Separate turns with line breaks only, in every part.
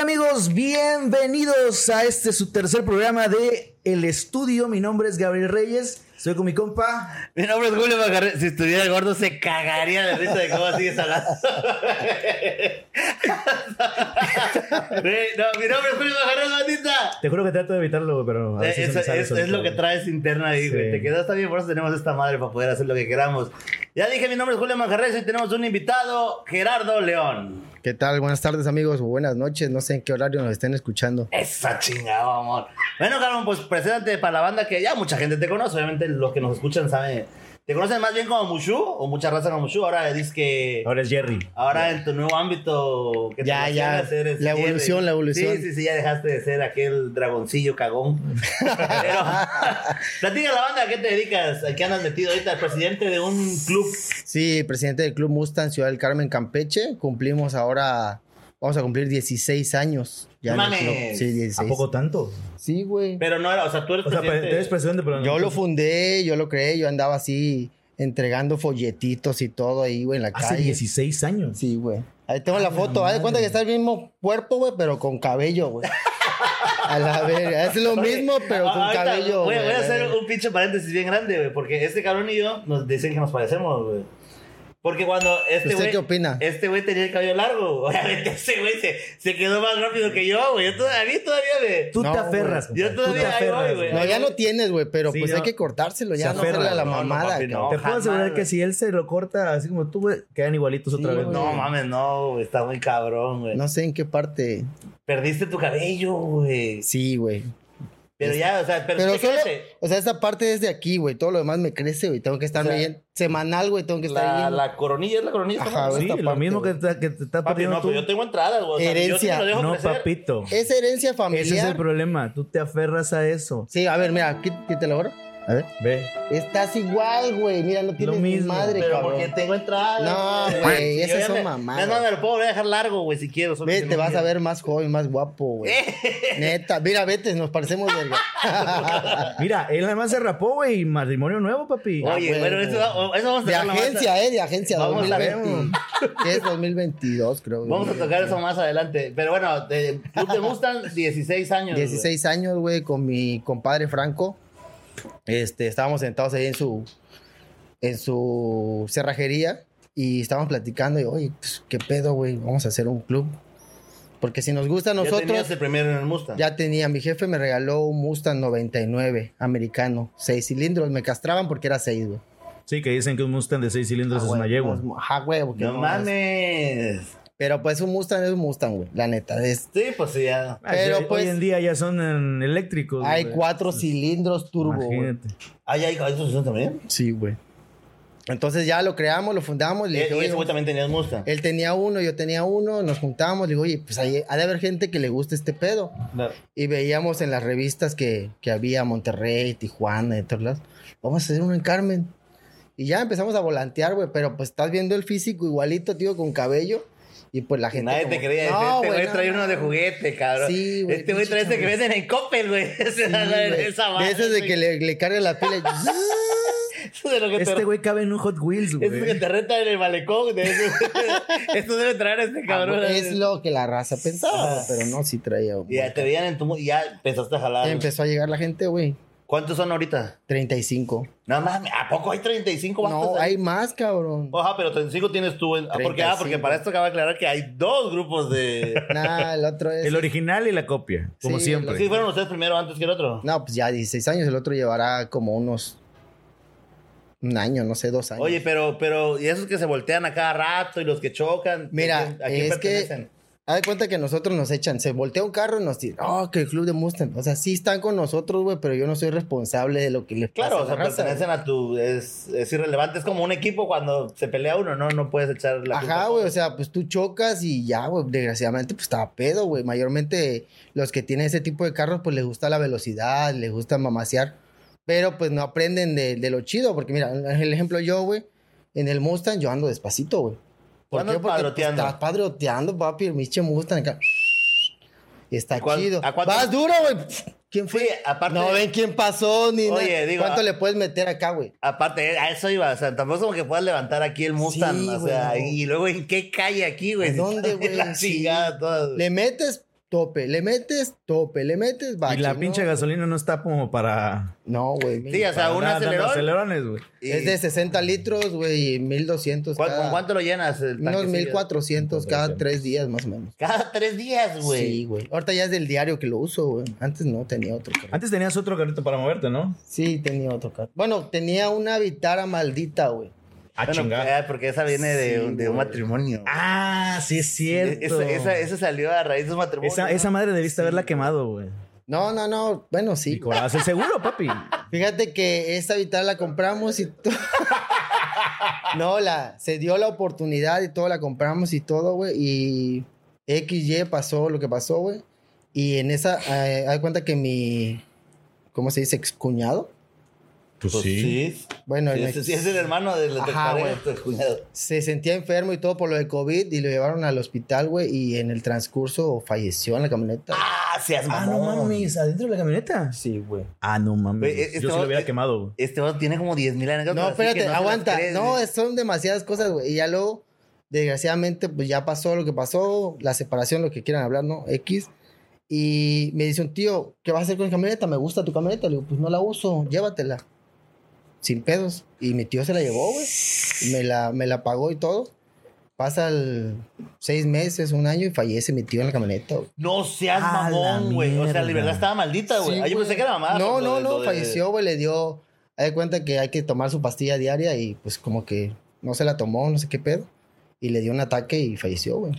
amigos, bienvenidos a este su tercer programa de El Estudio. Mi nombre es Gabriel Reyes, estoy con mi compa.
Mi nombre es Julio Macarrón. Si estuviera gordo, se cagaría de risa de cómo sigue salado. Güey, no, mi nombre es Julio Macarrón, bandita.
Te juro que trato de evitarlo, güey, pero a
Eh,
veces se
Es,
me sale
es-
solito,
es lo que
güey.
traes interna ahí, güey.
Sí.
Te quedas también, por eso tenemos esta madre para poder hacer lo que queramos. Ya dije, mi nombre es Julio Manjarres y tenemos un invitado, Gerardo León.
¿Qué tal? Buenas tardes, amigos, o buenas noches. No sé en qué horario nos estén escuchando.
Esa chingada, amor. Bueno, Carmen, pues preséntate para la banda que ya mucha gente te conoce. Obviamente los que nos escuchan saben. Te conocen más bien como Mushu o mucha raza como Mushu. Ahora dices que.
Ahora es Jerry.
Ahora en tu nuevo ámbito. Que te
Ya, ya.
apasiona hacer es
La
Jerry.
evolución, la evolución.
Sí, sí, sí. Ya dejaste de ser aquel dragoncillo cagón. Pero. platica la banda, ¿a qué te dedicas? ¿A qué andas metido ahorita? Presidente de un club.
Sí, presidente del Club Mustang Ciudad del Carmen, Campeche. Cumplimos ahora, vamos a cumplir 16 años. en el
¡Mames!
club. Sí, 16.
¿A poco tanto?
Sí, güey.
Pero no era, o sea, tú eres
O sea, pre-
presidente.
eres presidente, pero no-
Yo lo fundé, yo lo creé, yo andaba así entregando folletitos y todo ahí, güey, en la
Hace
calle.
16 años.
Sí, güey. Ahí tengo la foto. Haz de cuenta que está el mismo cuerpo, güey, pero con cabello, güey. A la verga. Es lo mismo, pero con
Ahorita,
cabello.
Voy,
güey,
voy
a
a
la
hacer
verga.
un pinche paréntesis bien grande, güey. Porque este cabrón y yo nos dicen que nos parecemos, güey. Porque cuando este
¿Usted
güey.
qué opina?
Este güey tenía el cabello largo. güey. Obviamente ese güey se, se quedó más rápido que yo, güey. Yo todavía- A mí todavía me.
Tú
No,
te aferras.
güey. Yo
compadre, tú
todavía
te
ahí voy,
aferras,
güey.
No, ya lo tienes, güey, pero
Sí,
pues
no.
hay que cortárselo,
Se
ya no
aferra.
hacerle a la
No, no,
mamada,
papi, no.
cabrón.
Te puedo
Jamás,
asegurar
güey.
que si él se lo corta así como tú, güey, quedan igualitos otra
Sí,
vez.
güey.
No
güey.
mames, no, güey. Está muy cabrón, güey.
No sé en qué parte.
Perdiste tu cabello, güey.
Sí, güey.
Pero ya, o sea, pero,
Pero
¿qué
solo,
crece?
o sea, esta parte es de aquí, güey. Todo lo demás me crece, güey. Tengo que estar
O sea,
bien. Semanal, güey, tengo que estar
La,
bien.
la coronilla es la coronilla.
Ajá,
estamos-
güey.
Sí,
esta
lo
parte,
mismo que
güey.
te, que te está
Papi,
perdiendo
no,
tú.
pero yo tengo entradas, güey. O sea, yo sí me
Herencia.
lo dejo
No,
crecer.
papito.
Es herencia familiar.
Ese es el problema. Tú te aferras a eso.
Sí, a ver, mira, aquí, aquí te lo abro. A ver.
Ve.
Estás igual, güey. Mira, no tienes ni
mismo.
madre,
Pero
cabrón.
porque tengo entradas.
No, güey,
Sí,
esas
yo
son
ya me-
mamadas.
No, no, me lo puedo dejar largo, güey, si quiero. solo
Ve,
que
te
no
vas a
quiero.
ver más joven, más guapo, güey.
Eh.
Neta, mira, vete, nos parecemos verga.
Mira, él además se rapó, güey. y Matrimonio nuevo, papi.
Ah,
Oye,
güey,
bueno,
güey.
eso, va- eso vamos a
De
tocarlo más a-
agencia, eh, de agencia
Vamos a ver.
2020. ¿Qué es 2022, creo? güey.
Vamos a tocar eso más adelante. Pero bueno, te, tú te gustan 16 años. güey.
16 años, güey, con mi compadre Franco. Este, estábamos sentados ahí en su, en su cerrajería y estábamos platicando y, oye, pues, qué pedo, güey, vamos a hacer un club. Porque si nos gusta a
Ya tenías
nosotros,
el primero en el Mustang.
ya tenía, mi jefe me regaló un Mustang 99 americano, 6 cilindros, me castraban porque era 6, güey.
Sí, que dicen que un Mustang de 6 cilindros es una
Ah,
yegua.
güey, Ajá, güey, porque
no
no es-
mames.
Pero pues un Mustang es un Mustang, güey, la neta, es
Sí, pues sí, ya.
Ay,
pero,
Ah, hoy-
pues,
hoy en día ya son en
Pues,
eléctricos.
hay
güey.
cuatro cilindros turbo, güey.
Imagínate.
Ay, ay, caballos son también.
Sí, güey. Entonces ya lo creamos, lo fundamos.
Y
Le dije,
Eh, y
oye, eh,
ese güey también tenía el Mustang.
él tenía uno, yo tenía uno, nos juntábamos. Le digo, oye, pues ahí ha de haber gente que le guste este pedo.
Claro.
Y veíamos en las revistas que, que había Monterrey, Tijuana, y todos lados. Vamos a hacer uno en Carmen. Y ya empezamos a volantear, güey. Pero pues estás viendo el físico igualito, tío, con cabello. Y pues la gente.
Nadie te
como,
creía.
"No,
este güey
no,
trae
no".
uno de juguete, cabrón.
Sí, güey,
Este güey trae ese que
pinche
venden en Coppel, güey.
Sí, güey.
Esa
de
madre,
esos de que
güey.
le, le carga la pila. y-
Eso de lo que te
Este güey cabe en un Hot Wheels,
Eso que
güey.
te reta en el malecón. De eso, eso debe traer a este cabrón.
Ah, es lo que la raza pensaba, pero no, sí traía.
Y ya te veían en tu. mu- y Ya empezaste a jalar.
Ya empezó a llegar la gente, güey.
¿Cuántos son ahorita?
35.
No mames, ¿a poco hay 35 vatos?
No,
ahí?
hay más, cabrón.
Oja, pero 35 tienes tú. en- ah, porque, ah, porque
35.
para esto acaba de aclarar que hay dos grupos de.
Nah, el otro es.
El original y la copia, como
Sí,
siempre.
¿Sí fueron ustedes primero antes que el otro?
No, pues ya 16 años. El otro llevará como unos. Un año, no sé, dos años.
Oye, pero, pero, y esos que se voltean a cada rato y los que chocan.
Mira,
¿a quién- a quién
es que-
pertenecen?
Haz de cuenta que nosotros nos echan. Se voltea un carro y nos dicen, oh, que el club de Mustang. O sea, sí están con nosotros, güey, pero yo no soy responsable de lo que les
Claro, o
pasa.
sea,
a la raza.
pertenecen a tu. Es, es irrelevante. Es como un equipo cuando se pelea uno, ¿no? No puedes echar la.
Ajá, güey, o sea, pues tú chocas y ya, güey, desgraciadamente, pues estaba pedo, güey. Mayormente los que tienen ese tipo de carros, pues les gusta la velocidad, les gusta mamasear, pero pues no aprenden de, de lo chido, porque mira, el ejemplo yo, güey, en el Mustang yo ando despacito, güey. ¿Por
Andas
qué? Porque pues,
padroteando.
estás padroteando, papi, el miche Mustang acá. Y está
¿Y cuán-
chido.
a cuánto-
Vas duro, güey. ¿Quién fue?
Sí, aparte-
No ven quién pasó ni
Oye,
nada.
digo, ah
¿Cuánto
a-
le puedes meter acá, güey?
Aparte, a eso iba, o sea, tampoco es como que puedas levantar aquí el Mustang,
Sí,
o sea,
güey, no.
y luego en qué calle aquí, güey.
¿A dónde, güey?
La
Sí.
chingada toda, güey.
Le metes, tope. Le metes, tope. Le metes, bache.
Y la
¿no?
pinche gasolina no está como para.
No, güey.
Sí, o sea,
para
un
andar dando
acelerón.
acelerones, güey.
y-
Es de 60 litros, güey, y 1200
¿Cuán-
cada...
¿Con cuánto lo llenas? el
Unos
tanquecillo?
1400 cada tres días, más o menos.
Cada tres días, güey.
Sí, güey. Ahorita ya es del diario que lo uso, güey. Antes no tenía otro
Ah.
carro.
Antes tenías otro carrito para moverte, ¿no?
Sí, tenía otro carro. Bueno, tenía una Vitara maldita, güey.
A
Bueno,
chingar.
ah, porque esa viene de,
Sí,
un- de un
güey.
matrimonio.
Ah, sí es cierto.
E-, Esa, esa, esa salió a raíz de un matrimonio.
Esa, esa madre debiste haberla quemado, güey.
No, no, no. Bueno, sí. Pues
Y cobraste seguro, papi.
Fíjate que esta Vitara la compramos y todo. no, la, se dio la oportunidad y todo, la compramos y todo, güey. Y XY pasó lo que pasó, güey. Y en esa, eh, hay cuenta que mi, ¿cómo se dice? Excuñado.
Pues
Pues sí.
Bueno,
Sí,
el
ese- sí, es el hermano del del pareja,
Ajá, güey.
del cuñado.
se sentía enfermo y todo por lo de COVID y lo llevaron al hospital, güey, y en el transcurso falleció en la camioneta.
Ah, seas
Ah, no
mamón.
mames, adentro de la camioneta.
Sí, güey.
Ah, no mames.
Güey, este
Yo se lo
vato-
hubiera quemado, güey.
Este vato tiene como 10 mil anécdotas.
No,
así que
espérate,
se las
aguanta.
crees,
No,
güey.
es- son demasiadas cosas, güey. Y ya luego, desgraciadamente, pues ya pasó lo que pasó, la separación, lo que quieran hablar, ¿no? X. Y me dice un tío, ¿qué vas a hacer con la camioneta? Me gusta tu camioneta. Le digo, pues no la uso, llévatela. Sin pedos. Y mi tío se la llevó, güey. Y Me la, me la pagó y todo. Pasa el seis meses, un año y fallece mi tío en la camioneta, güey.
No seas
A la
mamón, güey. O sea, la
mierda.
verdad estaba maldita, güey.
Sí,
Ah, yo
güey.
pensé que era mamada.
No,
por lo
no,
de- lo
no,
de-
falleció, güey, le dio. Hay cuenta que hay que tomar su pastilla diaria y pues como que no se la tomó, no sé qué pedo. Y le dio un ataque y falleció, güey.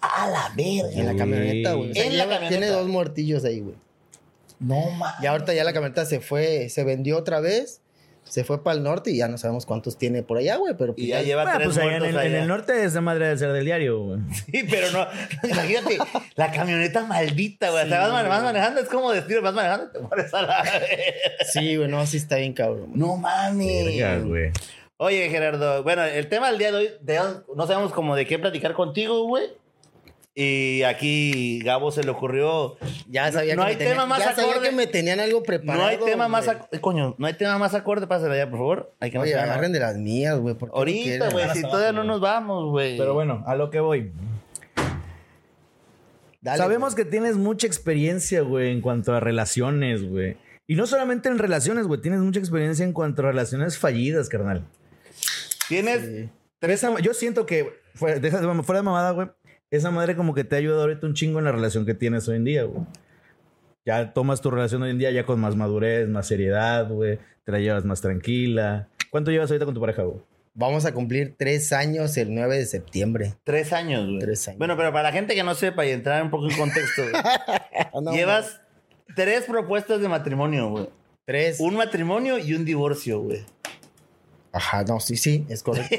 A la verga.
En la
Uy.
camioneta, güey. O sea,
En la
lleva- Tiene
camioneta.
dos muertillos ahí, güey.
No mames.
Y ahorita ya la camioneta se fue, se vendió otra vez, se fue para el norte y ya no sabemos cuántos tiene por allá, güey, pero pues
Y ya
ya-
lleva
Bueno,
tres
pues allá en
muertos
el, en
allá.
el norte esa madre de ser del diario, güey.
Sí, pero no. Imagínate, la camioneta maldita, güey. O sea, vas, mane- vas manejando, es como decir, vas manejando, te mueres a la verga.
Sí, güey, no, sí está bien cabrón. güey.
No mames.
Verga, güey.
Oye, Gerardo, bueno, el tema del día de hoy, de- no sabemos como de qué platicar contigo, güey. Y aquí Gabo se le ocurrió.
Ya
No-
sabía
no
que
hay
me tenían,
tema más
ya sabía
acorde.
que me tenían algo preparado.
No hay tema más
güey.
ac- eh, coño, no hay tema más acorde, pásala ya, por favor. Hay que
Oye,
más-
agarren de las mías, güey. porque no
Ahorita,
quieren.
güey, si todavía no nos vamos, güey.
Pero bueno, a lo que voy.
Dale,
Sabemos
pues.
que tienes mucha experiencia, güey, en cuanto a relaciones, güey. Y no solamente en relaciones, güey, tienes mucha experiencia en cuanto a relaciones fallidas, carnal.
Tienes
Esa- yo siento que, fuera, deja- fuera de mamada, güey, esa madre como que te ha ayudado ahorita un chingo en la relación que tienes hoy en día, güey. Ya tomas tu relación hoy en día ya con más madurez, más seriedad, güey. Te la llevas más tranquila. ¿Cuánto llevas ahorita con tu pareja, güey?
Vamos a cumplir tres años el 9 de septiembre.
tres años, güey.
Tres años.
Bueno, pero para la gente que no sepa y entrar un poco en contexto, güey,
Ah,
llevas tres propuestas de matrimonio, güey.
tres.
Un matrimonio y un divorcio, güey.
Ajá, no, sí, sí, es correcto.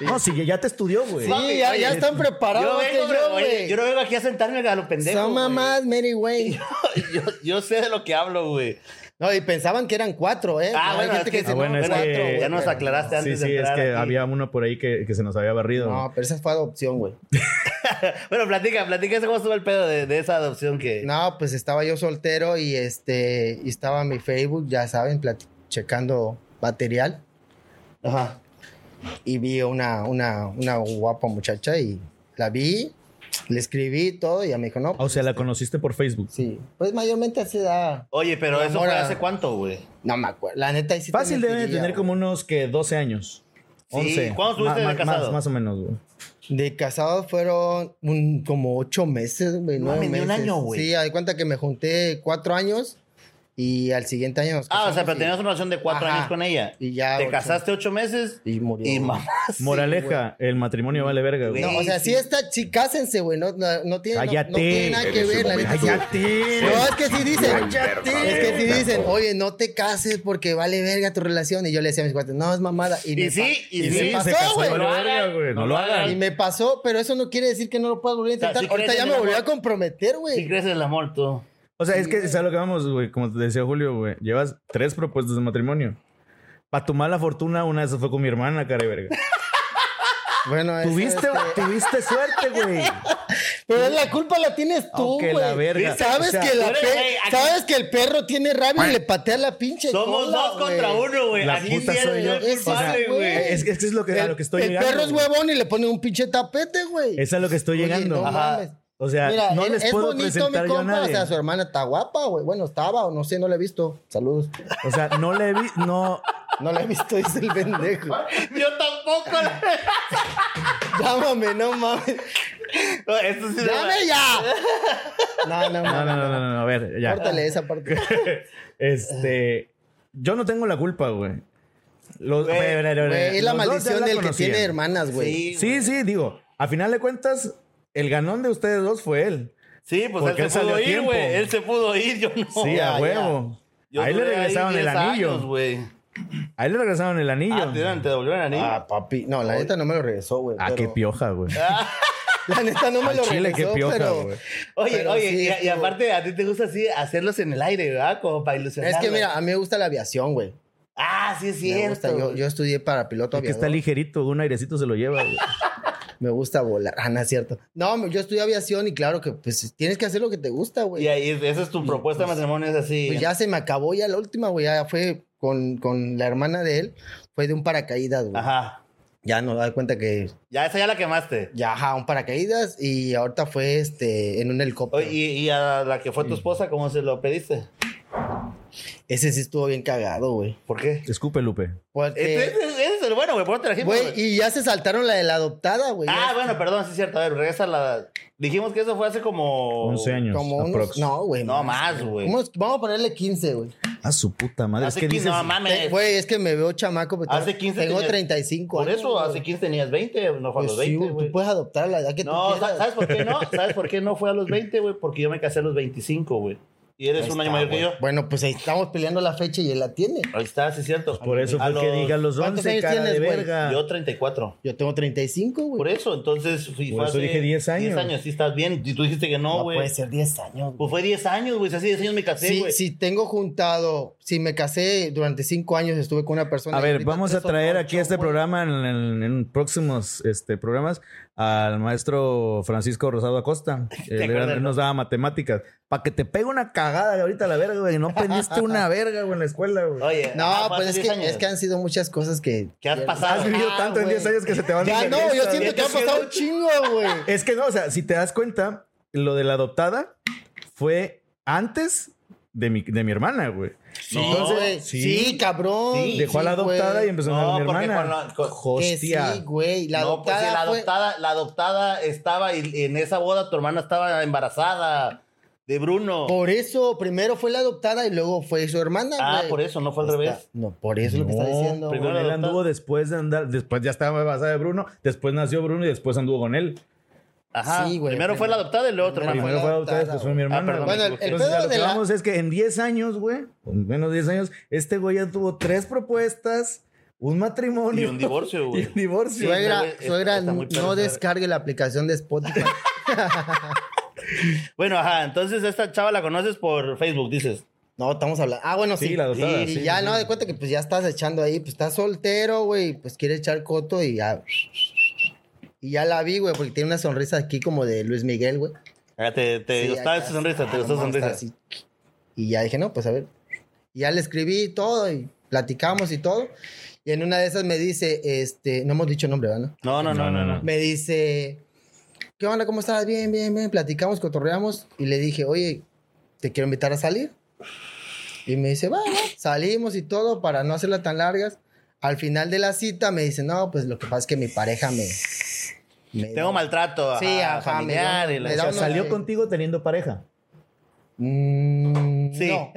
No, sí, ya- ya te estudió, güey.
Sí,
Sí, ya,
oye,
ya están preparados.
Yo
que
vengo,
yo,
oye,
güey.
yo no vengo aquí a sentarme a lo pendejo.
Son
güey.
mamás, Mary Way.
Yo, yo sé de lo que hablo, güey.
No, y pensaban que eran cuatro, ¿eh?
Ah,
Hay
bueno,
gente
es que,
dice,
Ah, bueno,
no,
es
bueno,
que-
cuatro, güey,
ya nos
pero-
aclaraste
Sí,
antes
sí,
de
es
entrar
que
aquí.
había uno por ahí que, que se nos había barrido. güey.
No, pero esa fue adopción, güey.
Bueno, platica, platica cómo estuvo el pedo de, de esa adopción que...
No, pues estaba yo soltero y este y estaba mi Facebook, ya saben, plati- checando material.
Ajá.
y vi una, una, una guapa muchacha y la vi, le escribí y todo y ella me dijo, no, pues
O sea, la conociste por Facebook.
sí, pues mayormente así da,
Oye, pero
Mi
eso
amor,
fue
ah.
hace cuánto, güey.
no me acuerdo, la neta ahí sí te
Fácil debe de
mentiría,
tener como
güey.
unos que 12 años.
Sí,
11.
¿cuándo estuviste de
más,
casado?
Más, más o menos, güey.
De casados fueron un- como ocho meses, güey,
No,
nueve
ni un
meses.
año, güey.
Sí, hay cuenta que me junté cuatro años y al siguiente año nos
Ah, o sea,
casamos
pero
y-
tenías una relación de cuatro
Ajá.
años con ella.
Y ya,
Te
ocho.
casaste ocho meses
y murió.
y
güey.
mamá.
Moraleja, el matrimonio vale verga, güey.
Güey,
No, o sea, sí está, sí, cásense, güey, no, no, no tiene, no- no,
Cállate.
tiene nada que
Eres
ver,
un
la neta. sí.
momento.
¡Cállate!
No, es que sí dicen.
Cállate.
Es que sí dicen, oye, no te cases porque vale verga tu relación. Y yo le decía a mis cuates, no, es mamada. Y,
Y
me
sí,
pa-
y
Y
sí.
sí,
pasó,
se casó,
güey.
vale
No lo
verga,
hagan,
güey. No
no
lo
lo hagan.
y
hagan.
me pasó, pero eso no quiere decir que no lo puedas volver a
sea,
intentar.
sí
Ahorita
crees
ya
en
me
el
volvió a
amor.
comprometer, güey.
Sí crees en el amor, tú.
O sea, es que es a lo que vamos, güey. Como te decía Julio, güey. Llevas tres propuestas de matrimonio. Para tu mala fortuna, una de esas fue con mi hermana, cara de verga.
bueno, eso,
Tuviste,
este,
tuviste suerte, güey.
pero la culpa la tienes tú,
Aunque
güey.
la verga.
Sabes
O sea,
que la
tú eres
pe-
gay, aquí-
sabes que el perro tiene rabia y le patea la pinche
Somos
cola,
dos
güey.
contra uno, güey.
La
Aquí
puta
sí
soy
eres
yo.
el culpable,
O sea,
güey.
Es, que- es que es lo que, a lo que estoy
el
llegando.
perro es
güey.
huevón y le pone un pinche tapete, güey.
Es a lo que estoy
Oye,
llegando.
no
Ajá.
mames.
O sea,
Mira,
no
es-
les
es
puedo
bonito mi
presentar yo a
compa, o
nadie.
sea, su hermana está guapa, güey. Bueno, estaba, o no sé, no la he visto. Saludos.
O sea, no le vi, no,
No la he visto, dice el pendejo.
Yo tampoco. le-
Llámame, no mames.
No, esto sí no-
¡Llame ya! No,
no, no,
no, mames.
no, no, no, a ver, ya.
Córtale esa parte.
Este, yo no tengo la culpa, güey. Los-
Güey,
a ver, a ver, a ver,
Güey, es la
los dos ya
maldición
la
del que
conocían.
tiene hermanas, güey.
Sí,
Sí, sí, digo, a final de cuentas, el ganón de ustedes dos fue él.
Sí, pues
Porque
él
él
se
salió
pudo
a
ir,
tiempo.
güey. Él se pudo ir, yo no.
Sí,
ya,
a huevo.
Oh, Yo
Ahí le
duré
regresaron el
10
anillo.
años, güey.
Ahí le regresaron el anillo.
Ah, te dieron- te devolvieron el anillo.
Ah, papi. No, la neta no me lo regresó, güey.
Ah,
pero-
qué pioja, güey.
Ah,
La neta no me
Al
lo
chile, qué
regresó,
pioja,
pero...
güey.
Oye,
pero
oye,
sí,
y, y
estuvo-
aparte a ti te gusta así hacerlos en el aire, ¿verdad? Como para ilusionar.
Es que mira, a mí me gusta la aviación, güey.
Ah, sí es
Me
cierto.
gusta. Yo, yo estudié para piloto
Es que está
aviador.
ligerito, un airecito se lo lleva, güey.
Me gusta volar. Ah, no es cierto. No, yo estudié aviación y claro que pues tienes que hacer lo que te gusta, güey.
Y ahí, esa es tu propuesta de matrimonio, es así.
Pues ya se me acabó ya la última, güey. Ya fue con, con la hermana de él. Fue de un paracaídas, güey.
Ajá.
Ya no da cuenta que...
Ya, esa ya la quemaste.
Ya, ajá, un paracaídas. Y ahorita fue este en un helicóptero.
Oye, y, y a la que fue tu esposa, ¿cómo se lo pediste?
Ese sí estuvo bien cagado, güey.
¿Por qué?
Escupe, Lupe.
Ese,
Porque...
ese- ese es el bueno, güey. ¿Por qué te trajimos?
Güey,
güey?
y ya se saltaron la de la adoptada, güey.
Ah,
Ya-
bueno, perdón, sí es cierto. A ver, regresa la. Dijimos que eso fue hace como.
11 años.
Como unos...
aprox.
No, güey.
No más, güey.
Unos- Vamos a ponerle 15, güey.
A su puta madre. Es
Hace
que
15,
dices,
no mames.
Te- Güey, es que me veo chamaco. Pero
hace 15
Tengo
tenías-
35
Por
años.
eso,
güey.
hace 15 tenías 20, no fue a
Pues
los
sí,
20,
güey,
güey.
tú puedes adoptar la edad que
No,
tú quieras.
sa- ¿sabes por qué no? ¿Sabes por qué no fue a los 20, güey? Porque yo me casé a los 25, güey. Y eres
Ahí
un
está,
año mayor que
güey.
yo.
Bueno, pues ahí estamos peleando la fecha y él la tiene.
Ahí está, sí es cierto.
Por eso
A
fue que
los-
diga los
¿Cuántos
11,
años
cara de
tienes, güey?
verga.
Yo 34.
Yo tengo 35, güey.
Por eso, entonces... fui-
Por
fue
eso
hace
dije 10 años.
10 años, sí estás bien. Y tú dijiste que no,
No
güey.
puede ser 10 años, güey.
pues fue 10 años, güey. Si hace 10 años me casé,
Si,
güey.
si tengo juntado, si me casé durante 5 años, estuve con una persona.
A
y
ver,
ahorita
vamos a
tres o
traer
ocho,
aquí a este
güey.
programa en, en- en próximos este, programas al maestro Francisco Rosado Acosta. Él, era-
acuerdas,
él
no?
nos daba matemáticas. Para que te pegue una cagada ahorita a la verga, güey. No aprendiste una verga, güey, en la escuela, güey.
Oye,
No,
ajá, fue hace
pues es
10
que,
Ah, años.
es que han sido muchas cosas que.
¿Qué has pasado?
Has vivido
Ah,
tanto en
güey.
10 años que se te van
Ya
de
no, yo
cabeza,
siento
güey.
que ha pasado un chingo, güey.
Es que no, o sea, si te das cuenta, lo de la adoptada fue antes de mi, de mi hermana, güey.
Sí,
Entonces,
güey.
sí.
Sí, cabrón.
Sí.
Dejó a la
Sí, güey.
adoptada y empezó
No,
a mi
porque
hermana.
con la- con-
Que
Hostia.
Sí, güey. La
no, pues
adoptada.
si la
fue-
adoptada, la adoptada estaba y- y en esa boda, tu hermana estaba embarazada de Bruno.
Por eso, primero fue la adoptada y luego fue su hermana,
ah,
güey.
por eso, no fue al
Está-
revés.
No, por eso es lo que está
No,
diciendo.
pero
güey.
él anduvo después de andar, después ya estaba embarazada de Bruno, después nació Bruno y después anduvo con él.
Ajá.
Sí, güey,
Primero fue la
primero-
adoptada y luego otra
primero
hermana.
Primero fue adoptada,
adoptada,
después fue mi
güey.
hermana.
Ah, perdón,
güey.
Bueno, el, el
Entonces, a
pedo
lo que
de la...
vamos es que en 10 años, güey, o menos de 10 años, este güey ya tuvo tres propuestas, un matrimonio
Y un divorcio,
y
güey.
un divorcio.
Sí,
Suegra,
güey, está-
suegra,
está muy
no
perro,
descargue la aplicación de Spotify.
Bueno, ajá, entonces esta chava la conoces por Facebook, dices.
No, estamos hablando. Ah, bueno, sí.
Sí, la adoptada,
Y
sí,
ya,
sí,
no,
sí.
de cuenta que pues ya estás echando ahí, pues estás soltero, güey, pues quiere echar coto y ya. Y ya la vi, güey, porque tiene una sonrisa aquí como de Luis Miguel, güey.
Ah, Te, te
Sí,
gustaba
acá.
esa sonrisa, te
Ah,
gustó esa
no, está
sonrisa.
así. Y ya dije, no, pues a ver. Y ya le escribí todo y platicamos y todo. Y en una de esas me dice, este, no hemos dicho nombre, ¿verdad? no?
No, no, no, no, no.
Me dice, ¿qué onda? ¿Cómo estás? Bien, bien, bien. Platicamos, cotorreamos. Y le dije, oye, te quiero invitar a salir. Y me dice, va, va. Salimos y todo para no hacerla tan largas. Al final de la cita me dice, no, pues lo que pasa es que mi pareja me... me
Tengo maltrato ajá,
Sí, ajá,
familiar
me
y
da-
la-
me
O
da-
sea,
no,
salió
sí.
contigo teniendo pareja.
Mm,
Sí.
No.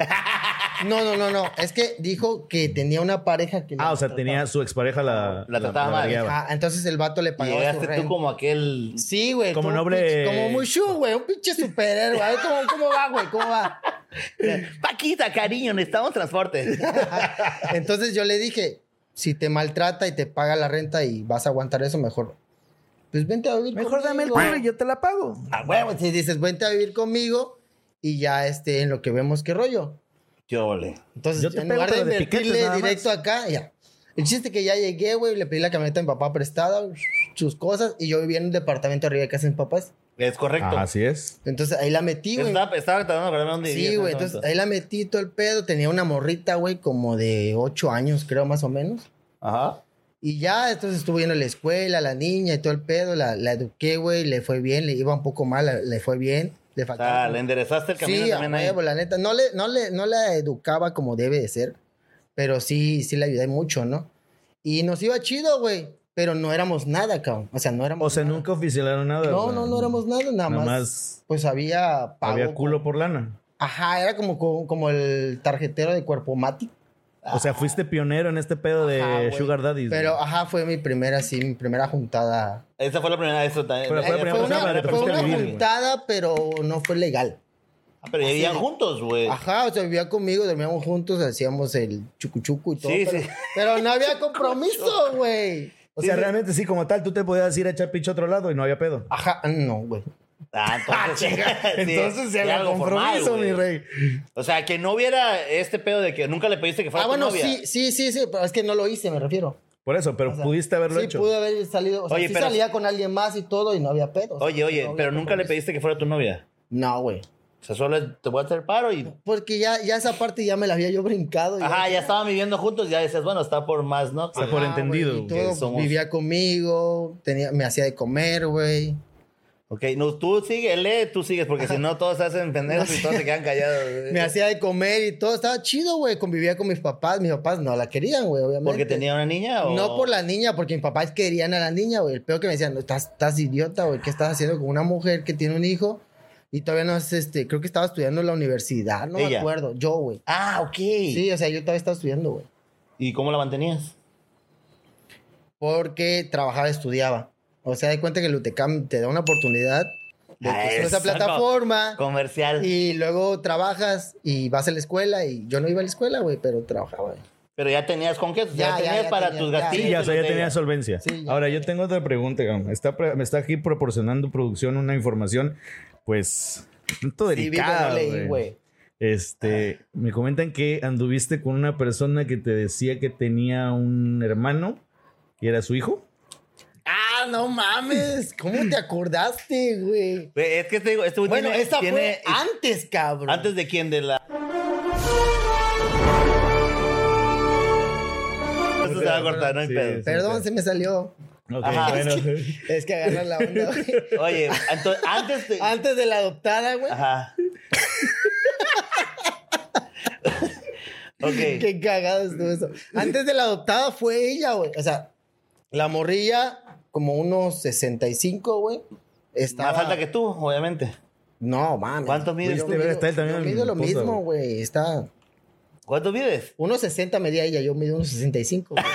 No, no, no, no. Es que dijo que tenía una pareja que... la
Ah, o sea,
maltrataba.
tenía su expareja la...
La trataba mal.
vergueaba.
Ajá, entonces el vato le
Y
pagaba su
llegaste tú
renta.
como aquel...
Sí, güey.
Como
un
noble-
pinche- Como Mushu, güey. Un pinche superhéroe. A ver cómo, cómo va, güey. ¿Cómo va?
Paquita, cariño, necesitamos transporte.
Entonces yo le dije, si te maltrata y te paga la renta y vas a aguantar eso, mejor. Pues vente a vivir
Mejor dame el
conmigo.
perro y yo te la pago.
A
Huevo, si dices, vente a vivir conmigo y ya este, en lo que vemos qué rollo.
Yo, ole.
Entonces,
Yo te
en
pego,
lugar de
pero de piquetes
invertirle
nada más.
directo acá, ya. El chiste que ya llegué, güey, le pedí la camioneta a mi papá prestada, sus cosas, y yo vivía en un departamento arriba de casa de mis papás.
Es correcto.
así es.
Entonces ahí la metí, güey.
estaba, estaba tratando de acordarme dónde vivía
Sí,
en
güey,
ese
entonces
momento.
ahí la metí todo el pedo. Tenía una morrita, güey, como de 8 años, creo, más o menos.
Ajá.
Y ya, entonces estuvo yendo a la escuela, la niña y todo el pedo, la, la eduqué, güey, le fue bien, le iba un poco mal, la- le fue bien, le
O sea,
faltaba.
le enderezaste el camino
sí, a
también ahí.
huevo, la neta, no le, no le, no la educaba como debe de ser, pero sí, sí le ayudé mucho, ¿no? Y nos iba chido, güey, pero no éramos nada, cabrón. O sea, no éramos
O sea,
nada.
nunca oficialaron nada.
No,
güey.
no, no éramos nada,
Nada
nada, más.
más
Pues había pago.
había culo por lana.
Ajá, era como, como, como el tarjetero de cuerpo mati.
O sea, fuiste pionero en este pedo de
Ajá, güey.
Sugar Daddy.
Pero, ajá, fue mi primera, sí, mi primera juntada.
Esa fue la primera vez. Eso también.
Pero fue la
Eh,
primera
Fue
vez que
una,
te
fue
pusiste a
una
vivir, güey.
juntada, pero no fue legal.
Ah, Pero vivían juntos, güey.
Ajá, o sea, vivía conmigo, dormíamos juntos, hacíamos el chucuchuco y todo.
Sí,
pero,
sí.
pero no había compromiso, güey.
O sea, realmente sí, como tal, tú te podías ir a echar pinche a otro lado y no había pedo.
Ajá, no, güey.
Ah, entonces.
Entonces
sí,
se había
algo
compromiso,
formal,
mi
güey.
rey.
O sea, que no hubiera este pedo de que nunca le pediste que fuera
Ah,
tu
bueno,
novia.
sí, sí, sí, sí, pero es que no lo hice, me refiero.
Por eso, pero
O sea,
pudiste haberlo
sí,
hecho.
pude haber salido, o sea,
Oye,
sí
pero-
salía con alguien más y todo y no había pedo. o sea,
Oye,
no
oye,
había
pero nunca le
compromiso.
pediste que fuera tu novia.
No, güey.
O sea, solo es, te voy a hacer paro y.
Porque ya, ya esa parte ya me la había yo brincado. ya-
Ajá, ya estaban viviendo juntos, ya decías, bueno, está por más, ¿no?
sea, por entendido,
güey, y
güey,
todo,
que somos-
Vivía conmigo, tenía, me hacía de comer, güey.
Ok, no, tú sigue, lee, tú sigues, porque si no, todos se hacen pendejos y todos se quedan callados. güey.
Me hacía de comer y todo. Estaba chido, güey. Convivía con mis papás. Mis papás no la querían, güey, obviamente.
¿Porque tenía una niña o.?
No por la niña, porque mis papás querían a la niña, güey. El peor que me decían, no, estás, estás idiota, güey. ¿Qué estás haciendo con una mujer que tiene un hijo? Y todavía no es, este, creo que estaba estudiando en la universidad. No me
Ella.
acuerdo. Yo, güey.
Ah, ok.
Sí, o sea, yo todavía estaba estudiando, güey.
¿Y cómo la mantenías?
porque trabajaba, estudiaba. O sea, de cuenta que el UTECAM te da una oportunidad de
Ah,
que subes
eso,
esa plataforma
Comercial.
y luego trabajas y vas a la escuela. Y yo no iba a la escuela, güey, pero trabajaba. güey.
Pero ya tenías con qué, o sea,
Ya,
ya,
ya,
tenías
ya
para
tenía,
tus
ya.
gatillos.
Sí, ya, o sea,
y
ya
los
tenía
de-
solvencia.
Sí, ya.
Ahora, yo tengo otra pregunta, cabrón. Está, pre- me está aquí proporcionando producción una información, pues, un tanto
Sí, vivo, no
delicada,
leí,
güey.
güey.
Este, me comentan que anduviste con una persona que te decía que tenía un hermano y era su hijo.
Ah, no mames. ¿Cómo te acordaste, güey?
Güey, Es que te digo, este güey
Bueno,
tiene-
esa
tiene-
fue antes, cabrón.
¿Antes de quién? De la. Eso se va a cortar, no hay
Sí,
pedo.
sí.
Perdón, se me salió.
Ok,
Ajá.
bueno.
Es que agarra la onda, güey.
Oye, anto- antes de.
Antes de la adoptada, güey.
Ajá. ok.
Qué cagado estuvo eso. Antes de la adoptada fue ella, güey. O sea, la morrilla, como unos 65, güey. Estaba...
Más alta que tú, obviamente.
No, mames.
¿Cuánto mides
Yo
tú?
mido-
Está él también
yo
en
mido lo
posa,
mismo,
güey.
güey. Está...
¿Cuánto mides?
Unos 60 medía ella, yo mido unos 65, güey.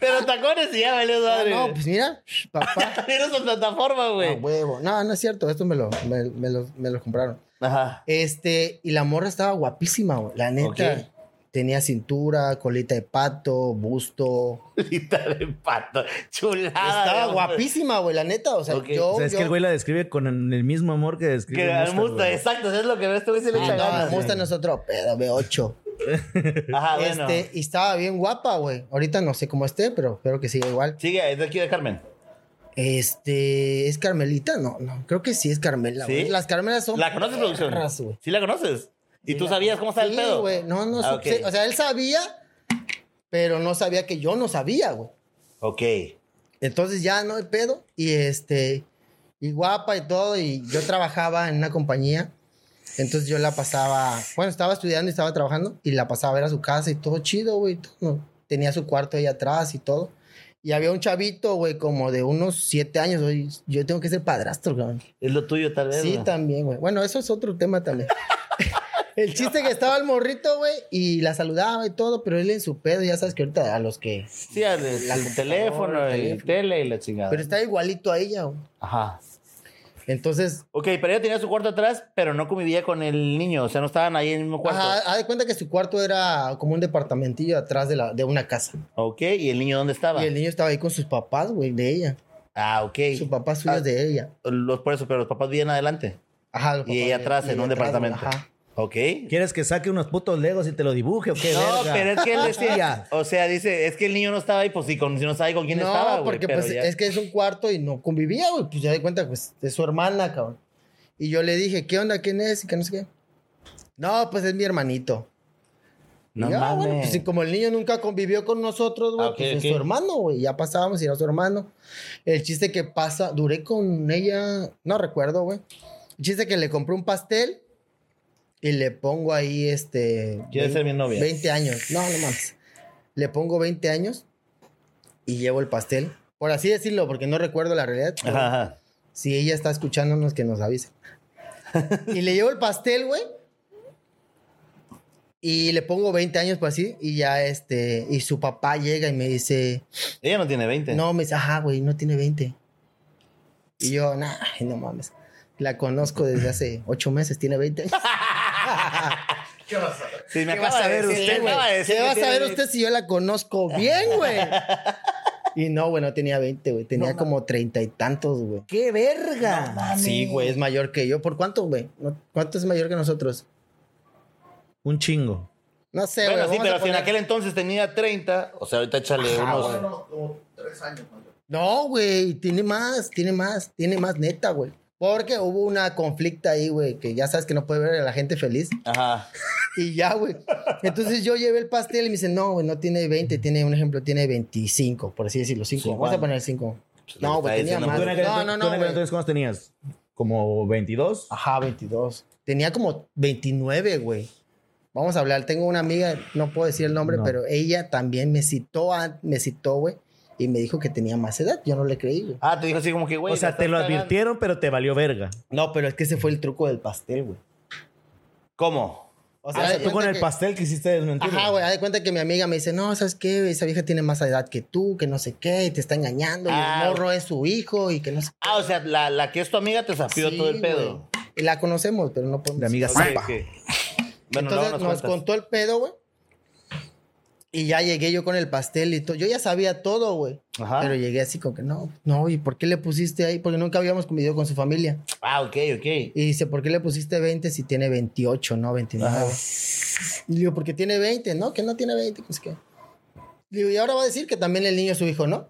Pero tacones y ya valió
Ah,
madre.
no, pues Ah, mira, papá.
Mira esa plataforma,
a
güey.
huevo. No, no es cierto. Esto me lo, me, me lo, me lo compraron.
Ajá.
Este, y la morra estaba guapísima, güey. La neta.
Ok.
Tenía cintura, colita de pato, busto.
Lita de pato. Chulada.
Estaba
de-
guapísima, güey, la neta. O sea,
Ah, Ok.
yo.
O sea, es
yo-
que el güey la describe con el mismo amor que describe.
Que
el
al
Mustang,
Musta,
güey.
exacto. Es lo que este güey se le
Ah,
echa
no,
ganas.
Musta no es otro pedo, B8.
Ajá, bueno.
Este, y estaba bien guapa, güey. Ahorita no sé cómo esté, pero espero que siga igual.
Sigue, es de aquí de Carmen.
Este, ¿es Carmelita? No, no, creo que sí es Carmela,
¿Sí?
güey. Las Carmelas son.
¿La conoces, producción?
perras, güey.
Sí, la conoces. ¿Y tú sabías cómo está el
Sí,
pedo?
güey. No, no,
Ah,
so-
ok.
sí, o sea, él sabía, pero no sabía que yo no sabía, güey.
Ok.
Entonces ya no hay pedo. Y este, y guapa y todo. Y yo trabajaba en una compañía. Entonces yo la pasaba, bueno, estaba estudiando y estaba trabajando. Y la pasaba a ver a su casa y todo chido, güey. todo. Tenía su cuarto ahí atrás y todo. Y había un chavito, güey, como de unos siete años. güey, yo tengo que ser padrastro, cabrón.
Es lo tuyo, tal vez.
Sí,
güey.
también, güey. Bueno, eso es otro tema también. El chiste que estaba el morrito, güey, y la saludaba y todo, pero él en su pedo, ya sabes que ahorita a los que...
Sí, el, el teléfono,
el
el
teléfono.
tele y la chingada.
Pero está igualito a ella, güey.
Ajá.
Entonces,
Ok, pero ella tenía su cuarto atrás, pero no convivía con el niño. O sea, no estaban ahí en el mismo cuarto.
Ajá, haz de cuenta que su cuarto era como un departamentillo atrás de, la, de una casa.
Ok, ¿y el niño dónde estaba?
Y el niño estaba ahí con sus papás, güey, de ella.
Ah, ok.
Sus papás suyos
Ah.
de ella.
Los, por eso, pero los papás vivían adelante.
Ajá, los
Y
papás
ella
de-
atrás,
y
en
ella
un
atrás, güey,
departamento.
Ajá.
Ok.
¿Quieres que saque unos putos legos y te lo dibuje o qué?
No,
verga?
pero es que él decía, o sea, dice, es que el niño no estaba ahí, pues si, con- si no sabe con quién
no,
estaba, güey.
porque
pero
pues
ya.
es que es un cuarto y no convivía, güey. Pues ya de cuenta, pues, es su hermana, cabrón. Y yo le dije, ¿qué onda? ¿Quién es? Y que no sé qué. No, pues es mi hermanito.
No
Y ya,
mames.
bueno, pues, y como el niño nunca convivió con nosotros, güey,
Ah, ok,
pues, es
ok.
su hermano, güey. Ya pasábamos y era su hermano. El chiste que pasa, duré con ella, no recuerdo, güey. El chiste que le compré un pastel y le pongo ahí este.
¿Quieres ser mi novia?
20 años. No, no mames. Le pongo 20 años y llevo el pastel. Por así decirlo, porque no recuerdo la realidad. pero
Ajá, ajá.
Si ella está escuchándonos, que nos avise. y le llevo el pastel, güey. Y le pongo 20 años, por así. Y ya este. Y su papá llega y me dice.
Ella no tiene 20.
No, me dice, ajá, güey, no tiene 20. Y yo, nah, ay, no mames. La conozco desde hace 8 meses, tiene 20 años.
Si me
¿Qué va
acaba de decir, me acaba de decir
¿Qué
que
va a
tiene
saber
20.
usted si yo la conozco bien, güey? Y no, güey, no tenía 20, güey. Tenía como treinta y tantos, güey.
¡Qué verga!
Ah, Sí, güey, es mayor que yo. ¿Por cuánto, güey? No- ¿Cuánto es mayor que nosotros?
Un chingo.
No sé, güey.
Bueno, sí,
vamos a
pero si en
poner-
aquel entonces tenía 30, o sea, ahorita échale
Ajá,
unos.
güey. No, güey, tiene más, tiene más, tiene más neta, güey. Porque hubo una conflicta ahí, güey, que ya sabes que no puede ver a la gente feliz.
Ajá.
Y ya, güey. Entonces yo llevé el pastel y me dicen, no, güey, no tiene 20, tiene, un ejemplo, tiene 25, por así decirlo, 5. Vamos a
Cincuenta.
poner 5.
Pues, le
No, güey,
está
tenía
diciendo
más.
¿Tú en
mucho.
aquel
No,
entonces-
no,
tú en
no,
aquel
güey. Ah,
entonces cuántos tenías? ¿Como 22?
Ajá, 22. Tenía como 29, güey. Vamos a hablar. Tengo una amiga, no puedo decir el nombre,
No.
pero ella también me citó, a- me citó, güey, y me dijo que tenía más edad. Yo no le creí, güey.
Ah, te dijo así como que, güey.
o sea,
la
te lo
estás cagando.
advirtieron, pero te valió verga.
No, pero es que ese fue el truco del pastel, güey.
¿Cómo?
Ah,
O
O sea,
haz de
tú con
cuenta
el
que-
pastel quisiste desmentir.
Ajá, güey, haz de cuenta que mi amiga me dice, no, ¿sabes qué? Esa vieja tiene más edad que tú, que no sé qué, y te está engañando,
Ah.
y el morro es su hijo, y que no sé
Ah, o sea, la, la que es tu amiga te sapió
Sí,
todo el pedo.
güey. Y la conocemos, pero no podemos...
De amigas.
Ok, ok. Bueno, luego
Entonces nos
cuentas.
contó el pedo, güey. Y ya llegué yo con el pastel y todo. Yo ya sabía todo, güey.
Ajá.
Pero llegué así con que no, no, ¿y por qué le pusiste ahí? Porque nunca habíamos convivido con su familia.
Ah, ok, ok.
Y dice, ¿por qué le pusiste 20 si tiene 28, no 29?
Ah.
Y le digo, porque tiene 20, ¿no? Que no tiene 20, pues qué. Le digo, y ahora va a decir que también el niño es su hijo, ¿no?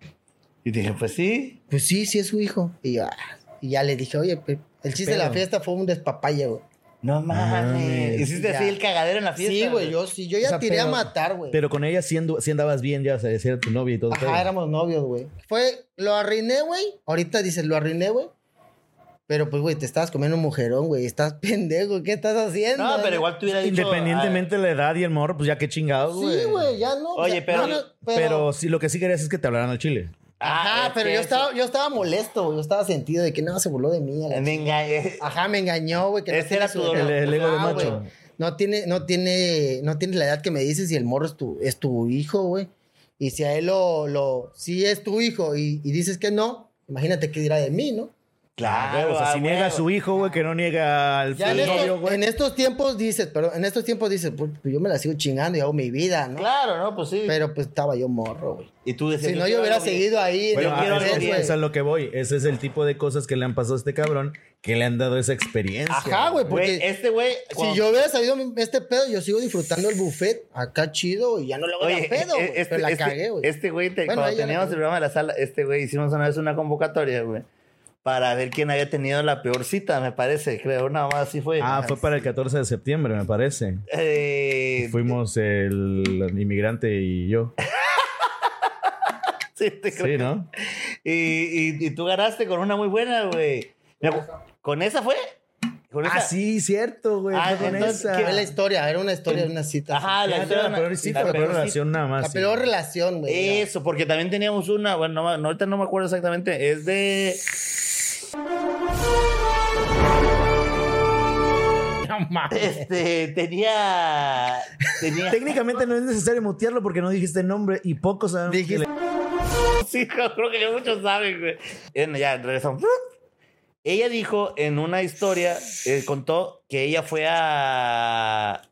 Y dije, pues sí.
Pues sí, sí es su hijo. Y, yo, ah. y ya le dije, oye, pe- el chiste de la
pedo?
fiesta fue un despapalle, güey.
No mames. Hiciste así
Ya.
el cagadero en la fiesta.
Sí, güey, yo sí, yo ya
O sea,
tiré a
pero-
matar, güey.
Pero con ella sí, andu- sí andabas bien, ya, o sea, sí era tu novia y todo.
Ajá,
pero-
éramos novios, güey. Fue, lo arruiné, güey. Ahorita dices, lo arruiné, güey. Pero pues, güey, te estabas comiendo un mujerón, güey. Estás pendejo, ¿qué estás haciendo?
No, pero igual tú hubieras dicho.
Independientemente de la edad y el morro, pues ya qué chingados, güey.
Sí, güey, ya no.
Oye,
o sea,
pero-
no, no,
Pero, sí, lo que sí querías es que te hablaran al chile.
ah,
Ajá,
es
pero
que
yo
eso-
estaba, yo estaba molesto, güey. Yo estaba sentido de que no, se burló de mí. a la-
Venga, eh.
Ajá, me engañó, güey. Ah, que no
Ese
tiene
era tu
su-
dolor.
El, el ego de
Ah, güey.
macho.
No tiene, no tiene, no tiene la edad que me dices y el morro es tu, es tu hijo, güey. Y si a él lo, lo, si es tu hijo y, y dices que no, imagínate qué dirá de mí, ¿no?
Claro, güey, o sea,
ah,
si niega a
huevo.
su hijo, güey, que no niega al
Ya
al
en, este estos,
novio, güey.
en estos tiempos dices, pero en estos tiempos dices, pues yo me la sigo chingando y hago mi vida, ¿no?
Claro, ¿no? Pues sí.
Pero pues estaba yo morro, güey.
y tú decías.
Si
yo
no, yo
quiero
hubiera
algo bien.
seguido ahí.
Bueno, ah,
de
quiero
una
algo
vez,
bien,
güey.
ah, Eso es lo que voy. Ese es el tipo de cosas que le han pasado a este cabrón que le han dado esa experiencia.
Ajá, pues, güey, porque
Güey, este güey.
si
cuando-
yo hubiera sabido mi- este pedo, yo sigo disfrutando el buffet acá chido y ya no le voy
Oye,
a pedo,
eh,
güey. pero la
este-
cagué, güey.
Este güey, te-
Bueno, ahí
cuando
ya la
teníamos el
cagué.
programa de la sala, este güey, hicimos una vez una convocatoria, güey. Para ver quién había tenido la peor cita, me parece, creo. Nada más así fue.
Ah, fue para el 14 de septiembre, me parece.
Eh,
Fuimos el inmigrante y yo.
sí, te creo.
Sí, ¿no?
Y, y- y tú ganaste con una muy buena, güey. Me acu- ¿Con esa fue? ¿Con esa?
Ah, sí, cierto, güey.
Ah,
fue con
entonces,
esa.
¿qué-
Fue la historia, era una historia de una cita.
Ajá,
Ah,
la,
era
historia-
la peor cita, la peor relación nada más.
la
sí.
peor relación,
Pues
güey.
Eso, porque también teníamos una, bueno, no, me- no, ahorita no me acuerdo exactamente, es de... Este, tenía... tenía
Técnicamente no es necesario mutearlo porque no dijiste el nombre y pocos saben.
Dijiste-
sí, creo que ya muchos saben, güey. Bueno, ya, regresamos. Ella dijo en una historia, eh, contó que ella fue a...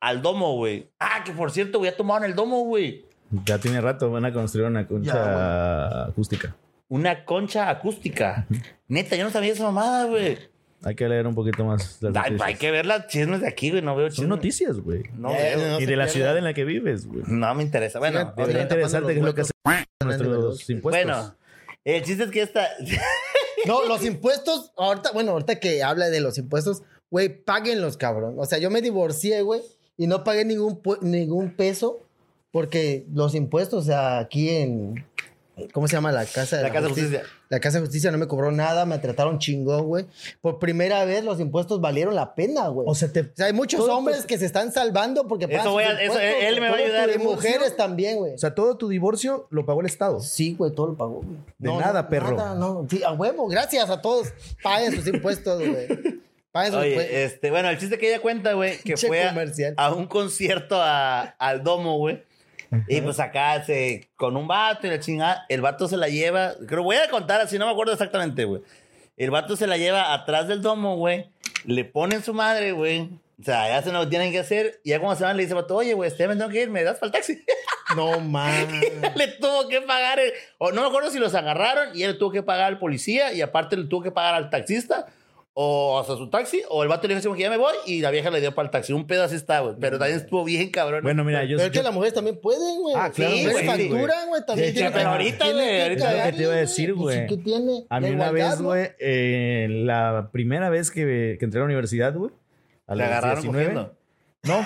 Al domo, güey. Ah, que por cierto, güey, ya tomaron el domo, güey.
Ya tiene rato, van a construir una concha acústica.
Una concha acústica. Neta, yo no sabía esa mamada, güey.
Hay que leer un poquito más las
Ay, pues,
noticias.
hay que ver las chismes de aquí, güey. No veo
Son
chismes.
noticias, güey.
No,
Ya,
veo.
ya,
y
se
de la
pierdan.
ciudad en la que vives, güey.
no me interesa. Bueno, eh,
Fíjate,
ok.
Sería
Están
interesante qué es lo que
tapando los
hacen nuestros impuestos.
bueno. El chiste es que esta.
No, los impuestos, ahorita, bueno, ahorita que habla de los impuestos, güey, páguenlos, cabrón. O sea, yo me divorcié, güey, Y no pagué ningún, pu- ningún peso porque los impuestos, o sea, aquí en. ¿Cómo se llama la casa de
La Casa de Justicia.
La casa de justicia no me cobró nada, me trataron chingón, güey. Por primera vez los impuestos valieron la pena, güey.
O sea, te,
O sea, hay muchos
todo tu-
hombres que se están salvando porque
Eso
sus
voy a- eso-
impuestos,
él me va a
todo tu-
ayudar,
Y
emoción.
mujeres también, güey.
o sea, todo tu divorcio lo pagó el Estado.
Sí, güey, todo lo pagó. güey.
De nada, perro.
Nada, no. Sí, a huevo, gracias a todos. Paguen sus impuestos, güey. Paguen sus impuestos.
Oye, este, bueno, el chiste que ella cuenta, güey, que
Che
fue a,
comercial.
a un concierto a- al domo, güey. Y pues acá se, con un vato y la chingada, el vato se la lleva, creo, voy a contar así, no me acuerdo exactamente, güey. El vato se la lleva atrás del domo, güey, le ponen su madre, güey. O sea, ya se lo tienen que hacer. Y ya cuando se van, le dice, al vato, oye, güey, este, me tengo que ir, me das para el taxi.
No mames.
le tuvo que pagar, el- o no me acuerdo si los agarraron y él tuvo que pagar al policía y aparte le tuvo que pagar al taxista o hasta su taxi o el vato le dijo así como que ya me voy y la vieja le dio para el taxi. Un pedo así está, güey. Pero también estuvo bien cabrón.
Mm, Bueno, mira, yo,
Pero es que
yo-
las mujeres también pueden, güey.
Ah, claro,
Sí,
güey,
güey.
sí,
facturan, güey, también.
Sí,
tienen
pero
que-
ahorita,
tienen
güey,
que
ahorita-
Es lo que te iba a
cagarle,
decir,
Pues,
güey.
¿Qué tiene?
a mí
La
una
igualdad,
vez,
¿no?
güey, eh, la primera vez que, que entré a la universidad, güey, a
le
los
agarraron
19,
cogiendo.
No.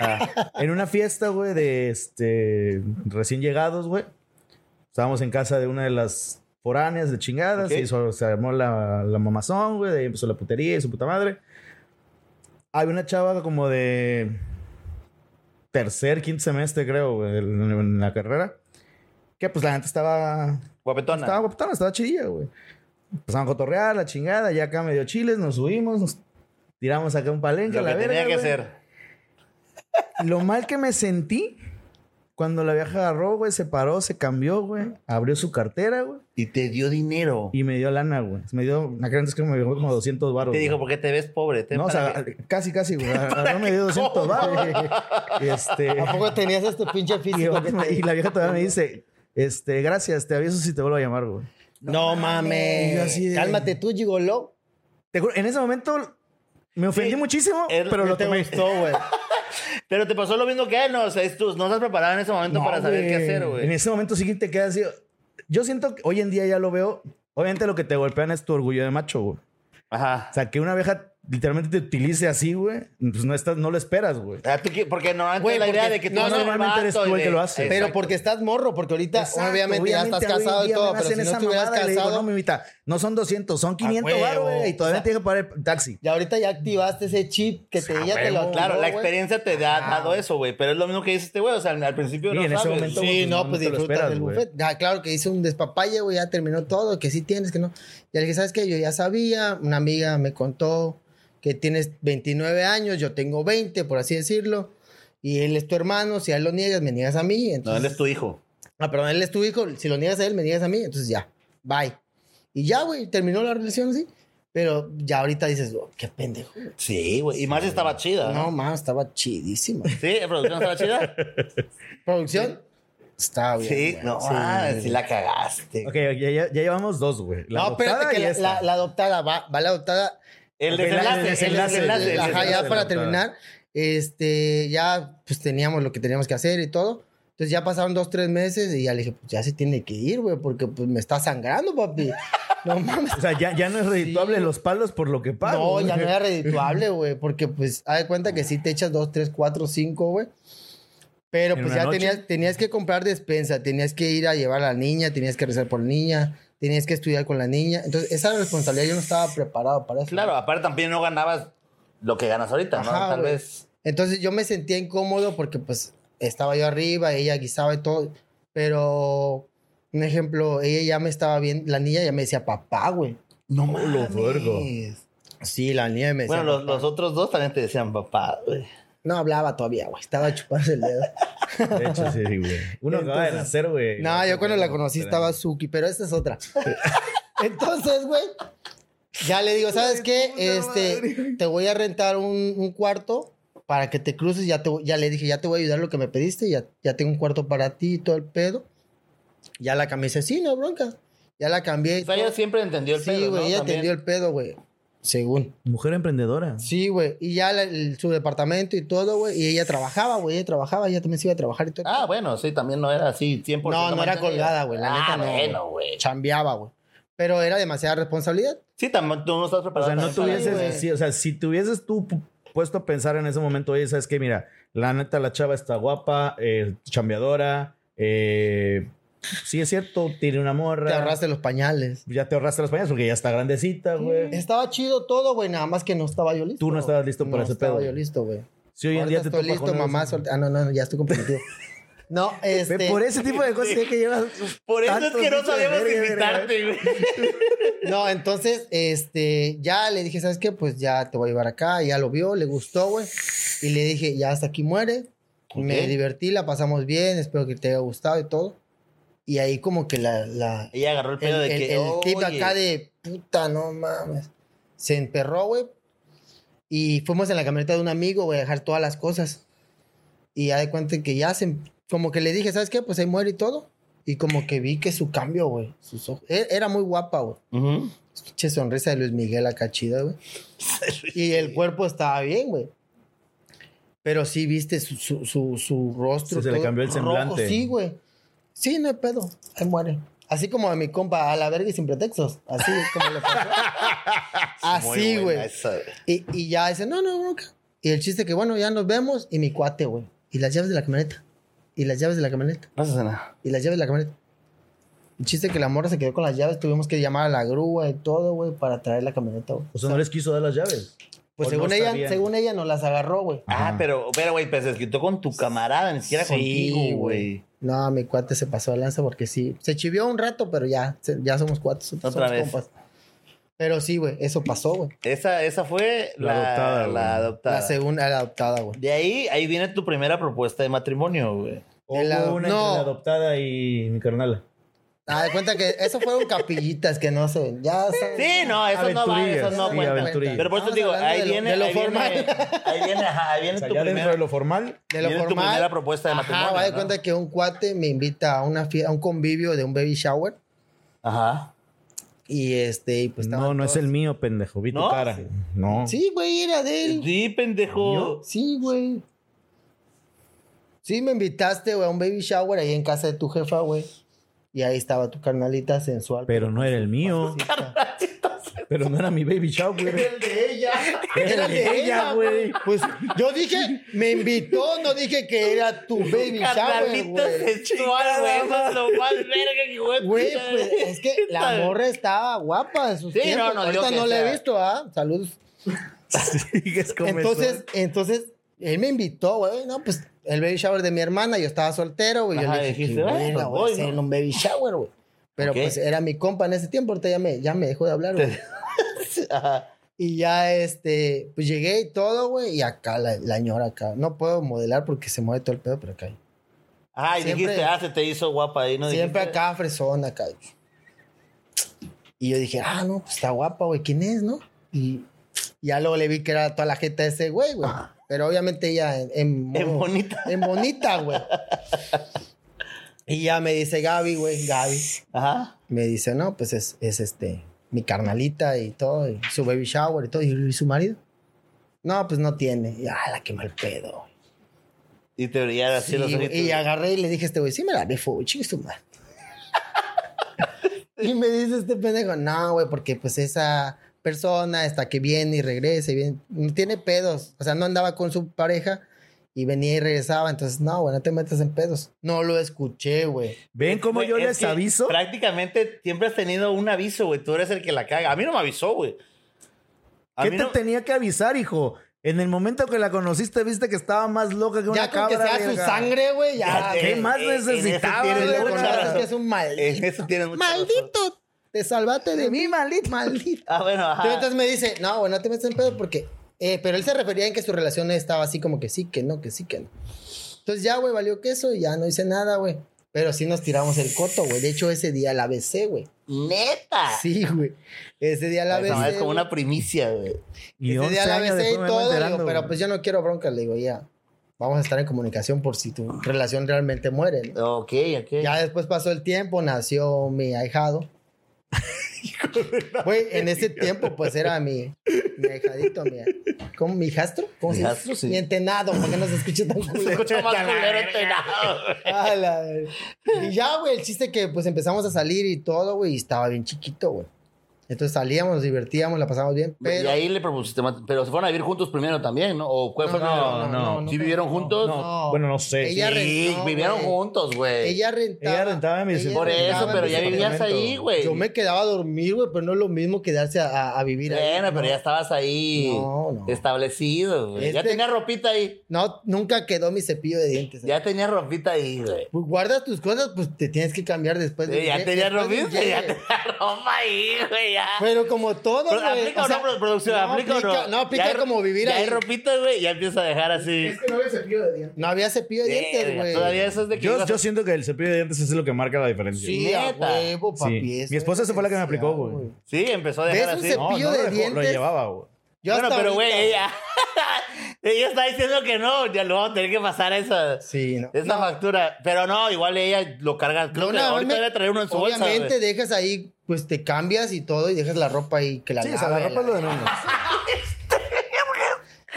Ah, En una fiesta, güey, de este recién llegados, güey. Estábamos en casa de una de las foráneas de chingadas
Ok.
y eso, se armó la, la mamazón, güey, de ahí empezó la putería y su puta madre. Había una chava como de tercer, quinto semestre, creo, güey, en, en la carrera. Que pues la gente estaba
Guapetona.
estaba guapetona, estaba chidilla, güey. Empezamos a cotorrear, la chingada, ya acá medio chiles, nos subimos, nos tiramos acá un palenque. a
lo
la
que tenía
verga,
que
güey.
hacer.
Lo mal que me sentí cuando la vieja agarró, güey, se paró, se cambió, güey, abrió su cartera, güey,
Y te dio dinero.
y me dio lana, güey. Me dio, la gran es que me dio como 200 baros.
te dijo, porque te ves pobre? Ten
no, o
para
sea,
que-
casi, casi, güey. Agarró, me dio 200 baros. Y este.
¿A poco tenías este pinche
Y,
físico? que te-
y la vieja todavía me dice, este, gracias, te aviso si te vuelvo a llamar, güey.
No
Y yo así
mames.
de-
Cálmate tú, gigoló.
Te juro, en ese momento me ofendí
Sí,
muchísimo,
es- este
pero lo
te
tomé.
gustó, güey.
Pero te pasó lo mismo que él, no, o sea, es tú- no estás preparado en ese momento
No,
para saber
güey.
qué hacer,
En
güey.
ese momento sí que te quedas así. Yo siento que hoy en día ya lo veo. Obviamente lo que te golpean es tu orgullo de macho, güey.
Ajá.
O sea, que una abeja literalmente te utilice así, güey, pues no, estás, no lo esperas, güey.
Ah, tú que- Porque normalmente
Güey,
la idea
porque-
de que tú
no,
vas a ser
normalmente eres
vato
tú
y
el
de-
que lo hace.
Exacto.
Pero porque estás morro, porque ahorita
Exacto,
obviamente ya estás
hoy en
casado y
día
todo,
me
pero
hacen
si no
esa
estuvieras
mamada y le digo,
casado,
no, mamita, no son 200, son 500
huevo.
baros, güey, y todavía
O sea,
tienes que pagar el taxi.
Y ahorita ya activaste ese chip que te ella te lo
Claro, la
activó, güey.
experiencia te da dado eso, güey. Pero es lo mismo que dice este güey. O sea, al principio
Y
no
en ese
sabes.
momento,
Sí.
Sí,
pues,
no,
no
pues
te lo
disfrutas
esperas,
del
güey.
buffet. Ah, claro que hice un despapalle, güey, ya terminó todo, que sí tienes, que no. Y el que sabes que yo ya sabía, una amiga me contó que tienes 29 años, yo tengo 20, por así decirlo, y él es tu hermano, si a él lo niegas, me niegas a mí.
No,
Entonces,
él es tu hijo.
Ah, perdón, él es tu hijo, si lo niegas a él, me niegas a mí, entonces ya, bye. Y ya, güey, terminó la relación así. Pero ya ahorita dices, oh, qué pendejo.
Sí, güey. Y más si estaba chida.
No,
¿no?
más estaba chidísima.
Sí, la producción estaba chida.
¿Producción? Está bien.
Sí,
güey,
no,
sí.
ah, sí la cagaste.
Ok, ya, ya- ya llevamos dos, güey. La
no,
adoptada
espérate
y
que la,
esta.
la- la adoptada va, va la adoptada.
El
Ok, la- el
desenlace, el
desenlace,
desenlace. el
la-
Ajá,
desenlace.
de
ya
la
para
adoptada.
terminar, este, ya pues teníamos lo que teníamos que hacer y todo. Entonces ya pasaron dos, tres meses y ya le dije, pues ya se tiene que ir, güey, porque pues me está sangrando, papi. No mames.
O sea, ya, ya no es redituable los palos por lo que pago.
No, ya no
güey.
era redituable, güey, porque pues, haz de cuenta que sí te echas dos, tres, cuatro, cinco, güey. Pero
¿En
pues
una
ya
noche?
tenías, tenías que comprar despensa, tenías que ir a llevar a la niña, tenías que rezar por la niña, tenías que estudiar con la niña. Entonces, esa responsabilidad yo no estaba preparado para eso.
Claro, aparte también no ganabas lo que ganas ahorita, ¿no?
Ajá,
Tal
güey.
vez.
Entonces yo me sentía incómodo porque pues estaba yo arriba, ella guisaba y todo, pero un ejemplo, ella ya me estaba viendo, la niña ya me decía papá, güey.
No
lo vergo.
Sí, la niña me decía.
Bueno, los,
papá.
los otros dos también te decían papá, güey.
No hablaba todavía, güey, estaba chupándose el dedo.
De hecho, sí, güey. Uno acaba de
Entonces-
nacer, güey.
No, yo cuando la conocí estaba Suki, pero esta es otra. Entonces, güey, ya le digo, ¿sabes qué? Este, te voy a rentar un, un cuarto para que te cruces. Ya, te, voy- ya le dije, ya te voy a ayudar lo que me pediste, ya, ya tengo un cuarto para ti y todo el pedo. Ya la cambié, dice, sí, no, bronca. Ya la cambié. y
O sea, ella
todo.
siempre entendió el
sí,
pedo,
güey,
¿no?
ella
También.
entendió el pedo, güey. Según.
Mujer emprendedora.
Sí, güey. Y ya la- el- su departamento y todo, güey. Y ella trabajaba, güey. Ella trabajaba, ella también se iba a trabajar y todo.
Ah, bueno, sí, también no era así 100%.
No, no era
mantenida.
colgada, güey. La
Ah,
neta no.
bueno, güey.
Chambeaba, güey. Pero era demasiada responsabilidad.
Sí, también tú no estás
O
preparado.
sea, no
también para eso.
tuvieses,
güey.
sí, o sea, si tuvieses tú pu- puesto a pensar en ese momento, oye, ¿sabes qué? Mira, La neta, la chava está guapa, eh, chambeadora. eh, sí, es cierto, tiene una morra.
Te ahorraste los pañales.
Ya te ahorraste las pañas porque ya está grandecita, güey.
Estaba chido todo, güey, nada más que no estaba yo listo.
Tú no estabas listo para ese
No
pedo.
estaba yo listo, güey.
Si hoy en día
Ahorita
te
estoy
topa
listo,
con
mamá.
eso.
solta- Ah, no, no, ya estoy comprometido. no,
Ve,
este...
Por ese tipo de cosas tiene que llevar.
Por eso es
tantos
que no
bichos de
sabíamos
verga, verga,
eh.
invitarte, güey.
No, entonces, este, ya le dije, ¿sabes qué? Pues ya te voy a llevar acá, ya lo vio, le gustó, güey. Y le dije, ya hasta aquí muere. Me
Ok.
divertí, la pasamos bien, espero que te haya gustado y todo. Y ahí como que la, la-
Ella agarró el
el,
pedo de
el-
que.
el trip
"Oye".
acá de puta, no mames. Se emperró, güey. Y fuimos en la camioneta de un amigo, güey, a dejar todas las cosas. Y ya de cuenta que ya se, em, como que le dije, ¿sabes qué? Pues ahí muere y todo. Y como que vi que su cambio, güey, sus ojos. e- Era muy guapa, güey.
Ujú.
Che, sonrisa de Luis Miguel acá chida, güey. Y el cuerpo estaba bien, güey. Pero sí viste su, su, su, su rostro.
Sí, se le
todo
cambió el
rojo,
semblante.
sí, güey. Sí, no hay pedo. Ahí muere. Así como a mi compa, a la verga y sin pretextos. Así es como le pasó.
Muy
Así,
buena
güey.
esa.
Y, y ya dice, no, no, nunca. Y el chiste que, bueno, ya nos vemos. Y mi cuate, güey. Y las llaves de la camioneta. Y las llaves de la camioneta.
No haces nada.
Y las llaves de la camioneta. El chiste que la morra se quedó con las llaves. Tuvimos que llamar a la grúa y todo, güey, para traer la camioneta, güey.
O sea, no les quiso dar las llaves.
Pues
O
según
no
ella,
sabían.
según ella nos las agarró, güey.
Ah, pero, pero, güey, pues se escrito con tu camarada, ni siquiera
Sí,
contigo, güey.
No, mi cuate se pasó de lanza porque sí. Se chivió un rato, pero ya, se- ya somos cuates, somos
Otra vez.
compas. Pero sí, güey, eso pasó, güey.
Esa, esa fue
La
la,
adoptada, güey.
la adoptada.
La segunda, la adoptada, güey.
De ahí, ahí viene tu primera propuesta de matrimonio, güey.
O
El
hubo
ado-
una
no.
entre la adoptada y mi carnala.
Ah, de cuenta que eso fueron capillitas que no se... Ya son-
Sí, no, eso no va,
Aventurillas,
eso no
sí,
cuenta.
aventurillas.
Pero por eso
Estamos
te digo,
hablando
ahí
de lo-
viene,
de lo
ahí
formal.
viene, ahí viene, ajá, ahí viene
O sea,
tu
ya dentro
primera,
de lo formal,
De lo
viene tu
formal.
primera propuesta de matrimonio.
Ajá, va de
¿no?
cuenta que un cuate me invita a, una fie- a un convivio de un baby shower
Ajá.
y este... y pues estaban
no, no es
todos-
el mío, pendejo. Vi
¿No?
tu cara. No.
Sí, güey, era de él.
Sí, pendejo.
Sí, güey. Sí, me invitaste, güey, a un baby shower ahí en casa de tu jefa, güey. Y ahí estaba tu carnalita sensual.
Pero no era el mío. Pero no era mi baby shower.
el de ella.
Era el de ella, güey.
Pues yo dije, me invitó, no dije que era tu baby shower,
Carnalita
güey.
sexual, güey. Eso es lo más verga que güey.
Güey, pues es que la morra estaba guapa en sus
Sí, no,
tiempos.
no digo
Ahorita
que
no la he
sea.
visto, ¿ah? Saludos.
Sigues ¿eh? con
Entonces, entonces, él me invitó, güey, no, pues el baby shower de mi hermana, yo estaba soltero, güey. Yo
Ajá,
le dije,
dijiste,
"Qué
"Bueno,
buena,
voy,
voy a hacer
¿no?"
un baby shower, güey. Pero
Ok.
pues era mi compa en ese tiempo, ahorita ya me, ya me dejó de hablar, güey.
pues.
Y ya, este, pues llegué y todo, güey, y acá, la, la ñora acá. No puedo modelar porque se mueve todo el pedo, pero acá.
Ajá, y
Siempre-
dijiste, ah, se te hizo guapa ahí, ¿no?
Siempre
Dijiste,
acá, fresona, acá. Y yo dije, ah, no, pues está guapa, güey, ¿quién es, no? Y ya luego le vi que era toda la gente de ese güey, güey. Pero obviamente ella en, en
Es
modo-
bonita.
en bonita, güey. Y ya me dice Gaby, güey, Gaby.
Ajá.
Me dice, no, pues es, es este, mi carnalita y todo, y su baby shower y todo, y, y su marido. No, pues no tiene. Y, ah, la que mal pedo, güey.
Y te brillaron así
Sí,
los
güey.
ojitos.
y agarré y le dije a este güey, sí me la rifo, chingue su madre. y me dice este pendejo, no, güey, porque pues esa persona hasta que viene y regresa y viene, no tiene pedos. O sea, no andaba con su pareja y venía y regresaba. Entonces, no, güey, no te metas en pedos. No lo escuché, güey.
¿Ven cómo
Güey,
yo
es
les
que
aviso?
Prácticamente siempre has tenido un aviso, güey. Tú eres el que la caga. A mí no me avisó, güey. A
¿Qué
mí
te
no-
tenía que avisar, hijo? En el momento que la conociste, viste que estaba más loca que una
Ya con que
cabra.
sea su
verga.
sangre, güey, ya.
Ya,
¿Qué
Eh,
más
eh, en eso
necesitaba?
tienes
verga?
Pero
mucha
la verdad
razón.
es que es un
En
maldito.
eso tienes mucha razón.
Maldito. Te salvaste de mí, maldito. Maldito.
Ah, bueno, ajá.
Pero entonces me dice, no, güey, no te metas en pedo porque... eh, pero él se refería en que su relación estaba así como que sí, que no, que sí, que no. Entonces ya, güey, valió queso y ya no hice nada, güey. Pero sí nos tiramos el coto, güey. De hecho, ese día la besé, güey.
Neta.
Sí, güey. Ese día la
Esa
besé.
madre es como
güey.
una primicia, güey.
Y
Ese
11
día la
años
besé y
después me vengo
todo. le
enterando,
digo, pero
güey.
pues yo no quiero bronca. Le digo, ya, vamos a estar en comunicación por si tu relación realmente muere. ¿no?
Ok, ok.
Ya después pasó el tiempo, nació mi ahijado. Güey, en ese tiempo, pues era mi, mi ahijadito, mi, ¿cómo, mi hijastro. ¿Cómo se dice?
Hijastro, sí.
Mi entenado, porque no se escucha tan
Se
culero.
escucha más culero enterado.
A la ver- Y ya, güey, el chiste que pues empezamos a salir y todo, güey, y estaba bien chiquito, güey. Entonces salíamos, nos divertíamos, la pasábamos bien,
Y
pero...
ahí le propusiste más- Pero se fueron a vivir juntos primero también, ¿no? ¿O cuál fue el primero?
no, no.
¿Sí vivieron juntos?
no.
Bueno, no sé.
Ella
sí,
rentó,
vivieron
güey.
juntos, güey.
Ella rentaba.
Ella rentaba mis-
ella
Por eso,
rentaba
pero
mis
ya vivías
departamento.
ahí, güey.
Yo me quedaba a dormir, güey, pero no es lo mismo quedarse a, a- a vivir ahí.
Bueno, pero ya estabas ahí
No, no.
establecido, güey. Ya
Este-
tenía ropita ahí.
No, nunca quedó mi cepillo de dientes.
Ya tenía ropita ahí, güey.
Pues guardas tus cosas, pues te tienes que cambiar después
Sí, ya
Pues de-
tenía
después de un
ropita, ya
llegue.
tenía ropa ahí, güey, ya.
Pero como todo,
Pero,
güey.
¿Aplica
o
o
sea,
no pro- producción?
no
¿Aplica o
aplica-
no?
no aplica
Ya hay-
como vivir
ya
ahí.
hay ropita, güey, ya empieza a dejar así.
Es que no había cepillo de dientes.
No había cepillo de dientes,
Verga,
güey.
Todavía eso es de que...
Yo,
ibas
yo
a-
siento que el cepillo de dientes es lo que marca la diferencia.
Sí, a
Neta.
huevo, papi.
Sí.
eso
Mi esposa
es
esa fue la que me
necesidad,
aplicó, güey.
Sí, empezó a
¿Ves
dejar
un
así.
cepillo?
No, no lo
de
dejó, lo
dientes.
llevaba, güey.
Yo
bueno,
hasta
pero güey,
ahorita-
ella... ella está diciendo que no, ya lo vamos a tener que pasar esa,
Sí, no.
esa factura. Pero no, igual ella lo carga. Creo
No,
que
nada,
ahorita
me-
debe traer uno en su bolsa.
Obviamente
güey.
dejas ahí, pues te cambias y todo y dejas la ropa ahí que la
Sí, o sea, la
lave,
ropa es lo de menos.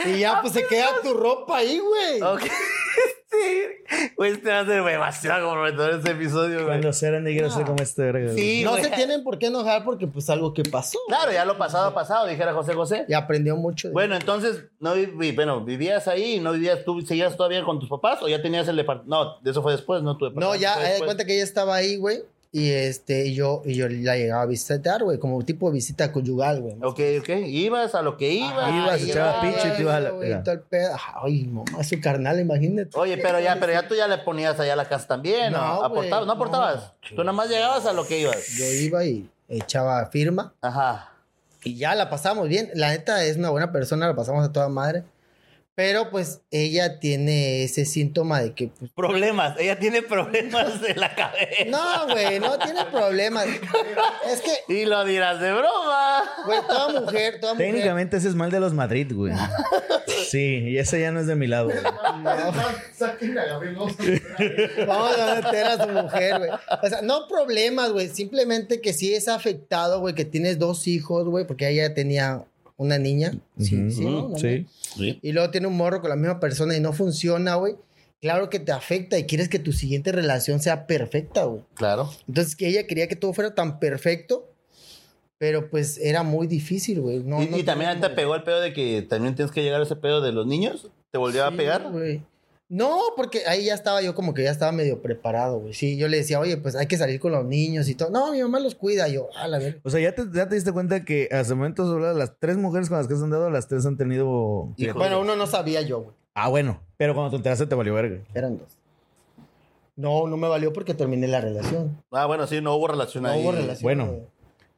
Y ya, pues se queda tu ropa ahí, güey.
Ok. sí. Güey, este va a ser demasiado comprometedor este episodio, güey.
Cuando sea grande quiero
Ah.
ser como este, verga. güey.
Sí,
No
güey.
se tienen por qué enojar porque pues algo que pasó.
Claro, ya lo pasado, pasado, dijera José José.
Y aprendió mucho. de-
Bueno, entonces, no vi- bueno, vivías ahí, no vivías, tú seguías todavía con tus papás o ya tenías el departamento. No, eso fue después, no tu
no,
departamento.
pues,
ya,
fue
haz de
después.
cuenta que ella estaba ahí, güey. Y este, y yo, y yo la llegaba a visitar, güey, como tipo de visita conyugal, güey.
Ok, ok. Ibas a lo que ibas.
Ajá,
ibas,
y
echaba
yo,
pinche y te ibas a la-
güey, todo el pedo. Ay, mamá, su carnal, imagínate.
Oye, pero ya, pero ya tú ya le ponías allá la casa también. No,
Este. No, güey,
aportabas, no
no.
aportabas. Tú nada más llegabas a lo que ibas.
Yo iba y echaba firma.
Ajá.
Y ya la pasamos bien. La neta es una buena persona, la pasamos a toda madre. Pero pues ella tiene ese síntoma de que. pues,
Problemas. Ella tiene problemas en la cabeza.
no, güey, no tiene problemas. Es que,
Y lo dirás de broma.
güey, toda mujer, toda mujer.
Técnicamente ese es mal de los Madrid, güey. Sí, y ese ya no es de mi lado, güey.
Saquen a Gabriel Gómez.
Vamos a meter a su mujer, güey. O sea, no problemas, güey. Simplemente que sí es afectado, güey, que tienes dos hijos, güey, porque ella ya tenía una niña. Sí,
Ujú.
sí, ¿no? Una niña.
Sí.
Y luego tiene un morro con la misma persona y no funciona, güey. Claro que te afecta y quieres que tu siguiente relación sea perfecta, güey.
Claro.
Entonces, que ella quería que todo fuera tan perfecto, pero pues era muy difícil, güey. No,
y,
no
y también
tenía-
te pegó el pedo de que también tienes que llegar a ese pedo de los niños. ¿Te volvió a
Sí,
pegar?
güey. No, porque ahí ya estaba yo como que ya estaba medio preparado, güey. Sí, yo le decía, oye, pues hay que salir con los niños y todo. No, mi mamá los cuida. Yo, a la verga.
O sea, ya te, ya te diste cuenta que hasta el momento sobre las tres mujeres con las que has andado, las tres han tenido...
Hijo.
Bueno, uno no sabía yo, güey.
Ah, bueno. Pero cuando te enteraste te valió verga.
Eran dos. No, no me valió porque terminé la relación.
Ah, bueno, sí, no hubo relación
No
ahí.
hubo relación.
bueno,
güey.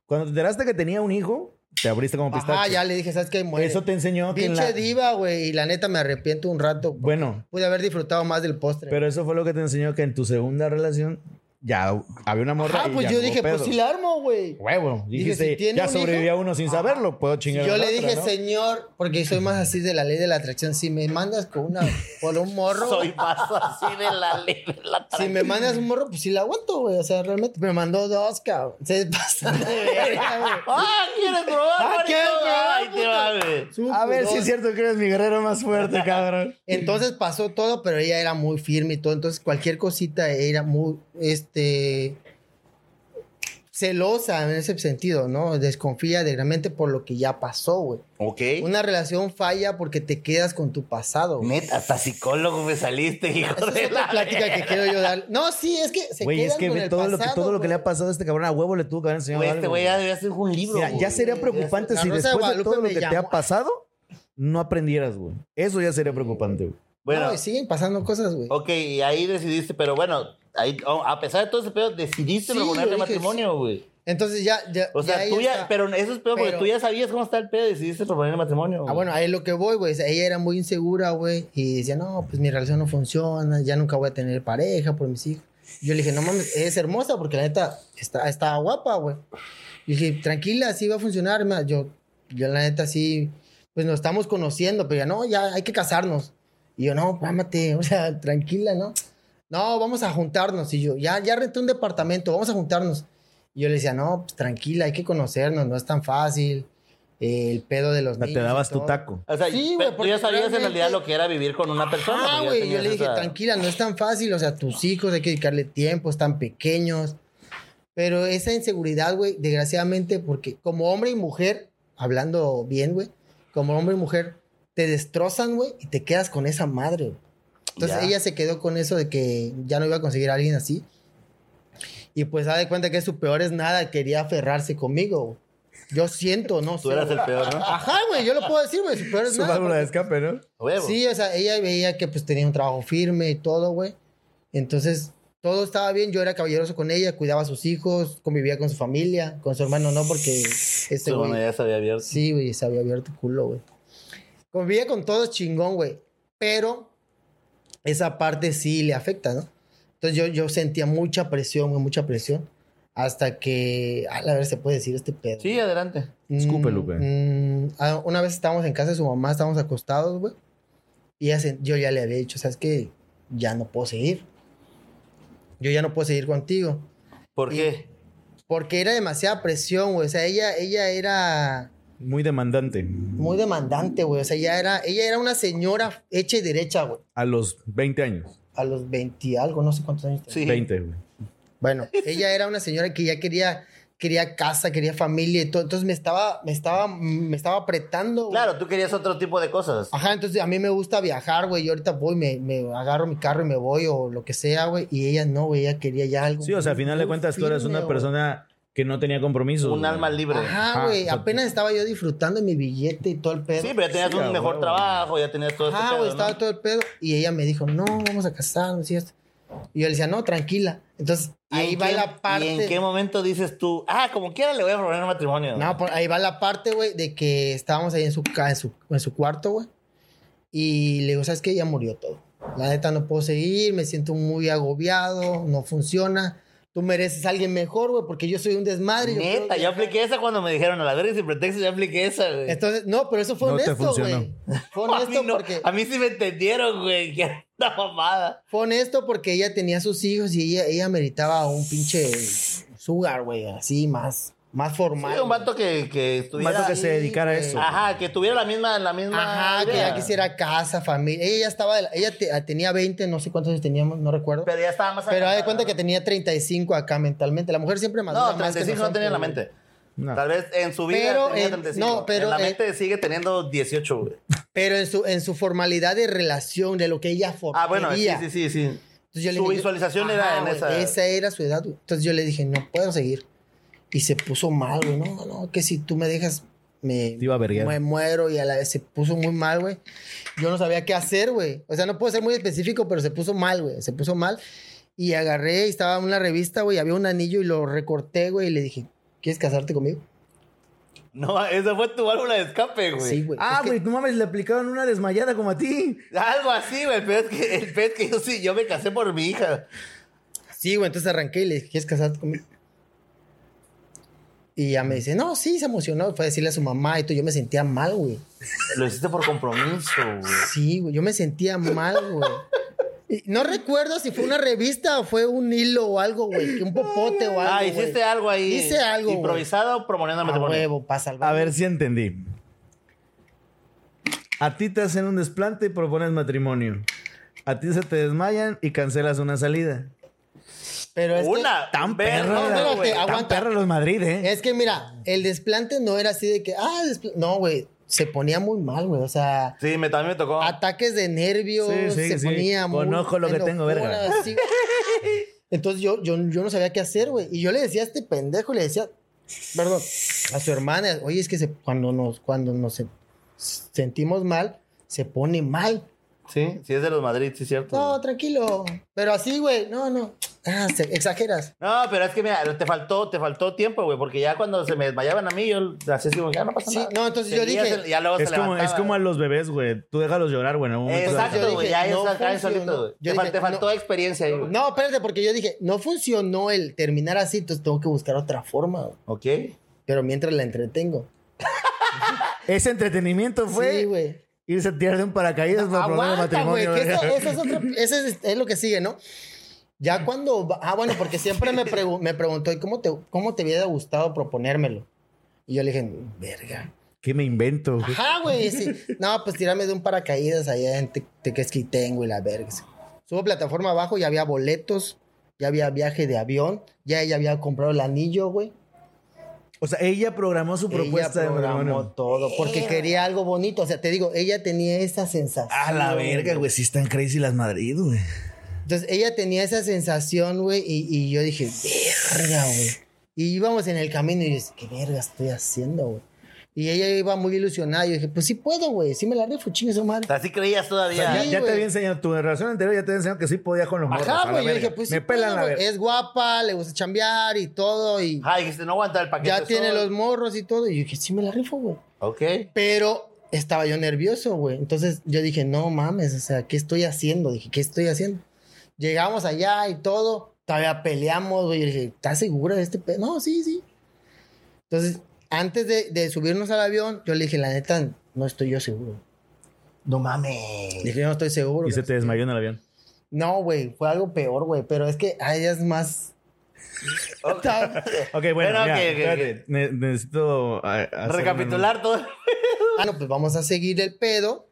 Cuando te enteraste que tenía un hijo, te abriste como pistache.
Ajá, ya le dije, ¿sabes qué? Muere.
Eso te enseñó que en
Pinche
la-
diva, güey. Y la neta me arrepiento un rato. porque
Bueno,
Pude haber disfrutado más del postre.
pero eso fue lo que te enseñó que en tu segunda relación ya había una morra
ah,
y
pues
ya
yo
hubo
dije,
pedo.
pues sí la armo, güey.
Huevo.
Dije,
Dijiste,
si tiene
ya
un
sobreviví
hijo-
a uno sin saberlo, puedo
Y
chingar a
yo
la
le
otra,
dije,
¿no?
señor, porque soy más así de la ley de la atracción. Si me mandas con una, por un morro,
Soy más así de la ley de la
si me mandas un morro, pues sí la aguanto, güey. O sea, realmente me mandó dos, cabrón. Se pasa de verga, güey.
¡Ah! ¿Quieres probar?
Ah,
maricón?
¿quieres probar,
Ay, te va, güey.
Supo,
A ver si
dos.
es cierto que eres mi guerrero más fuerte, cabrón.
Entonces pasó todo, pero ella era muy firme y todo. Entonces cualquier cosita era muy, este, celosa en ese sentido, ¿no? Desconfía de realmente por lo que ya pasó, güey.
Ok.
Una relación falla porque te quedas con tu pasado, güey.
Neta, hasta psicólogo me saliste, hijo
Esa
de
es la plática que quiero yo dar. No, sí, es que se
Güey, es
quedan
que
con
ve
el
todo, lo que,
pasado,
todo lo que le ha
güey.
pasado a este cabrón. A huevo le tuvo que haber enseñado
Güey,
algo.
este güey ya debería ser un libro.
Mira, ya
güey.
sería preocupante
La
si
Rosa de
después de
Guadalupe
todo lo
me
que te
llamó.
ha pasado no aprendieras, güey. Eso ya sería preocupante, güey.
Bueno,
No, y siguen pasando cosas, güey.
ok, y ahí decidiste, pero bueno, ahí, oh, a pesar de todo ese pedo, decidiste
Sí,
proponerle
yo dije,
matrimonio, güey.
Entonces ya, ya-
O sea,
ahí
tú ya,
está.
pero eso es pedo porque
Pero-
tú ya sabías cómo está el pedo y decidiste proponerle matrimonio.
Ah,
güey.
bueno, ahí es lo que voy, güey. O sea, Ella era muy insegura, güey. Y decía, no, pues mi relación no funciona, ya nunca voy a tener pareja por mis hijos. Yo le dije, no mames, es hermosa porque la neta está, está guapa, güey. Y dije, tranquila, sí va a funcionar. ma. Yo, yo la neta sí, pues nos estamos conociendo, pero ya no, ya hay que casarnos. Y yo, no, mámate, o sea, tranquila, ¿no? No, vamos a juntarnos. Y yo, ya, ya renté un departamento, vamos a juntarnos. Y yo le decía, no, pues tranquila, hay que conocernos, no es tan fácil. Eh, el pedo de los
O sea,
niños.
te
y
dabas tu
todo.
taco.
O sea,
Sí,
pe-
güey,
tú
porque
ya sabías en
realmente-
realidad lo que era vivir con una persona.
Ah,
porque ya
güey, yo
tenías
le dije,
esa-
tranquila, no es tan fácil, o sea, tus hijos hay que dedicarle tiempo, están pequeños. Pero esa inseguridad, güey, desgraciadamente, porque como hombre y mujer, hablando bien, güey, como hombre y mujer, te destrozan, güey, y te quedas con esa madre, güey. Entonces
Ya.
ella se quedó con eso de que ya no iba a conseguir a alguien así. Y pues se de cuenta que su peor es nada, quería aferrarse conmigo, güey. Yo siento, no
Tú
sé,
eras
güey.
el peor, ¿no?
Ajá, güey, yo lo puedo decir, güey, su peor es
Su
nada.
válvula de escape, ¿no?
Huevo.
Sí, o sea, ella veía que pues tenía un trabajo firme y todo, güey. Entonces, todo estaba bien. Yo era caballeroso con ella, cuidaba a sus hijos, convivía con su familia, con su hermano no, porque este
Su mamá
güey...
ya se había abierto.
Sí, güey, se había abierto el culo, güey. Convivía con todos chingón, güey. Pero esa parte sí le afecta, ¿no? Entonces yo, yo sentía mucha presión, güey, mucha presión. Hasta que... A la ver, se puede decir este pedo.
Sí, adelante.
Escúpelo, güey.
Mm, ah, una vez estábamos en casa de su mamá, estábamos acostados, güey. Y ella se- yo ya le había dicho, ¿sabes qué? Ya no puedo seguir. Yo ya no puedo seguir contigo.
¿Por
Y-
qué?
Porque era demasiada presión, güey. O sea, ella, ella era
Muy demandante.
muy demandante, güey. O sea, ella era, ella era una señora hecha y derecha, güey.
A los 20 años.
A los 20 y algo, no sé cuántos años tenía.
Sí.
20, güey.
Bueno, ella era una señora que ya quería, quería casa, quería familia y todo. Entonces me estaba, me estaba, me estaba apretando, güey.
Claro, tú querías otro tipo de cosas.
Ajá, entonces a mí me gusta viajar, güey. Yo ahorita voy, me, me agarro mi carro y me voy o lo que sea, güey. Y ella no, güey. Ella quería ya algo.
Sí, o sea, al
muy,
final de
muy
cuentas tú eres
firme,
una
güey.
persona que no tenía compromisos.
Un
güey.
alma libre.
Ajá,
Ajá, o
güey.
sea,
Apenas estaba yo disfrutando de mi billete y todo el pedo.
Sí, pero ya tenías
Sí, a
un mejor
huevo.
trabajo, ya tenías todo
Ajá,
este
güey.
pedo,
Estaba
¿no?
todo el pedo. Y ella me dijo, no, vamos a casarnos y esto. Y yo le decía, no, tranquila. Entonces
¿Y
ahí
en
va
qué-
la parte.
¿Y en qué momento dices tú, ah, como quiera le voy a proponer un matrimonio?
No, por- ahí va la parte, güey, de que estábamos ahí en su, ca- en su, en su cuarto, güey. Y le digo, ¿sabes qué? Ya murió todo. La neta no puedo seguir, me siento muy agobiado, no funciona. Tú mereces a alguien mejor, güey, porque yo soy un desmadre. yo
Neta,
puedo
yo
viajar".
apliqué esa cuando me dijeron a la verga y sin pretexto, yo apliqué esa, güey.
Entonces, no, pero eso fue
No te
honesto, güey. Fue
a, mí
honesto
no,
porque...
a mí sí me entendieron, güey, que era una mamada.
Fue honesto porque ella tenía sus hijos y ella, ella meritaba un pinche sugar, güey, así más, más formal.
Sí, un vato que, que estuviera...
Más lo que se dedicara a eso.
Ajá, que tuviera la misma, la misma
Ajá, que
idea.
ya quisiera casa, familia. Ella ya estaba, de la- ella te- ah, tenía 20, no sé cuántos años teníamos, no recuerdo. Pero,
Pero ya estaba más...
haz de
adelantada,
cuenta
¿no?
que tenía 35 acá mentalmente. La mujer siempre madura
No,
más que
35 no tenía en la
nosotros,
mente.
No.
Tal vez en su vida
Pero,
tenía
eh,
35.
no, pero,
en la
eh,
mente sigue teniendo 18, güey.
güey. Pero en su, en su formalidad de relación, de lo que ella formaba.
Ah, bueno, sí, sí, sí, sí. Su visualización era en esa-
Esa era su edad, güey. Entonces yo le dije, no puedo seguir. Y se puso mal, güey. No, no, que si tú me dejas, me,
Te iba a verguear.
me muero. Y a la vez se puso muy mal, güey. Yo no sabía qué hacer, güey. O sea, no puedo ser muy específico, pero se puso mal, güey. Se puso mal. Y agarré y estaba en una revista, güey. Había un anillo y lo recorté, güey. Y le dije, ¿quieres casarte conmigo?
No, esa fue tu válvula de escape, güey.
Sí, güey.
Ah,
Es
güey,
que-
no mames, le aplicaron una desmayada como a ti.
Algo así, güey. Pero es que, el peor es que yo sí, yo me casé por mi hija.
Sí, güey, entonces arranqué y le dije, ¿quieres casarte conmigo? Y ya me dice, no, sí, se emocionó. Fue a decirle a su mamá y todo. Yo me sentía mal, güey.
Lo hiciste por compromiso, güey.
Sí, güey, yo me sentía mal, güey. Y No recuerdo si fue una revista o fue un hilo o algo, güey. que Un popote o algo.
Ah,
güey.
hiciste algo ahí.
Hice algo, güey.
Improvisado proponiendo
A
matrimonio.
huevo, para salvar.
A ver si entendí. A ti te hacen un desplante y propones matrimonio. A ti se te desmayan y cancelas una salida.
Pero es que-
Una.
Tan
verga,
perra,
No, espérate,
güey.
aguanta.
Tan perra los Madrid, ¿eh?
Es que mira, el desplante no era así de que, ah, despl- no, güey. Se ponía muy mal, güey. O sea,
Sí, me, también me tocó.
ataques de nervios.
Sí, sí,
se
sí.
ponía muy.
Conozco lo que tengo, verga.
enojona, así, güey. Entonces yo, yo, yo no sabía qué hacer, güey. Y yo le decía a este pendejo, le decía, perdón, a su hermana, oye, es que se- cuando nos, cuando nos se- sentimos mal, se pone mal.
Sí, sí, es de los Madrid, sí, cierto.
No,
güey.
tranquilo. Pero así, güey, no, no. Ah, se- exageras.
No, pero es que mira, te faltó, te faltó tiempo, güey, porque ya cuando se me desmayaban a mí, yo así es como, ya no pasa
Sí,
nada.
no, entonces yo
Seguías
dije-
el- ya luego
Es
se
como, es
levantaba.
como a los bebés, güey. Tú déjalos llorar, güey. en algún momento.
Entonces yo
Exacto, güey,
dije,
ya es
no
acá
funcionó.
solito, güey.
Yo
Te, fal-
dije,
te faltó
no.
experiencia ahí, güey.
No, espérate, porque yo dije, no funcionó el terminar así, entonces tengo que buscar otra forma. güey.
Ok.
Pero mientras la entretengo.
Ese entretenimiento
Sí,
fue
güey.
irse a tirar de un paracaídas para proponer
Aguanta, güey,
matrimonio.
que eso,
verga.
eso es otro, ese es, es lo que sigue, ¿no? Ya cuando, va- ah, bueno, porque siempre me, pregu- me preguntó, ¿y cómo te, cómo te hubiera gustado proponérmelo? Y yo le dije, verga.
¿Qué me invento? güey?
Ajá, güey. sí. No, pues tirarme de un paracaídas allá en Te- Tequesquitengo y la verga. Subo plataforma abajo y había boletos ya había viaje de avión, ya ella había comprado el anillo, güey.
O sea, ella programó su
Ella
propuesta de
programó
matrimonio.
todo, porque quería algo bonito. O sea, te digo, ella tenía esa sensación.
A la verga, güey. Sí están crazy las Madrid, güey.
Entonces, ella tenía esa sensación, güey, y, y yo dije, verga, güey. Y íbamos en el camino y yo dije, ¿qué verga estoy haciendo, güey? Y ella iba muy ilusionada. Yo dije, pues sí puedo, güey. Sí me la rifo, chingue su madre.
Así creías
O sea,
todavía.
ya,
Sí,
ya te
güey.
había enseñado, tu relación anterior ya te había enseñado que sí podía con los morros. a
Ajá,
la
güey. Yo
verga.
dije, pues sí
Me pelan
puedo,
la
güey.
verga.
Es guapa, le gusta chambear y todo. Y
Ay, Ah, dijiste, no aguanta el paquete.
ya tiene
solo.
los morros y todo. Y yo dije, sí me la rifo, güey.
Ok.
Pero estaba yo nervioso, güey. Entonces yo dije, no mames, o sea, ¿qué estoy haciendo? Dije, ¿qué estoy haciendo? Llegamos allá y todo. Todavía peleamos, güey. Yo dije, ¿estás segura de este pe-?" No, sí, sí. Entonces, antes de, de subirnos al avión, yo le dije, la neta, no estoy yo seguro.
No mames.
Dije, yo no estoy seguro.
Y se te desmayó en el avión.
No, güey, fue algo peor, güey. Pero es que a ella es más...
Ok, bueno,
Bueno,
ya,
ok, ok,
espérate. Ne- necesito ah, hacer
Recapitular todo
Ah, no, pues vamos a seguir el pedo.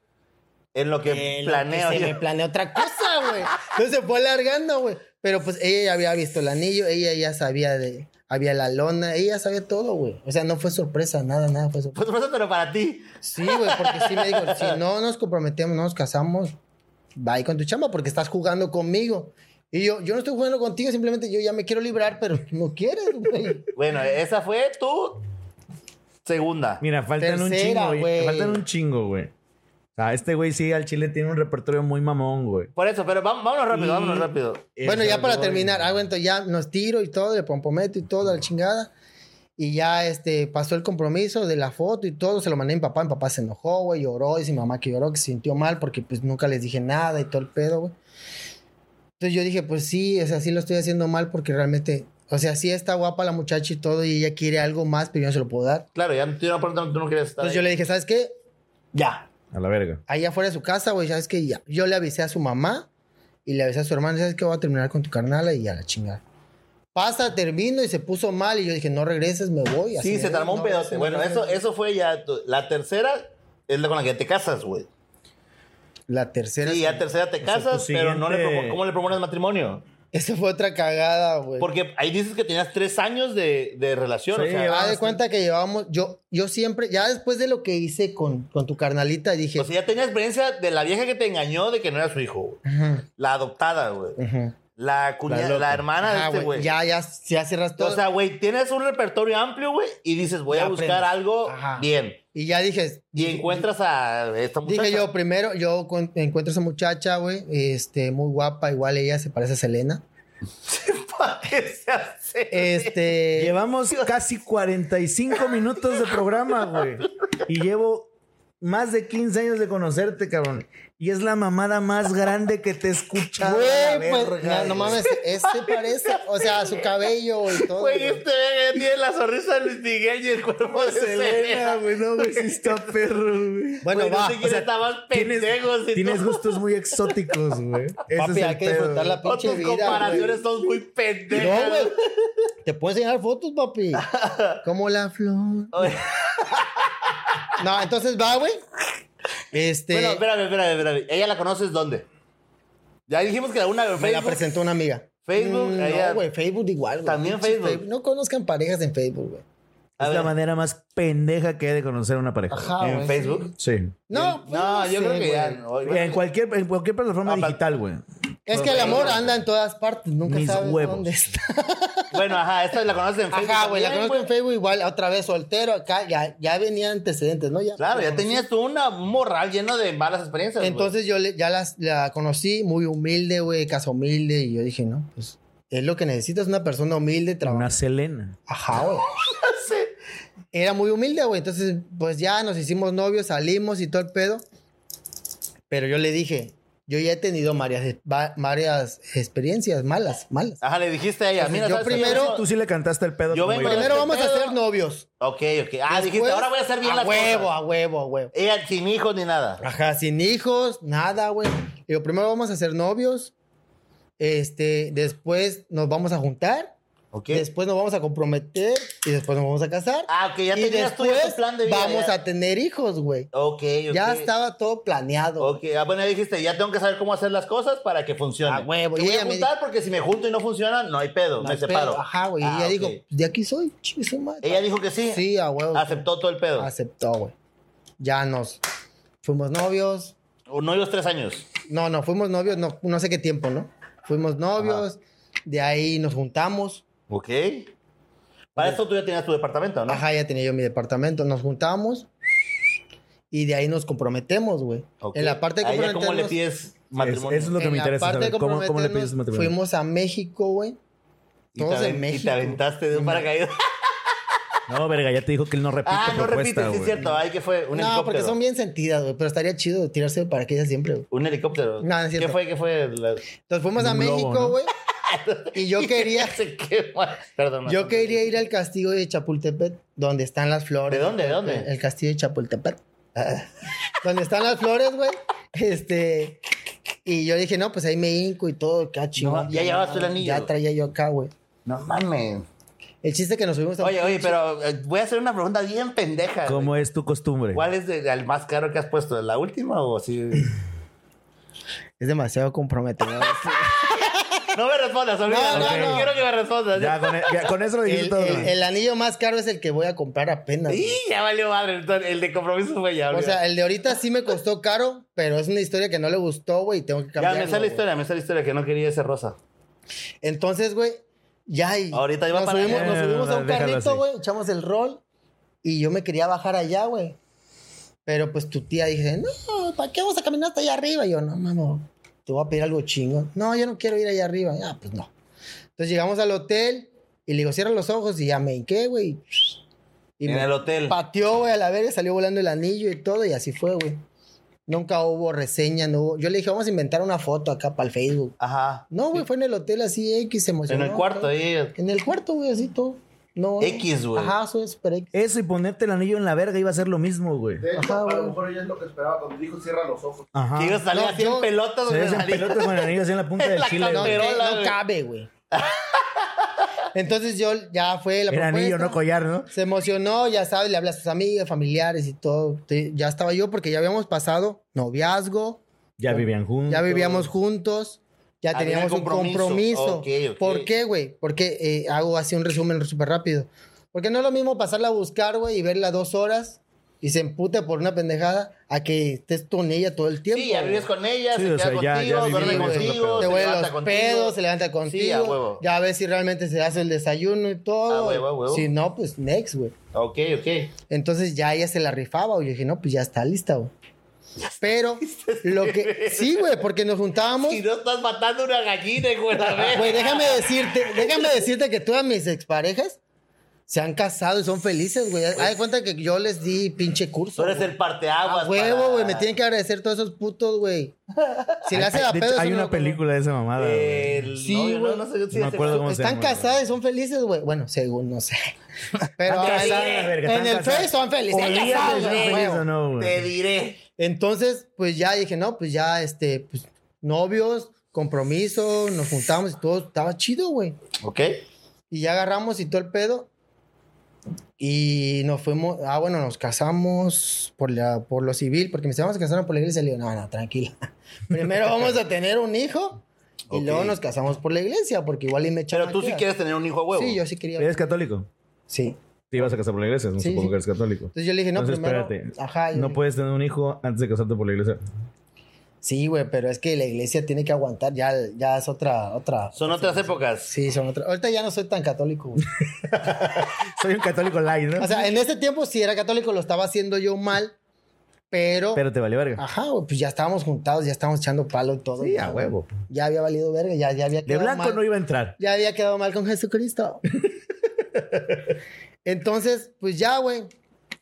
en lo que
Eh, lo
planeo.
que se
yo.
me planeó otra cosa, güey. Entonces se fue alargando, güey. Pero pues ella ya había visto el anillo, ella ya sabía de. Había la lona, ella sabía todo, güey. O sea, no fue sorpresa, nada, nada fue sorpresa.
Pues préstamelo para ti.
Sí, güey, porque sí me dijo, si no nos comprometemos, no nos casamos, va ahí con tu chamba porque estás jugando conmigo. Y yo, yo no estoy jugando contigo, simplemente yo ya me quiero librar, pero no quieres, güey.
Bueno, esa fue tu segunda.
Mira, faltan
Tercera,
un chingo, güey.
güey.
Faltan un chingo, güey. O sea, este güey sí al chile tiene un repertorio muy mamón, güey.
Por eso, pero vam- vámonos rápido, vámonos rápido.
Bueno, ya
Esa,
para
güey.
terminar, ah, bueno, entonces ya nos tiro y todo, le comprometo y todo, la chingada. Y ya este, pasó el compromiso de la foto y todo, se lo mandé a mi papá, mi papá se enojó, güey, lloró, dice mi mamá que lloró, que se sintió mal porque pues nunca les dije nada y todo el pedo, güey. Entonces yo dije, pues sí, o sea, sí lo estoy haciendo mal porque realmente, o sea, sí está guapa la muchacha y todo y ella quiere algo más, pero yo no se lo puedo dar.
Claro, ya tú no, tú no quieres estar.
Entonces Pues yo
ahí.
le dije, ¿sabes qué? Ya,
A la verga.
allá afuera de su casa, güey, ¿sabes qué? Ya. Yo le avisé a su mamá y le avisé a su hermano, ¿sabes qué? Voy a terminar con tu carnala y ya la chingada. Pasa, termino y se puso mal y yo dije, no regreses, me voy.
Sí, se te armó un pedote. Bueno, eso, eso fue ya. tu- La tercera es la con la que te casas, güey.
La tercera.
Sí, ya tercera te
sea, tu
casas, pero no le
siguiente-
propo- ¿cómo le propones matrimonio?
Esa fue otra cagada, güey.
Porque ahí dices que tenías tres años de, de relación.
Sí,
o sea,
llevaba-
Ah, de cuenta que llevábamos, yo, yo siempre, ya después de lo que hice con, con tu carnalita, dije,
o sea, ya tenía experiencia de la vieja que te engañó de que no era su hijo. güey.
"Ajá,
La adoptada, güey.
ajá".
La cuñada, la, hermana de
Eh, Ah,
este güey.
ya, ya, ya cierras todo.
O sea, güey, tienes un repertorio amplio, güey, y dices, voy
Ya
a buscar
aprendes.
algo
Ajá.
bien.
y ya dije,
Y encuentras a esta muchacha.
Dije yo, primero, yo con- encuentro a esa muchacha, güey, este, muy guapa, igual ella se parece a Selena.
¿Para qué se hace?
Este,
Llevamos casi 45 minutos de programa, güey. Y llevo más de 15 años de conocerte, cabrón. Y es la mamada más grande que te he escuchado. a la
güey, pues,
verga,
no, no
güey.
mames, es- se parece, o sea, su cabello y todo.
Güey,
güey. Pues
este verga tiene la sonrisa de Luis Miguel y el cuerpo de
Selena,
Selena.
güey. No, güey, sí está perro, güey.
Bueno,
Güey,
va,
No sé quién
o sea,
está más
Tienes,
pendejo. si
tienes
tú-
gustos muy exóticos, güey. Ese
Papi,
es el
hay que
pedo,
disfrutar la
güey.
O
pinche
tus
vida,
comparaciones son muy
güey.
pendejas.
No, güey, te puedo enseñar fotos, papi, como la flor.
Oye.
No, entonces va, güey, este,
Bueno, espérame, espérame, espérame. ¿Ella la conoces dónde? Ya dijimos que la una en
me la
Facebook.
presentó una amiga.
Facebook,
Mm,
ella-
no, güey, Facebook igual, güey.
También
Pinche
Facebook.
No conozcan parejas en Facebook, güey.
A
Es la
ver.
manera más pendeja que he de conocer a una pareja.
Ajá,
¿En
güey.
Facebook?
Sí.
No, pues,
No, yo
sé,
creo que ya.
güey.
no.
En cualquier, en cualquier plataforma
Ah, pa-
digital, güey.
Es
Pues,
que el amor anda en todas partes, nunca
Mis
sabes
huevos.
dónde está.
Bueno, ajá, esta la conoces en Facebook.
Ajá, güey, la
también,
conozco en Facebook igual, otra vez soltero acá, ya, ya venía antecedentes, ¿no? Ya,
Claro, ya tenías tú una, un morral lleno de malas experiencias. güey.
Entonces yo le- ya las, la conocí muy humilde, güey, casa humilde, y yo dije, no, pues es lo que necesitas, una persona humilde,
Una
trabajar.
Selena.
Ajá, güey. Era muy humilde, güey, entonces pues ya nos hicimos novios, salimos y todo el pedo. Pero yo le dije, yo ya he tenido varias, va- varias experiencias malas, malas.
Ajá, le dijiste a ella,
Entonces,
mira,
yo
¿sabes qué?
primero-
Yo-
Tú sí le cantaste el pedo.
Yo
como
vengo de-
Primero
este
vamos a
pedo-
ser novios.
Ok, ok. Ah, dijiste,
Después,
ahora voy a hacer bien
a
las
huevo,
cosas.
A huevo, a huevo.
Ella sin hijos ni nada.
Ajá, sin hijos, nada, güey. Digo, primero vamos a ser novios. Este, después nos vamos a juntar.
Ok.
Después nos vamos a comprometer y después nos vamos a casar.
Ah, ok, ya
y
tenías tú ya tu
después
plan de vida,
Vamos
ya.
a tener hijos, güey.
Ok, ok.
Ya estaba todo planeado.
Ok, ah, bueno, ya dijiste, ya tengo que saber cómo hacer las cosas para que funcione.
A Ah, huevo,
Te
yo
voy
ya
a
me
juntar porque si me junto y no funciona, no hay pedo, me
Pero,
separo.
Ajá, güey.
Ah,
y ella
ok.
dijo, de aquí soy, chingue su madre.
Ella dijo que sí.
Sí, a huevo.
Aceptó todo el pedo.
Aceptó, güey. Ya nos fuimos novios.
O No los tres años.
No, no, fuimos novios, no, no sé qué tiempo, ¿no? Fuimos novios, de ahí nos juntamos.
Ok. Para esto tú ya tenías tu departamento, ¿no?
Ajá, ya tenía yo mi departamento, nos juntamos y de ahí nos comprometemos, güey.
Ok.
En la parte de
¿A ella cómo le
comprometernos,
pides
Es- eso
matrimonio?
es lo que
en
me
la
interesa
parte de
saber. ¿Cómo, cómo le pides
comprometernos,
matrimonio?
Fuimos a México, güey.
y, te
Todos
aven- y
en
te
México.
aventaste de un paracaídas.
No, verga, ya te dijo que él no repite
ah, no
propuesta,
repites, sí es
güey.
cierto. Ay, que fue un
No,
helicóptero.
porque son bien sentidas, güey, pero estaría chido tirarse de paracaídas siempre, güey.
Un helicóptero.
No, no es
¿Qué
cierto.
fue? ¿Qué fue? La-
Entonces fuimos
En
a
un globo,
México,
¿no?
güey. y yo quería,
Se quema. Perdón.
yo
no.
quería ir al castillo de Chapultepec, donde están las flores.
¿De dónde? ¿De dónde?
El castillo de Chapultepec. Ah, donde están las flores, güey. Este. Y yo dije, no, pues ahí me hinco y todo, qué chingón.
No, ya llevabas tú el anillo,
Ya
güey.
traía yo acá, güey.
No mames.
El chiste es que nos subimos a un
Oye, oye, pero eh, voy a hacer una pregunta bien pendeja. güey.
¿Cómo es tu costumbre?
¿Cuál es de- el más caro que has puesto? ¿La última o sí?
Es demasiado comprometedor.
No me respondas, olvídalo.
No, no,
no
no.
quiero que me respondas.
Ya, con, e-, ya, con eso lo dijiste
el,
todo.
el-
güey.
el anillo más caro es el que voy a comprar apenas.
Sí,
güey.
ya valió madre. Entonces, el de compromiso fue ya.
O
olvídalo.
sea, el de ahorita sí me costó caro, pero es una historia que no le gustó, güey, y tengo que
ya
cambiarlo.
me sale la
güey.
historia, me sale la historia que no quería ese rosa.
Entonces, güey, ya y
Ahorita iba
nos
para
subimos,
allá.
nos subimos a un
Déjalo
carrito,
así.
güey, echamos el rol y yo me quería bajar allá, güey. Pero pues tu tía dije, no, ¿para qué vamos a caminar hasta allá arriba? Y yo, no, mamo, te voy a pedir algo chingo. No, yo no quiero ir allá arriba. Ah, pues no. Entonces llegamos al hotel y le digo, cierra los ojos y ya me hinqué, güey. Y
en
me
el hotel.
pateó, güey, a la verga, salió volando el anillo y todo y así fue, güey. Nunca hubo reseña, no hubo. Yo le dije, vamos a inventar una foto acá para el Facebook.
Ajá.
No, güey, fue en el hotel así X, se
En
emocionó.
el cuarto,
todo.
ahí.
En el cuarto, güey, así todo. No, eh.
X, güey.
Ajá, soy super X.
Eso y ponerte el anillo en la verga iba a ser lo mismo, güey.
De hecho,
Ajá,
a
güey.
lo mejor ella es lo que esperaba cuando dijo cierra los ojos.
Ajá.
Que iba a salir
No,
así en
yo-
pelotas.
Se
güey,
ves en
salí-
pelotas con el anillo así en la punta del
La
chile.
cam-
No,
güey.
pero
que
la-
no cabe, güey. Entonces yo ya fue la
Era
propuesta.
anillo, no collar, ¿no?
Se emocionó, ya sabes, le hablas a sus amigas, familiares y todo. Te- Ya estaba yo porque ya habíamos pasado noviazgo,
Ya vivían juntos.
ya vivíamos juntos, ya
Había
teníamos un
compromiso.
compromiso.
Ok, ok.
¿Por qué, güey? Porque eh, hago así un resumen súper rápido. Porque no es lo mismo pasarla a buscar, güey, y verla dos horas y se empute por una pendejada a que estés con ella todo el tiempo.
Sí, ya
güey.
vives con ella,
Sí,
se
o
queda
sea, ya- ya
contigo,
vivimos
duerme
eso,
contigo,
pero-
te
se
huele los
levanta contigo.
pedos, se levanta contigo.
Sí, a huevo.
Ya ves si realmente se hace el desayuno y todo.
A huevo, a huevo.
Si no, pues next, güey.
Ok, ok.
Entonces ya ella se la rifaba, güey. Yo dije, no, pues ya está lista, güey. Pero lo que. Sí, güey, porque nos juntábamos.
Si no estás matando una gallina, güey, la verga.
Güey, déjame decirte, déjame decirte que todas mis exparejas se han casado y son felices, güey. Haz de cuenta que yo les di pinche curso.
Tú eres
güey.
el parteaguas.
A huevo,
para-
güey. Me tienen que agradecer todos esos putos, güey. Si le hace la
De
pedo.
hecho,
eso
hay
no
una
lo conozco.
película de esa mamada. güey.
El
Sí,
novio,
güey.
No, no sé si
No me
hace-
acuerdo cómo se
Están
llama.
casadas y son felices, güey. Bueno, según, no sé. Pero
Están
ahora-
casadas,
verga,
en
están
el
casadas.
Face son felices.
Olvídate
Están
si
casadas,
son
güey.
felices o no, güey.
Te diré.
Entonces, pues ya dije, no, pues ya, este, pues novios, compromiso, nos juntamos y todo. Estaba chido, güey.
Ok.
Y ya agarramos y todo el pedo. Y nos fuimos, ah, bueno, nos casamos por, la, por lo civil, porque mis hermanos se casaron por la iglesia. Le digo, no, no, tranquila. Primero vamos a tener un hijo y
Ok.
luego nos casamos por la iglesia, porque igual y me
Pero tú sí
chamaqueas.
quieres tener un hijo a huevo.
Sí, yo sí quería.
¿Eres católico?
Sí.
Te ibas a casar por la iglesia, no
Sí,
supongo
sí.
que eres católico.
Entonces yo le dije, no,
Entonces,
primero.
espérate.
Ajá. yo
No
le-
puedes tener un hijo antes de casarte por la iglesia.
Sí, güey, pero es que la iglesia tiene que aguantar. Ya, ya es otra, otra.
Son otras épocas.
Sí, son otra. Ahorita ya no soy tan católico, güey.
Soy un católico light, ¿no?
O sea, en ese tiempo si era católico, lo estaba haciendo yo mal, pero.
Pero te vale verga.
Ajá, güey, pues ya estábamos juntados, ya estábamos echando palo y todo.
Sí,
ya,
a huevo.
Ya había valido verga, ya, ya había
De
quedado
blanco
mal.
no iba a entrar.
Ya había quedado mal con Jesucristo. Entonces, pues ya, güey.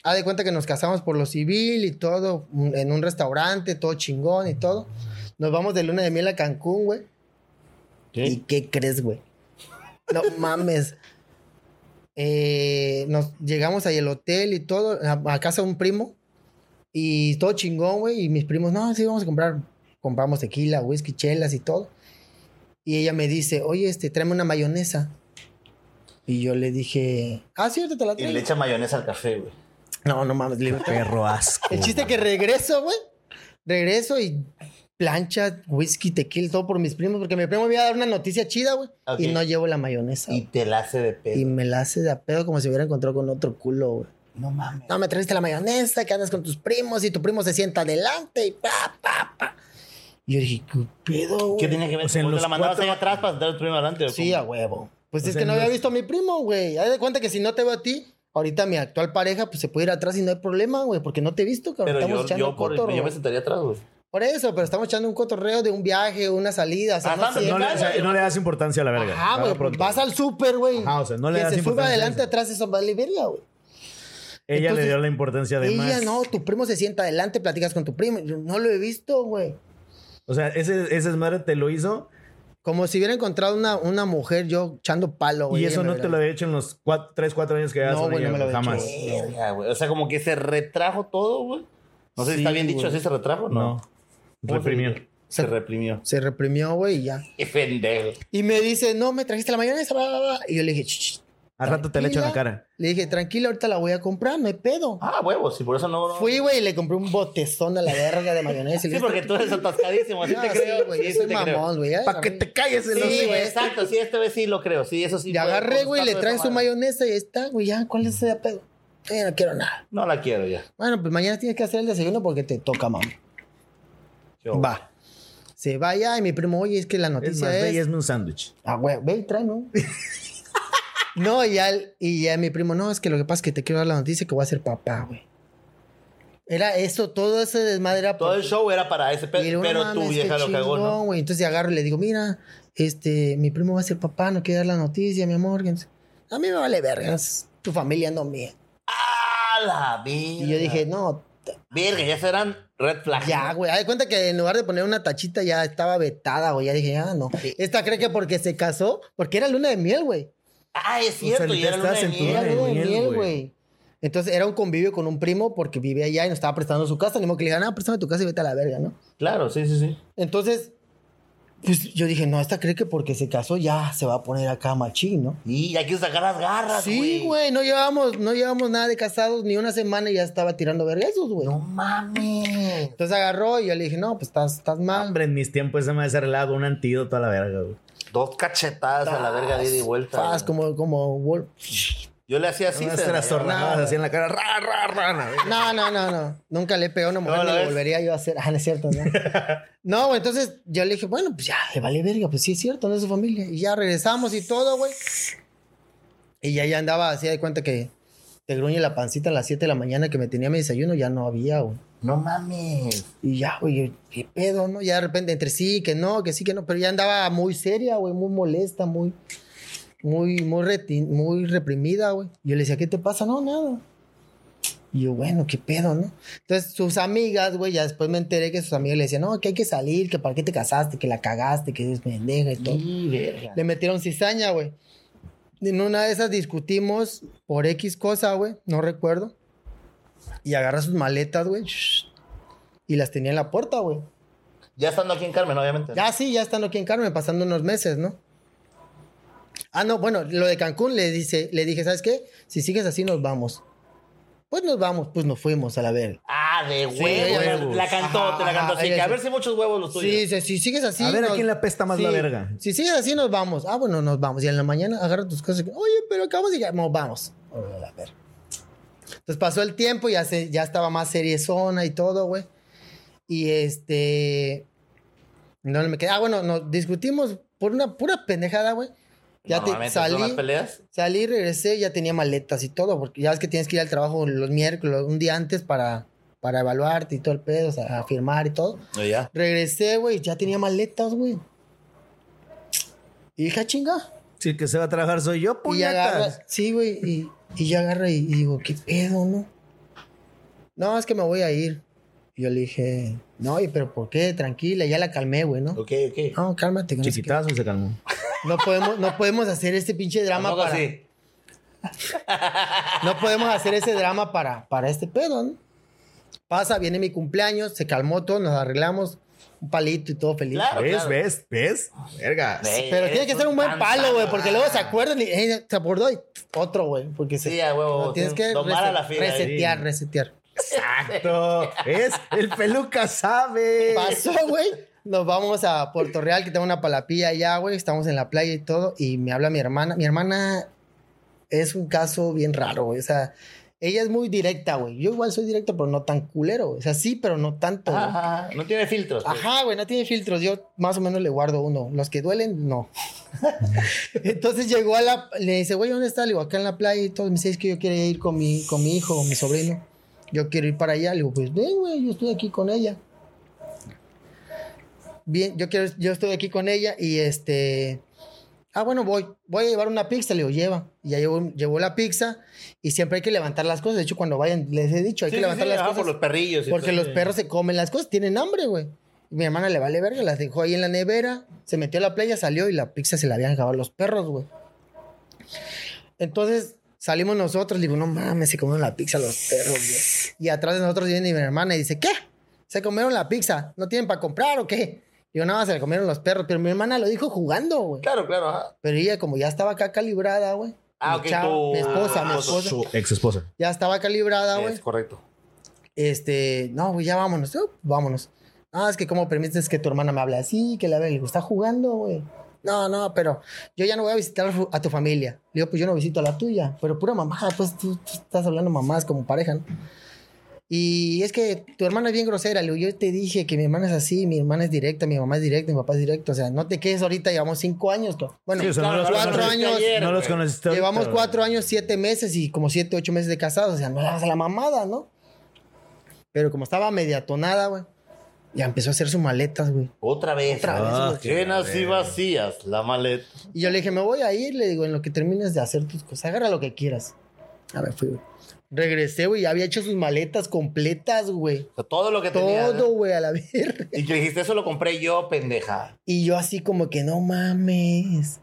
Haz de cuenta que nos casamos por lo civil y todo, un- en un restaurante, todo chingón y todo. Nos vamos de luna de miel a Cancún, güey. ¿Y qué crees, güey? No mames. Eh, nos llegamos ahí al hotel y todo, a, a casa de un primo. Y todo chingón, güey. Y mis primos, no, sí, vamos a comprar. Compramos tequila, whisky, chelas y todo. Y ella me dice, oye, este, tráeme una mayonesa. Y yo le dije, ah, cierto, te la
Y le
traigo.
echa mayonesa al café, güey.
No, no mames, le digo,
Perro asco.
El chiste que regreso, güey. Regreso y plancha, whisky, tequila, todo por mis primos, porque mi primo me iba a dar una noticia chida, güey.
Ok.
Y no llevo la mayonesa.
Y
güey.
te la hace de
Y,
pedo.
me la hace de a pedo como si hubiera encontrado con otro culo, güey.
No mames.
No me trajiste la mayonesa, que andas con tus primos y tu primo se sienta adelante y pa, pa, pa. Y yo dije, ¿qué pedo, güey?
¿Qué tiene que ver?
O sea, en
¿Te
los
la mandabas
cuatro-
ahí atrás para sentar el primero adelante? o
Sí,
cómo?
a huevo. Pues
O
es
sea,
que no
no
había
es-
visto a mi primo, güey. Haz de cuenta que si no te veo a ti, ahorita mi actual pareja, pues se puede ir atrás y no hay problema, güey, porque no te he visto, cabrón.
Pero
Estamos
yo,
echando
yo, por,
cotorro.
yo me sentaría atrás, güey.
Por eso, pero estamos echando un cotorreo de un viaje, una salida. O sea,
Ah,
no
tanto,
sé.
No le, o sea, no le das importancia a la verga.
Ajá, güey.
Claro,
pues
pronto.
Vas al súper, güey.
Ajá, o sea, no le
Que
das
se suba
importancia a
adelante,
eso.
atrás, eso vale verga, güey.
Ella
Entonces,
le dio la importancia de
Ella,
más.
no, tu primo se sienta adelante, platicas con tu primo. Yo no lo he visto, güey.
O sea, ese, ese madre te lo hizo
Como si hubiera encontrado una, una mujer yo echando palo, güey.
y eso
ella
no
me
te lo
hubiera-
había hecho en los 3, 4 años que llevas
No,
con
güey, no
ella,
me lo
güey,
había
jamás.
hecho.
Verga, güey. O sea, como que se retrajo todo, güey. No sé si
Sí,
está bien dicho,
güey.
¿así se retrajo o no?
No.
¿Cómo se
Reprimir.
diría? Se reprimió.
Se reprimió, güey, y ya.
Qué pendejo.
Y me dice, no, me trajiste la mayonesa, bla, bla, bla. Y yo le dije, "Ch, ch,
Al rato te le echo en la
tranquila".
cara.
Le dije, tranquila, ahorita la voy a comprar, no hay pedo.
Ah, huevos, y por eso no. no-
Fui, güey, y le compré un botezón a la verga de mayonesa. y le
Sí,
dije,
porque tú eres atascadísimo, así
"Ah,
te
sí,
creo.
güey,
Pues sí,
yo
sí
soy
te creo.
mamón, güey. ya
Para que
agarré.
te calles el ¿eh?
Sí,
Sí,
güey,
güey.
exacto, sí, esta vez sí lo creo, sí, eso sí.
Le
fue
agarré, güey, le
constatazo
traen
esa
su
madre.
mayonesa y ahí está, güey, ya, ¿cuál es ese pedo? Eh, no quiero nada.
No la quiero ya.
Bueno, pues mañana tienes que hacer el desayuno porque te toca, mamá.
Yo-
Va. Se vaya y mi primo, oye, es que la
Es
noticia
más,
es...
ve y hazme un sándwich.
Ah, güey, ve y trae, ¿no? no, y ya, el- y ya mi primo, no, es que lo que pasa es que te quiero dar la noticia que voy a ser papá, güey. Era eso, todo ese desmadre era
Todo
por-
el show era para ese
Y le
pedo,
digo, no
pero tu
mames,
vieja
qué
lo cagó, ¿no?
chingón, güey. Entonces agarro y le digo, mira, este, mi primo va a ser papá, no quiere dar la noticia, mi amor. que no sé. A mí me vale vergas, tu familia no mía.
¡Ah, la verga!
Y yo dije, no, t-
Verga, ya serán red flags.
ya, güey. Haz de cuenta que en lugar de poner una tachita ya estaba vetada, güey. Ya dije, ah, no. Esta cree que porque se casó, porque era luna de miel, güey.
Ah,
Pues
es cierto,
O sea,
y era
ya
luna de
estás en tu
miel.
Era
de
luna de
miel,
miel,
güey.
güey. Entonces era un convivio con un primo porque vivía allá y nos estaba prestando su casa. Ni modo que le digan, ah, préstame tu casa y vete a la verga, ¿no?
Claro, sí, sí, sí.
Entonces, pues yo dije, no, esta cree que porque se casó ya se va a poner acá machín, ¿no?
Y ya quiso sacar las garras, güey.
Sí, güey, no llevamos, no llevamos nada de casados ni una semana y ya estaba tirando vergazos, güey.
No mames.
Entonces agarró y yo le dije, no, pues estás, estás mal.
Hombre, en mis tiempos se me ha arreglado un antídoto a la verga, güey.
Dos cachetadas a la verga de ida y vuelta.
Fas,
güey.
como, como, Wolf.
Yo le hacía así.
Unas
se la llevaba.
trastornadas así en la cara. Ra, ra, ra, la verga.
No, no, no, no. Nunca le pegó a una mujer
¿Cómo
ni
la
lo
ves?
volvería yo a hacer. Ah, no es cierto, ¿no? no, güey, entonces yo le dije, bueno, pues ya, le vale verga, pues sí es cierto, no es su familia. Y ya regresamos y todo, güey. Y ya, ya andaba así de cuenta que te gruñe la pancita a las 7 de la mañana que me tenía mi desayuno, ya no había, güey.
No mames.
Y ya, güey, yo, qué pedo, ¿no? Ya de repente entre sí, que no, que sí, que no, pero ya andaba muy seria, güey, muy molesta, muy, muy, muy, reti- muy reprimida, güey. Yo le decía, ¿qué te pasa? No, nada. Y yo, bueno, qué pedo, ¿no? Entonces sus amigas, güey, ya después me enteré que sus amigas le decían, no, que hay que salir, que para qué te casaste, que la cagaste, que eres pendeja y todo.
Y verga.
Le metieron cizaña, güey. En una de esas discutimos por X cosa, güey. No recuerdo. Y agarra sus maletas, güey. shh, Y las tenía en la puerta, güey.
Ya estando aquí en Carmen, obviamente.
Ya sí, ya están aquí en Carmen, pasando unos meses, ¿no? Ah, no, bueno, lo de Cancún le dice, le dije, ¿sabes qué? Si sigues así, nos vamos. Pues nos vamos, pues nos fuimos a la verga.
Ah, de huevos.
huevos.
La cantó,
Ajá,
te la cantó.
ajá,
Así
ella
que a
sí.
ver si muchos huevos los tuyos.
Sí, sí, si sigues así.
A ver, ¿a
nos-
quién le apesta más la
Sí,
verga?
Si sigues así, nos vamos. Ah, bueno, nos vamos. Y en la mañana agarra tus cosas. y, Oye, pero acabamos de llegar. Nos vamos. A ver. Entonces pasó el tiempo, ya, se, ya estaba más seriezona y todo, güey. Y este. No me quedé. Ah, bueno, nos discutimos por una pura pendejada, güey. Ya te
Normalmente son
salí.
las peleas.
Salí, regresé, ya tenía maletas y todo, porque ya ves que tienes que ir al trabajo los miércoles, un día antes para, para evaluarte y todo el pedo, o sea, a firmar y todo.
No, ya.
Regresé, güey, ya tenía maletas, güey. Y dije, "Ah, chinga.
Sí, el que se va a trabajar soy yo,
Y ya
puñetas.
agarra, sí, güey, y, y ya agarra y, y digo, ¿qué pedo, no? No, es que me voy a ir. Y yo le dije, no, oye, pero ¿por qué? Tranquila, ya la calmé, güey, ¿no?
Ok, ok.
No, cálmate, que no, sé qué.
Chiquitazo se calmó.
no podemos, no podemos hacer este pinche drama
Tampoco
para.
así.
No podemos hacer ese drama para, para este pedo, ¿no? Pasa, viene mi cumpleaños, se calmó todo, nos arreglamos. un palito y todo feliz.
Claro,
¿Ves?
claro.
¿Ves? ¿Ves? Verga.
Güey,
Pero tiene que
eres
ser un buen
tanta-
palo, güey, porque luego se acuerdan y "Ey, se acordó y otro, güey, porque se...
Sí, a huevo.
No, tienes que
Domar a
rese-
la fila.
resetear,
sí.
resetear.
Exacto. ¿Ves? El peluca sabe.
Pasó, güey. Nos vamos a Puerto Real, que tengo una palapilla allá, güey. Estamos en la playa y todo. Y me habla mi hermana. Mi hermana es un caso bien raro, güey. O sea, ella es muy directa, güey. Yo igual soy directo, pero no tan culero, güey. O sea, sí, pero no tanto. güey.
Ajá, ajá. No tiene filtros. pues. güey.
Ajá, güey, no tiene filtros. Yo más o menos le guardo uno. Los que duelen, no. Entonces llegó a la. Le dice, güey, ¿dónde está? Le digo, acá en la playa y todo. Me dice, es que yo quiero ir con mi, con mi hijo, con mi sobrino. Yo quiero ir para allá. Le digo, pues ven, güey, yo estoy aquí con ella. Bien, yo quiero, yo estoy aquí con ella y este. Ah, bueno, voy. Voy a llevar una pizza. Le digo, lleva. Y ya llevó, llevó la pizza. Y siempre hay que levantar las cosas. De hecho, cuando vayan, les he dicho, hay
Sí,
que
sí,
levantar
sí,
las
ajá,
cosas.
por los perrillos. y
Porque
todo.
los perros se comen las cosas, tienen hambre, güey. Mi hermana le vale verga, las dejó ahí en la nevera, se metió a la playa, salió y la pizza se la habían acabado los perros, güey. Entonces salimos nosotros, le digo, no mames, se comieron la pizza los perros, güey. Y atrás de nosotros viene mi hermana y dice, ¿qué? ¿Se comieron la pizza? ¿No tienen para comprar o qué? Digo, no, se la comieron los perros, pero mi hermana lo dijo jugando, güey.
Claro, claro. Ajá.
Pero ella, como ya estaba acá calibrada, güey.
Ah,
mi
ok,
chava,
tú-
Mi esposa, mi
ah,
esposa.
Su ex esposa.
Ya estaba calibrada, güey
Es correcto.
este, no, güey, ya vámonos, "Oh, vámonos. Ah, es que cómo permites que tu hermana me hable así, que la le digo, está jugando, güey. No, no, pero yo ya no voy a visitar a tu familia. Le digo, pues yo no visito a la tuya, pero pura mamá, pues tú, tú estás hablando mamás como pareja, ¿no? Y es que tu hermana es bien grosera, le digo, yo te dije que mi hermana es así, mi hermana es directa, mi mamá es directa, mi papá es directo, o sea, no te quedes ahorita, llevamos cinco años, co- bueno,
Sí, o sea, no los
cuatro
conociste
años,
ayer,
No los
güey.
conociste. ahorita,
Llevamos
güey.
cuatro años, siete meses y como siete, ocho meses de casados. O sea, no le hagas a la mamada, ¿no? Pero como estaba media tonada, güey, ya empezó a hacer sus maletas, güey.
Otra vez.
Otra vez,
Ah,
güey.
Llenas y
Ah,
vacías la maleta.
Y yo le dije, me voy a ir, le digo, en lo que termines de hacer tus cosas, agarra lo que quieras. A ver, fui, güey. Regresé, güey, ya había hecho sus maletas completas, güey.
O sea, todo lo que tenía.
Todo, güey, a la verga.
Y que dijiste, eso lo compré yo, pendeja.
Y yo así como que, no mames.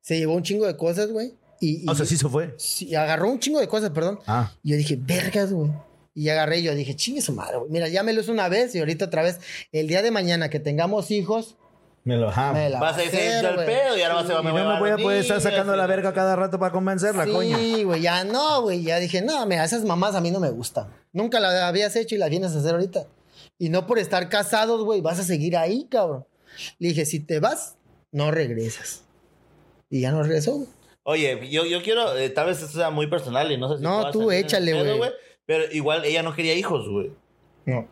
Se llevó un chingo de cosas, güey. Y, y-
O sea, sí se fue.
sí, agarró un chingo de cosas, perdón.
Ah.
Y yo dije, vergas, güey. Y agarré y yo dije, chingue su madre, güey. Mira, ya me lo hizo una vez y ahorita otra vez. El día de mañana que tengamos hijos,
Me lo ah. ajá.
me la
Vas a
va
decir
hacer,
al
güey".
pedo y ahora vas a
Y no me voy a poder estar sacando la verga cada rato para convencerla, coño.
Sí, güey, ya no, güey. Ya dije, no, mira, esas mamás a mí no me gustan. Nunca las habías hecho y las vienes a hacer ahorita. Y no por estar casados, güey, vas a seguir ahí, cabrón. Le dije, si te vas, no regresas. Y ya no regresó, güey.
Oye, yo, yo quiero, eh, tal vez esto sea muy personal y no sé si.
No,
pueda
tú
salir en el
échale,
pedo,
güey.
Pero igual ella no quería hijos, güey.
No.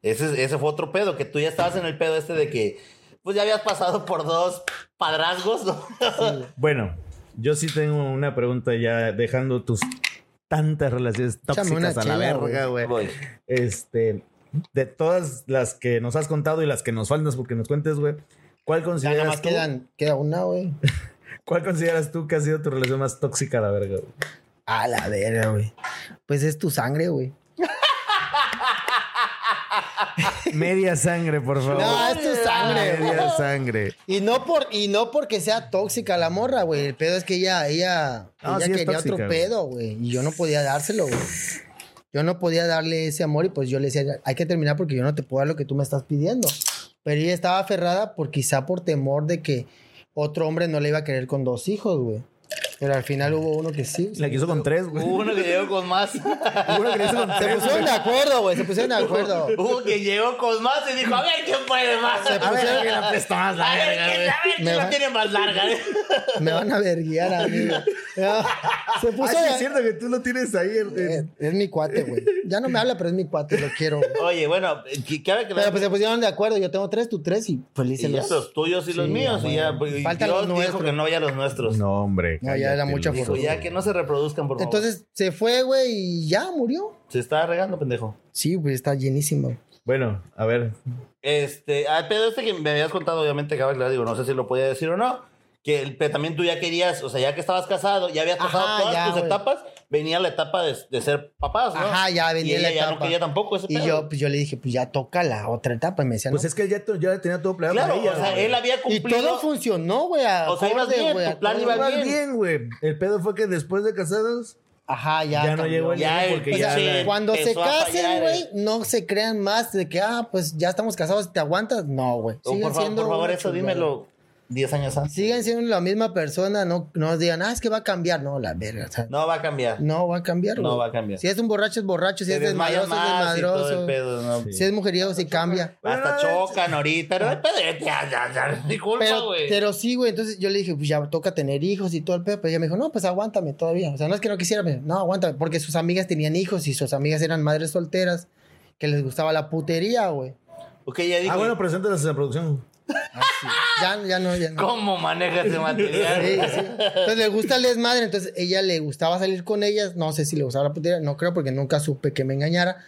Ese, ese fue otro pedo, que tú ya estabas en el pedo este de que, pues ya habías pasado por dos padrazgos, ¿no?
Bueno, yo sí tengo una pregunta ya, dejando tus tantas relaciones
Échame una
tóxicas a la
chela,
verga, güey.
Voy.
Este, de todas las que nos has contado y las que nos faltas porque nos cuentes, güey, ¿cuál
Ya nada más
consideras, tú,
quedan, queda una, güey.
¿cuál consideras tú que ha sido tu relación más tóxica a la verga? güey?
A la verga, güey. Pues es tu sangre, güey.
Media sangre, por favor.
No, es tu sangre, güey.
Media sangre.
Y no, por, y no porque sea tóxica la morra, güey. El pedo es que ella, ella,
Ah,
ella
sí es
quería
tóxica,
otro
güey.
pedo, güey. Y yo no podía dárselo, güey. Yo no podía darle ese amor y pues yo le decía, hay que terminar porque yo no te puedo dar lo que tú me estás pidiendo. Pero ella estaba aferrada por quizá por temor de que otro hombre no le iba a querer con dos hijos, güey. Pero al final hubo uno que sí.
La quiso con tres, güey.
Hubo uno que llegó con más.
Uno que la hizo con
Uh, Se
tres.
pusieron de acuerdo, güey. Se pusieron de acuerdo.
Hubo que llegó con más y dijo, a ver quién puede más.
A ver, pues, ¿quién la apesta más la
A ver,
verga,
¿quién,
güey?
a ver quién
Me
la
va-
tiene más larga?
Me van a verguiar a mí, güey. Se
Ah,
puso
sí,
de-
es cierto que tú lo tienes ahí. el- el-
Eh,
Es, Eh, es mi cuate, güey. Ya no me habla, pero es mi cuate, lo quiero. güey.
Oye, bueno, eh, que- cabe que
Pero pues se pusieron de acuerdo, yo tengo tres, tú tres y pues, feliz
y ya los tuyos y los
Sí,
míos.
ya,
y ya, pues,
bueno.
y
Faltan
Dios
los
dijo
nuestros.
que no haya los nuestros.
No, hombre.
No, ya era
cállate,
mucha
Luis.
Dijo, Pues ya que no se reproduzcan, por favor.
Entonces se fue, güey, y ya murió.
Se está regando, pendejo.
Sí, güey, está llenísimo.
Bueno, a ver.
Este, al pedo este que me habías contado, obviamente, que ahora digo, no sé si lo podía decir o no, que el- pero también tú ya querías, o sea, ya que estabas casado, ya habías pasado
Ajá,
todas
ya,
tus
güey.
etapas, venía la etapa de, de ser papás, ¿no?
Ajá, ya venía
y ella
la
ya no
etapa.
quería tampoco ese
Y
pedo.
yo, pues yo le dije, pues ya toca la otra etapa. Y me decía,
Pues
no.
es que él ya, to- ya tenía todo planeado.
claro,
para ella,
o sea,
güey.
él había
y
cumplido.
todo funcionó, güey.
O sea, ibas bien, tu plan iba
Iba bien, güey. El pedo fue que después de casados
Ajá, ya.
Ya no
cambió.
llegó el
Ya
dinero
el
porque
O
ya
sea,
pinche-
la-
cuando se
empezó a
casen,
fallar,
güey,
eh.
no se crean más de que, ah, pues ya estamos casados, ¿te aguantas? No, güey.
Oh,
Siguen
por, favor,
siendo
por favor,
una
eso
chulada.
dímelo 10 años antes.
Siguen siendo la misma persona, no, no digan, ah, es que va a cambiar. No, la verga. o sea, no.
No va a cambiar.
va a cambiar,
No
güey.
va a cambiar.
Si es un borracho, es borracho. Si
Se
es
desmaya
desmadroso, es
más y todo el
desmadroso.
pedo, ¿no?
Si es mujeriego, sí cambia.
Bueno,
Hasta
no,
chocan ahorita. No hay pedo, ya, ya, ya. Ni culpa,
ah. Pero,
güey.
pero sí, güey, entonces yo le dije, pues ya toca tener hijos y todo el pedo. Pero ella me dijo, no, pues aguántame todavía. O sea, no es que no quisiera, pero no, aguántame. Porque sus amigas tenían hijos y sus amigas eran madres solteras que les gustaba la putería, güey.
Ok, ya dijo.
Ah, bueno, preséntalas en la producción.
Ya, ya no, ya no.
¿Cómo maneja ese material?
pues, Sí, sí. Entonces le gusta el desmadre, entonces ella le gustaba salir con ellas, no sé si le gustaba la putería, no creo porque nunca supe que me engañara,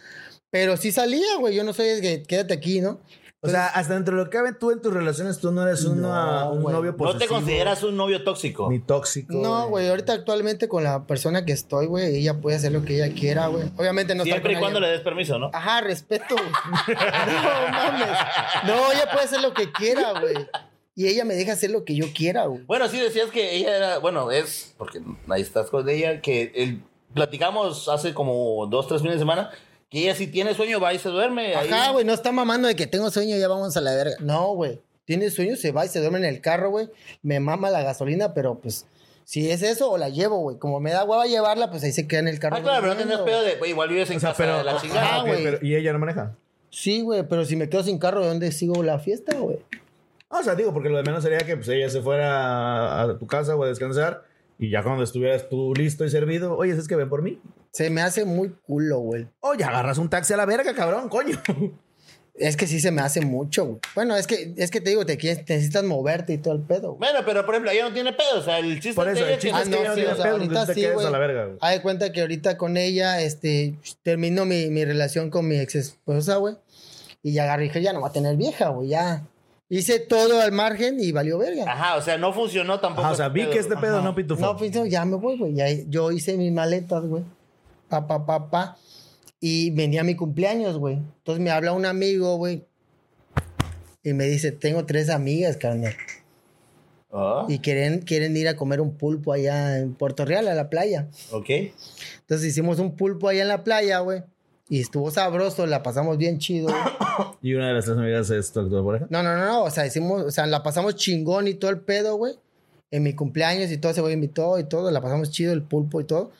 pero sí salía, güey, yo no soy el que quédate aquí, ¿no?
O sea, hasta dentro de lo que cabe tú en tus relaciones, tú no eres una-
Pues- No,
un
güey.
novio
No
posesivo.
te consideras un novio tóxico.
Ni tóxico.
No, güey, ahorita actualmente con la persona que estoy, güey, ella puede hacer lo que ella quiera, güey. Obviamente no estar
Siempre y
con Ah.
cuando le
alguien-
des permiso, ¿no?
Ajá, respeto. güey. no mames. No, ella puede hacer lo que quiera, güey. Y ella me deja hacer lo que yo quiera, güey.
Bueno, sí decías que ella era, bueno, es, porque ahí estás con ella, que el- platicamos hace como dos, tres fines de semana, que ella si tiene sueño va y se duerme. ahí.
Ajá, güey, no está mamando de que tengo sueño, ya vamos a la verga. No, güey. Tiene sueño, se va y se duerme en el carro, güey. Me mama la gasolina, pero pues, si es eso, o la llevo, güey. Como me da hueva llevarla, pues ahí se queda en el carro.
Ah, claro, pero no tendrás
durmiendo,
pedo
güey.
de, güey, igual vives en
O sea,
casa
pero.
de la
ah,
chingada.
ok,
güey.
pero- y ella no maneja.
Sí, güey, pero si me quedo sin carro, ¿de dónde sigo la fiesta, güey?
Ah, O sea, digo, porque lo de menos sería que pues, ella se fuera a, a tu casa o a descansar y ya cuando estuvieras tú listo y servido, oye, es que ven por mí.
Se me hace muy culo, güey.
Oye, agarras un taxi a la verga, cabrón, coño.
Pues Es que sí se me hace mucho, güey. Bueno, es que, es que te digo, te, quieres- te necesitas moverte y todo el pedo, güey.
Bueno, pero por ejemplo, ella no tiene pedo, o sea, el chiste
Por eso,
de ella
el chiste
que
es que ella no tiene
o sea,
pedo, entonces te quedas
güey.
a la verga, güey.
Haz de cuenta que ahorita con ella, este, termino mi, mi relación con mi ex esposa, güey. Y ya agarré y dije, ya no va a tener vieja, güey, ya. Hice todo al margen y valió verga.
Ajá, o sea, no funcionó tampoco.
Ajá, o sea,
ese
vi
pedo.
que este pedo Ah, no pitufó.
No, pues, no, ya me voy, güey. Ya, yo hice mis maletas, güey. Pa, pa, pa, pa. Y venía mi cumpleaños, güey. Entonces me habla un amigo, güey. Y me dice, tengo tres amigas, carnal.
Ah,
Y quieren, quieren ir a comer un pulpo allá en Puerto Real, a la playa.
ok.
Entonces hicimos un pulpo allá en la playa, güey. Y estuvo sabroso, la pasamos bien chido. güey.
Y una de las tres amigas es tu actual pareja.
No, no, no, no. O sea, hicimos, o sea, la pasamos chingón y todo el pedo, güey. En mi cumpleaños y todo, ese güey invitó y todo, la pasamos chido, el pulpo y todo.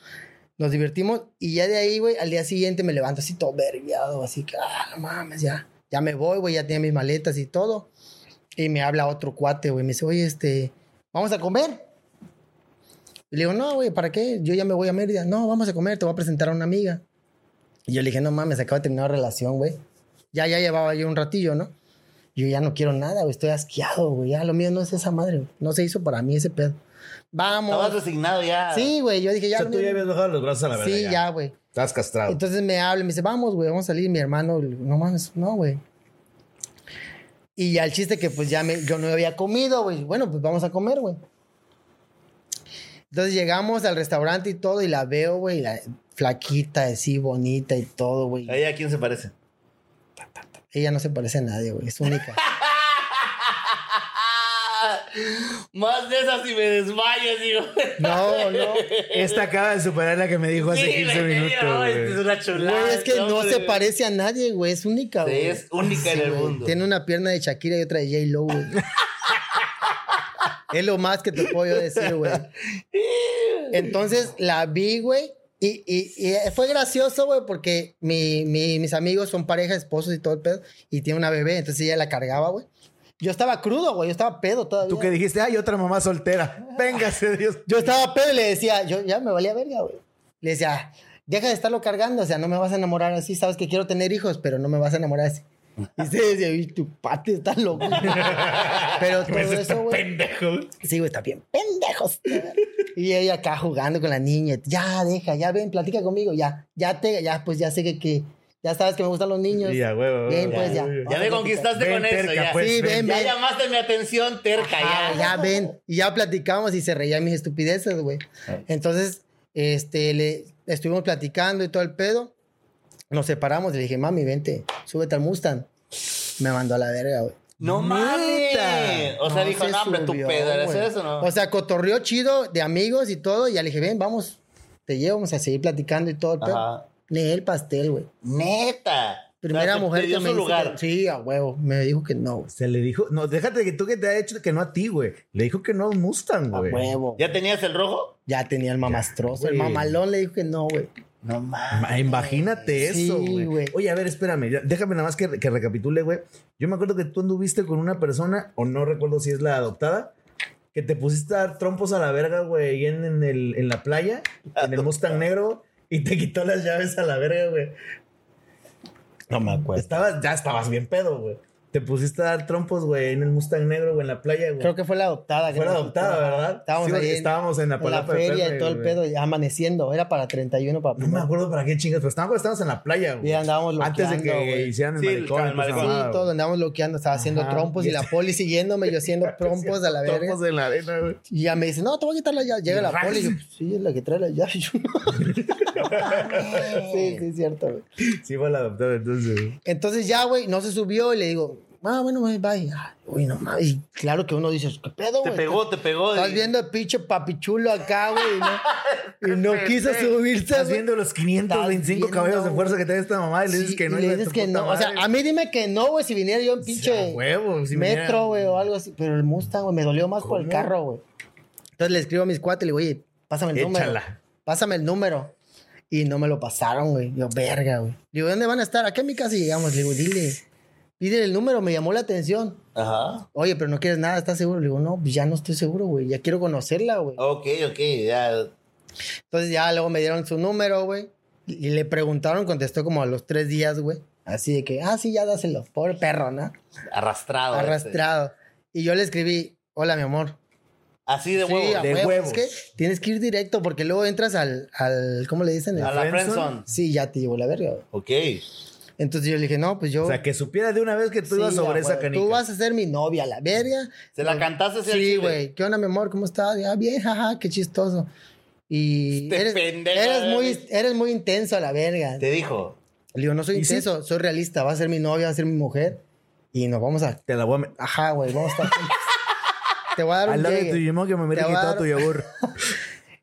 Nos divertimos y ya de ahí, güey, al día siguiente me levanto así todo vergueado, así que, ah, no mames, ya. Ya me voy, güey, ya tenía mis maletas y todo. Y me habla otro cuate, güey, me dice, oye, este, vamos a comer. Y le digo, no, güey, ¿para qué? Yo ya me voy a Mérida. No, vamos a comer, te voy a presentar a una amiga. Y yo le dije, no mames, acabo de terminar la relación, güey. Ya, ya llevaba yo un ratillo, ¿no? Yo ya no quiero nada, güey, estoy asqueado, güey. Ya lo mío no es esa madre, güey. No se hizo para mí ese pedo.
Estabas
Vamos.
resignado ya.
Sí, güey, yo dije, ya.
o sea,
lo
tú
mío-
ya habías bajado los brazos a la verga.
sí, ya, güey.
Estás castrado.
Entonces me habla, y me dice, vamos, güey, vamos a salir. Mi hermano, no mames, no, güey. Y ya el chiste que pues ya me, yo no había comido, güey. Bueno, pues vamos a comer, güey. Entonces llegamos al restaurante y todo, y la veo, güey, la- flaquita, así, bonita y todo, güey.
¿A ella a quién se parece?
Ella no se parece a nadie, güey, es única.
Ah, Más de esas si me desmayas, digo.
No, no.
Esta acaba de superar la que me dijo hace
Sí,
15
güey,
minutos.
no,
güey.
es una chulada.
Güey, este es que no
hombre.
se parece a nadie, güey, es única,
Sí,
güey.
es única en el
güey.
mundo.
Tiene una pierna de Shakira y otra de J-Lo, güey. es lo más que te puedo yo decir, güey. Entonces la vi, güey. Y, y- y fue gracioso, güey, porque mi- mi- mis amigos son pareja, esposos y todo el pedo. Y tiene una bebé, entonces ella la cargaba, güey. Yo estaba crudo, güey. Yo estaba pedo todavía.
Tú que dijiste, ay, otra mamá soltera. Véngase, Dios.
Yo estaba pedo y le decía, yo ya me valía verga, güey. Le decía, deja de estarlo cargando, o sea, no me vas a enamorar así, sabes que quiero tener hijos, pero no me vas a enamorar así. Y se decía, "Uy, tu pate está loco. pero todo
Pues este
eso, güey.
Pendejo.
Sí, güey, está bien, pendejos. Y ella acá jugando con la niña, ya, deja, ya ven, platica conmigo, ya, ya te, ya, pues ya sé que, que ya sabes que me gustan los niños.
Y ya, güey, güey,
Bien,
güey,
pues ya.
güey.
Ya me conquistaste
Ven,
con eso,
terca,
ya.
pues,
Sí,
ven.
ven,
Ya
ven.
llamaste mi atención, terca,
Ah,
ya.
ya ven. Y ya platicamos y se reía de mis estupideces, güey. Entonces, este, le estuvimos platicando y todo el pedo. Nos separamos. Le dije, mami, vente, súbete al Mustang. Me mandó a la verga, güey.
No mames. O sea, dijo,
se
no, hombre, tu
subió,
pedo, ¿eres
güey.
eso no?
O sea, cotorreó chido de amigos y todo. Y ya le dije, ven, vamos. Te te llevo, vamos a seguir platicando y todo el pedo.
Ajá.
Leí el pastel, güey.
Neta.
Primera
O sea, te-
mujer
te
que
dio
me
su
dice
lugar.
que- sí, a huevo. Me dijo que no, güey.
Se le dijo, no, déjate que tú que te ha hecho que no a ti, güey. Le dijo que no a un Mustang,
A
güey.
huevo. Ya,
¿Ya tenías el rojo?
tenía el mamastrozo. El
güey.
mamalón le dijo que no, güey.
No mames.
Ma- Imagínate
Sí,
eso, güey.
güey.
Oye, a ver, espérame. ya- Déjame nada más que, que recapitule, güey. Yo me acuerdo que tú anduviste con una persona, o no recuerdo si es la adoptada, que te pusiste a dar trompos a la verga, güey, ahí en, en el, en la playa, en el Mustang negro, y te quitó las llaves a la verga, güey.
No me
Pues.
acuerdo.
Estabas, ya estabas bien pedo, güey. Te pusiste a dar trompos, güey, ahí en el Mustang negro, güey, en la playa, güey.
Creo que fue la adoptada.
Fue la adoptada, ¿verdad?
Estábamos
Sí,
ahí en-
estábamos en la,
En la
palapa de
feria y
Pepe,
todo el
güey.
pedo, y amaneciendo. Era para 31, para
No me acuerdo para qué chingas, pero estábamos, estábamos en la playa, güey.
Y andábamos
Antes de que
loqueando, güey.
hicieran el
Sí,
maricón.
el
y toda esa
maricón.
mamada,
Sí,
güey.
todos andamos loqueando, estaba haciendo
Ajá.
trompos y la poli siguiéndome, yo haciendo trompos a la verga.
Trompos en la arena, güey.
Y ya me dice, no, te voy a quitar la llave. Llega la poli y yo, sí, es la que trae la llave. Yo, no. sí, sí, es cierto, güey.
Sí, fue la adoptada entonces. güey.
Entonces ya, güey, no se subió y le digo, ah, bueno, güey, bye. Ah, Uy, no mames. Y claro que uno dice, ¿qué pedo,
Te
güey?
pegó, te pegó.
Estás
y-
viendo el pinche papichulo acá, güey, y no, y no quiso subirse.
Estás
güey.
viendo los 525
Estás
caballos de
viendo,
fuerza que trae esta mamá y le dices
Sí,
que no.
y
hijo
le
de
dices
tu
que
puta
no. O sea,
madre.
a mí dime que no, güey, si viniera yo en
O
pinche
sea, huevo, si me-
metro, güey, o algo así. Pero el Mustang, güey, me dolió más por el
¿Cómo?
carro, güey. Entonces le escribo a mis cuates y le digo, oye, pásame el número.
Échala.
Pásame el número. Y no me lo pasaron, güey. Yo, verga, güey. Le digo, ¿dónde van a estar? Aquí en mi casa llegamos. Le digo, dile, pídele el número, me llamó la atención.
Ajá.
Oye, pero no quieres nada, ¿estás seguro? Le digo, no, pues ya no estoy seguro, güey. Ya quiero conocerla, güey.
Ok, ok, ya.
Entonces ya luego me dieron su número, güey. Y le preguntaron, contestó como a los tres días, güey. Así de que, ah, sí, ya dáselo. Pobre perro, ¿no?
Arrastrado. este.
Arrastrado. Y yo le escribí, hola, mi amor.
Así de
Sí,
huevo.
a huevo. Es que tienes que ir directo porque luego entras al, al ¿cómo le dicen?
A la
friendzone.
friendzone.
Sí, ya te llevo la verga. güey.
Ok.
Entonces yo le dije, no, pues yo...
O sea, que supiera de una vez que tú
sí,
ibas
a
sobre esa
huevo.
canica.
Tú vas a ser mi novia, la verga.
¿Se la cantaste así al
Sí,
chile?
güey. ¿Qué onda, mi amor? ¿Cómo estás? Ya bien, jaja, qué chistoso. Y
Este
eres,
pendejo,
eres muy,
güey.
eres muy intenso a la verga.
Te dijo.
Le digo, no soy
¿Y sí?
intenso, soy realista. Va a ser mi novia, va a ser mi mujer. Y nos vamos a...
Te la voy a... me-
Ajá, güey, vamos a estar juntos. Te voy a dar un
Al lado de
llegue.
tu Yimón que me mire
Te voy a
quitado
dar-
tu yogur.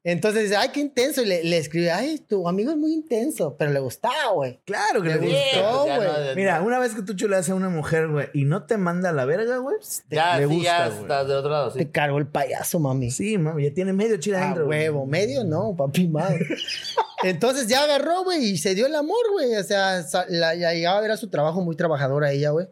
Entonces dice, ay, qué intenso. Y le, le escribe, ay, tu amigo es muy intenso. Pero le gustaba, güey.
Claro que le
Me
gusta.
Sí, pues ya
güey.
no-
Mira, una vez que tú chuleas a una mujer, güey, y no te manda a la verga, güey.
ya,
le
sí, ya
gusta, güey.
estás del otro lado. Sí.
Te cargó el payaso, mami.
Sí, mami, ya tiene medio chile
A
adentro. güey.
Ah, huevo, medio no, papi, madre. Entonces ya agarró, güey, y se dio el amor, güey. O sea, sa- la, ya llegaba a ver a su trabajo muy trabajadora ella, güey.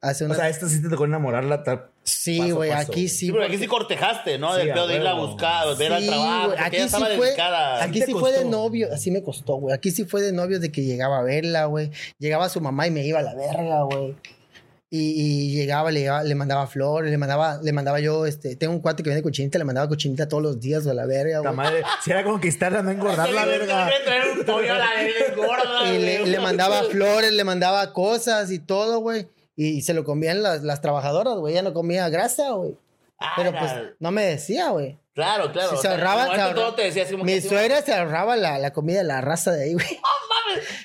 Hace
O
una...
sea, esta sí te tocó enamorarla. ta-
sí,
paso a
güey,
paso,
aquí
güey.
sí.
Sí, porque aquí sí cortejaste, ¿no?
Sí,
Del
a
pedo de irla a
huevo.
buscar, volver al
Sí,
trabajo.
güey,
porque
Aquí
ella
sí
estaba
fue,
dedicada.
aquí
te
sí fue de
costó?
novio, así me costó, güey. Aquí sí fue de novio de que llegaba a verla, güey. Llegaba su mamá y me iba a la verga, güey. Y, y llegaba, le, llegaba- le mandaba flores, le mandaba, le mandaba yo, este, tengo un cuate que vende cochinita, le mandaba cochinita todos los días, güey, a la verga,
Ta
güey.
madre. Si era conquistarla, no engordar la
Te digo,
verga.
te voy a traer un pollo a la verga, gorda,
Y le,
güey.
le mandaba flores, le mandaba cosas y todo, güey. Y se lo comían las, las trabajadoras, güey. Ella no comía grasa, güey.
Ah,
Pero
la-
pues no me decía, güey.
Claro, claro.
Si
o
se
sea,
ahorraba,
igual
se
tú
ahorraba.
todo te decías como
Mi
que sí,
suegra se ahorraba la, la comida de la raza de ahí, güey.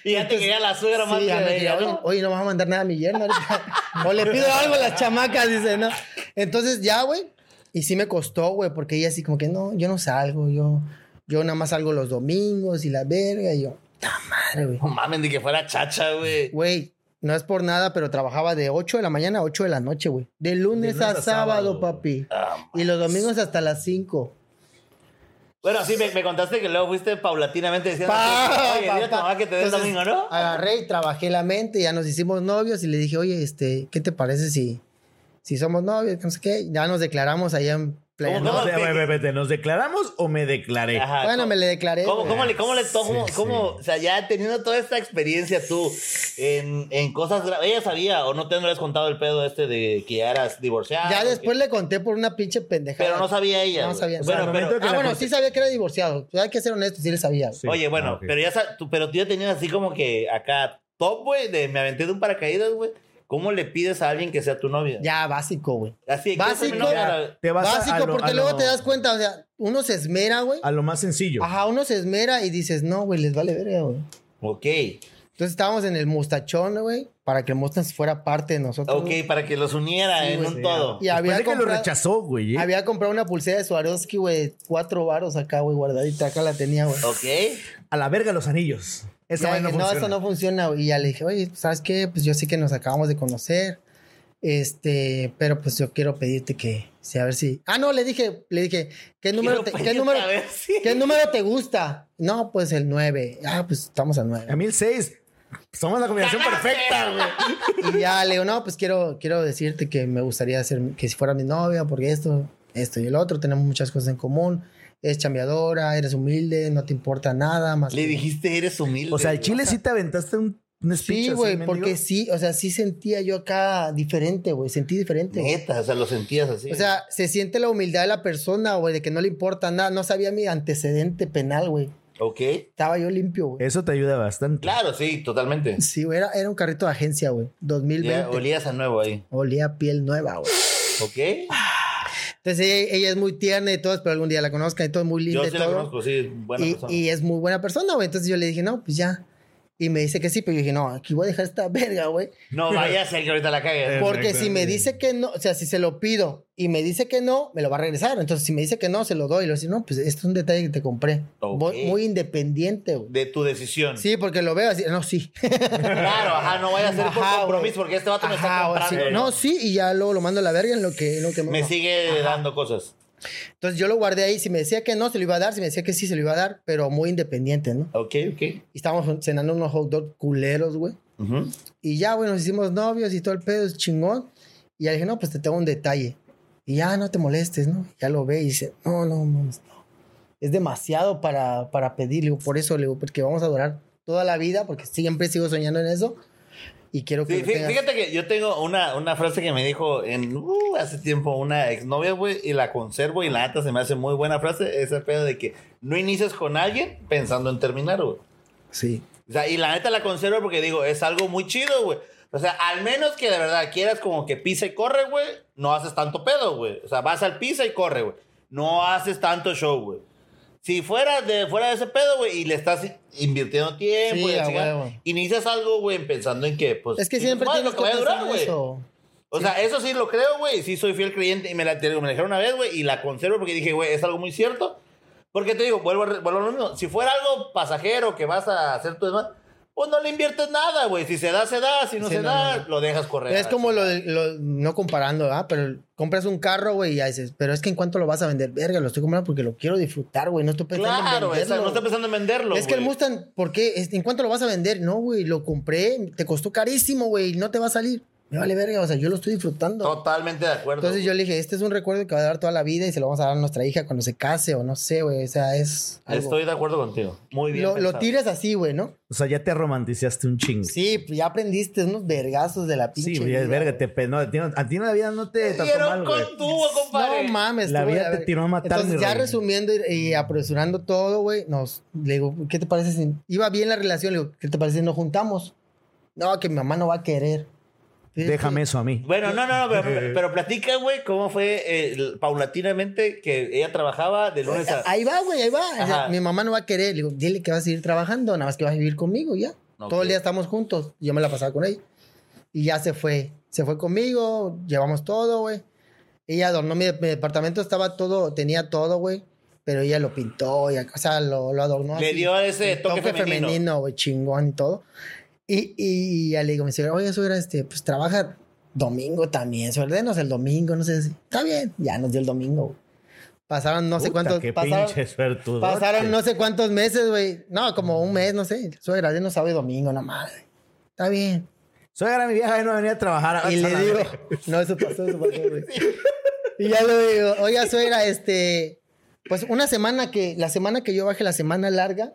Y ya te quería la suegra más que
Sí, ya me
de
diría,
ella,
oye,
¿no?
oye, no vas a mandar nada a mi yerno ahorita. o le pido algo a las chamacas, dice, ¿no? Entonces ya, güey. Y sí me costó, güey, porque ella así como que, no, yo no salgo, yo, yo nada más salgo los domingos y la verga. Y yo, ta madre, güey.
No mames, ni que fuera chacha, güey.
Güey, no es por nada, pero trabajaba de 8 de la mañana a 8 de la noche, güey. De lunes, a, sábado, papi. y los domingos hasta las 5.
Bueno, sí, me, me contaste que luego fuiste paulatinamente diciendo.
Pa,
Oye,
pa,
dile a tu
pa.
mamá que te dé el
Entonces,
domingo, ¿no?
Agarré y trabajé la mente, ya nos hicimos novios y le dije, oye, este, ¿qué te parece si, si somos novios? Que No sé qué. Ya nos declaramos allá en Playa
¿Cómo,
Norte.
O sea, güey, güey, vete, ¿Nos declaramos o me declaré?
Ajá.
Bueno, me le declaré.
¿Cómo,
güey.
cómo le, cómo le to- cómo-
Sí,
cómo-
sí.
o sea, ya teniendo toda esta experiencia tú en, en cosas graves, ella sabía o no te habrías contado el pedo este de que ya eras divorciada.
Ya
o que-
después le conté por una pinche pendejada.
Pero no sabía ella.
No
güey.
sabía.
O sea,
Bueno,
al
pero-
momento que
Ah,
la
bueno,
corte-
sí sabía que era divorciado. Pues, Hay que ser honesto, sí le sabía. güey.
Sí.
Oye, bueno,
Ah, ok.
pero ya sa- tú, pero tú ya tenías así como que acá top, güey, de me aventé de un paracaídas, güey. ¿Cómo le pides a alguien que sea tu novia?
Ya, básico, güey.
Así de,
Básico.
"Quiero ser mi novia".
Te vas a-
Básico,
a lo-
porque
a
luego
lo-
te das cuenta, o sea, uno se esmera, güey.
A lo más sencillo.
Ajá, uno se esmera y dices, no, güey, les vale verga, güey.
Ok.
Entonces estábamos en el mustachón, güey, para que el mustachón fuera parte de nosotros.
Ok,
güey.
para que los uniera
Sí,
en
güey,
un
sí,
todo.
Y
Después
había
de que lo
comprado-
rechazó, güey. ¿eh?
Había comprado una pulsera de Swarovski, güey, cuatro varos acá, güey, guardadita. Acá la tenía, güey.
Ok.
A la verga los anillos. Esa
Ya
vaina no
dije, no,
funciona.
eso no funciona. güey. Y ya le dije, oye, ¿sabes qué? Pues yo sé que nos acabamos de conocer. Este, pero pues yo quiero pedirte que, sí, a ver si. Ah, no, le dije, le dije, ¿qué número, te,
Quiero
¿qué
pedirte
número,
a ver si-
¿qué número te gusta? No, pues el 9. Ah, pues estamos al 9.
A mí el 6. Somos la combinación perfecta, güey.
Y ya le digo, no, pues quiero, quiero decirte que me gustaría hacer, que si fuera mi novia, porque esto, esto y el otro, tenemos muchas cosas en común. Es chambeadora, eres humilde, no te importa nada más.
Le
que-
dijiste, eres humilde.
O sea, el chile sí te aventaste un, un speech
Sí,
así,
güey,
mendigo.
porque sí, o sea, sí sentía yo acá diferente, güey, sentí diferente. güey.
Neta, o sea, lo sentías así.
O sea, se siente la humildad de la persona, güey, de que no le importa nada. No sabía mi antecedente penal, güey.
ok.
Estaba yo limpio, güey.
Eso te ayuda bastante.
Claro, sí, totalmente.
Sí, güey, era, era un carrito de agencia, güey. 2020.
Eh. Ya olías a nuevo ahí.
Olía a piel nueva, güey.
Ok.
Entonces ella, ella es muy tierna y todo, pero algún día la conozcan y todo, muy linda
Yo
y
sí la
todo.
conozco, sí, buena
y,
persona.
y es muy buena persona, güey. Entonces yo le dije, no, pues ya. Y me dice que sí, pero yo dije, no, aquí voy a dejar esta verga, güey.
No vaya a ser que ahorita la cague.
Eh.
Porque si me dice que no, o sea, si se lo pido y me dice que no, me lo va a regresar. Entonces, si me dice que no, se lo doy. Y le digo, no, pues esto es un detalle que te compré.
Ok. Mm.
Voy muy independiente, güey.
De tu decisión.
Sí, porque lo veo así. No, sí.
Claro, ajá, no vaya a ser por
Ajá,
compromiso,
güey.
porque este vato me está
Ajá, o
comprando.
sí. No, sí, y ya luego lo mando a la verga en lo que, en lo que me,
me sigue dando cosas.
Entonces yo lo guardé ahí. Si me decía que no, se lo iba a dar. Si me decía que sí, se lo iba a dar, pero muy independiente, ¿no?
Ok, ok.
Y estábamos cenando unos hot dog culeros, güey.
Ujú.
Y ya, güey, nos hicimos novios y todo el pedo es chingón. Y ya le dije, no, pues te tengo un detalle. Y ya, no te molestes, ¿no? Ya lo ve y dice, no, no, no. no. Es demasiado para, para pedir. Le digo, por eso, le digo, porque vamos a durar toda la vida, porque siempre sigo soñando en eso. Y quiero que
Sí,
lo
fí-
tengas".
fíjate que yo tengo una, una frase que me dijo en uh, hace tiempo una exnovia, güey, y la conservo y la neta se me hace muy buena frase, ese pedo de que no inicias con alguien pensando en terminar, güey.
Sí.
O sea, y la neta la conservo porque digo, es algo muy chido, güey. O sea, al menos que de verdad quieras como que pisa y corre, güey, no haces tanto pedo, güey. O sea, vas al pisa y corre, güey. No haces tanto show, güey. Si fuera de, fuera de ese pedo, güey, y le estás invirtiendo tiempo,
Sí,
y la
a
chingada,
huevo.
inicias algo, güey, pensando en que, pues...
Es que
chingue
siempre
su madre,
tienes
lo
que
vaya a
pensar
durar,
en
güey.
eso.
O sea, eso sí lo creo, güey. Sí soy fiel creyente y me la, te digo, me la dijeron una vez, güey, y la conservo porque dije, güey, es algo muy cierto. Porque te digo, vuelvo, a re- vuelvo a lo mismo. Si fuera algo pasajero que vas a hacer tu desmadre, pues no le inviertes nada, güey. Si se da, se da. Si no
Sí,
se
no,
da,
no, no.
lo dejas correr.
Es como lo, de- lo- no comparando, ¿verdad? Pero compras un carro, güey, y ya dices, pero es que en cuánto lo vas a vender, verga, lo estoy comprando porque lo quiero disfrutar, güey, no estoy pensando
Claro,
en
güey. o
venderlo.
sea, no está pensando en venderlo.
Es que el
güey.
Mustang, ¿por qué? Este, ¿En cuánto lo vas a vender? No, güey, lo compré, te costó carísimo, güey, no te va a salir. Me vale verga, o sea, yo lo estoy disfrutando.
Totalmente de acuerdo.
Entonces
güey.
yo le dije, este es un recuerdo que va a dar toda la vida y se lo vamos a dar a nuestra hija cuando se case o no sé, güey, o sea, es algo.
Estoy de acuerdo contigo. Muy bien.
lo, lo
pensado.
tiras así, güey, ¿no?
O sea, ya te romantizaste un chingo.
Sí, pues ya aprendiste unos vergazos de la pinche
Sí, güey, es
vida,
verga,
güey.
te pe- no, a ti no- a ti no la vida no te trató mal,
Dieron
güey.
con tubo, compadre.
No mames.
La
tú, güey,
vida te
ver.
tiró a matar, mi
Entonces, ya
rey.
resumiendo y, y apresurando todo, güey, nos le digo, ¿qué te parece si iba bien la relación? Le digo, ¿qué te parece si nos juntamos? No, que mi mamá no va a querer. Fíjate.
Déjame eso a mí.
Bueno, no, no, no, pero, pero platica, güey, cómo fue eh, el- paulatinamente que ella trabajaba de lunes a...
Ahí va, güey, ahí va. O sea,
Ajá.
mi mamá no va a querer. Le digo, dile que vas a seguir trabajando, nada más que vas a vivir conmigo ya.
Ok.
Todo el día estamos juntos. Yo me la pasaba con ella. Y ya se fue. Se fue conmigo, llevamos todo, güey. Ella adornó mi, mi departamento, estaba todo, tenía todo, güey. Pero ella lo pintó, y, o sea, lo, lo adornó.
Le
así.
dio ese
Ah, El
toque femenino.
güey, chingón y todo. Y, y ya le digo, me dice, oye, suegra, este, pues trabaja domingo también, suegra, denos el domingo, no sé si. Está bien, ya nos dio el domingo, güey. Pasaron no sé
Puta,
cuántos.
Qué
pasaron,
pinche suertudote.
pasaron no sé cuántos meses, güey. No, como un mes, no sé. Suegra, denos sábado y domingo, no madre. Está bien.
Suegra, mi vieja, ya no venía a trabajar.
Y le digo, no, eso pasó, eso pasó, güey. Y ya le digo, oiga, suegra, este, pues una semana que, la semana que yo baje la semana larga,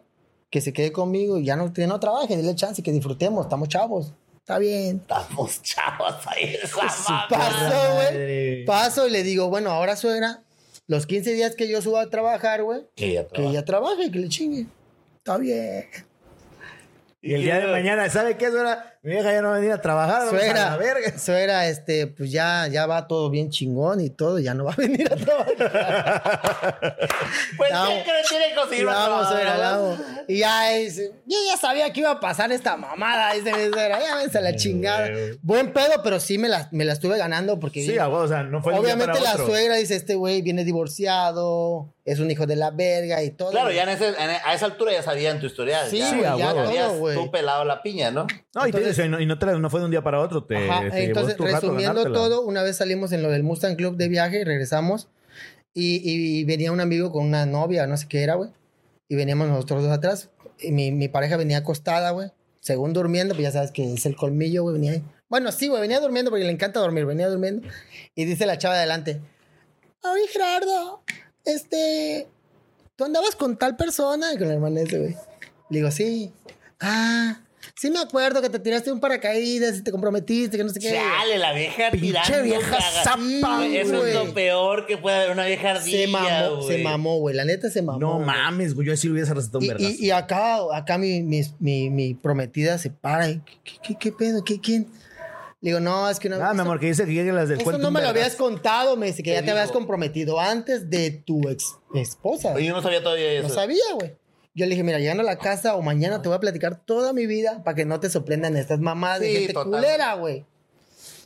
que se quede conmigo y ya no, que no trabaje, dile chance y que disfrutemos, estamos chavos. Está bien.
Estamos chavos ahí, esa
Paso,
madre.
güey. Paso y le digo, bueno, ahora suegra, los 15 días que yo suba a trabajar, güey,
Que ya
que ella trabaje, que le chingue. Está bien.
Y el día de mañana, ¿sabe qué, suegra? Mi vieja ya no va a venir a trabajar. vamos a la
Suegra,
verga.
suegra, este, pues ya, ya va todo bien chingón y todo, ya no va a venir a trabajar.
Pues
La
¿qué
amo.
crees tiene que conseguir
La
una
amo,
trabajadora,
suegra, la
verdad?
amo. Y ya dice, yo ya sabía que iba a pasar esta mamada, dice mi suegra, ya ves a la chingada.
güey.
Buen pedo, pero sí me la, me la estuve ganando porque...
Sí, a huevo, o sea, no fue de un día
Obviamente
para
la
otro.
suegra dice, este güey viene divorciado, es un hijo de la verga y todo.
Claro, ya en ese- en- e, a esa altura ya sabían tu historial.
Sí,
ya,
güey, ya
ya
todo,
habías
güey.
tú pelado la piña, ¿no?
No, y, te-
Entonces-
y no, y no te la- no fue de un día para otro. Te,
Ajá,
te llevó
entonces,
tu rato
resumiendo
ganártela.
todo, una vez salimos en lo del Mustang Club de viaje, regresamos y, y venía un amigo con una novia, no sé qué era, güey. Y veníamos nosotros dos atrás. Y mi, mi pareja venía acostada, güey. Según durmiendo, pues ya sabes que es el colmillo, güey, venía ahí. Bueno, sí, güey, venía durmiendo porque le encanta dormir, venía durmiendo. Y dice la chava de adelante, oye, Gerardo, este, tú andabas con tal persona, con la hermana ese, güey. Le digo, sí. Ah, sí me acuerdo que te tiraste un paracaídas y te comprometiste, que no sé qué.
Chale, la vieja tirando.
vieja
caga-
zapa,
Güey, Eso es
güey.
lo peor que puede haber una vieja ardilla,
Se mamó, se
güey.
mamó, güey. La neta se mamó.
No
güey.
mames, güey. Yo así lo hubiese arrastrado un
Y,
vergazo.
y- y acá, acá mi, mis- mi, mi prometida se para. Y, ¿qué, qué, qué pedo? ¿Qué, ¿Quién? Le digo, no, es que no.
Ah, mi amor, que dice que lleguen las del
eso
cuento.
no
un
me lo
vergazo.
habías contado. Me dice que
Te
ya te habías
digo.
comprometido antes de tu ex esposa.
Oye, yo no sabía todavía eso.
No sabía, güey. Yo le dije, mira, llegando a la casa o mañana te voy a platicar toda mi vida para que no te sorprendan estas mamadas de
Sí,
gente
total.
culera, güey.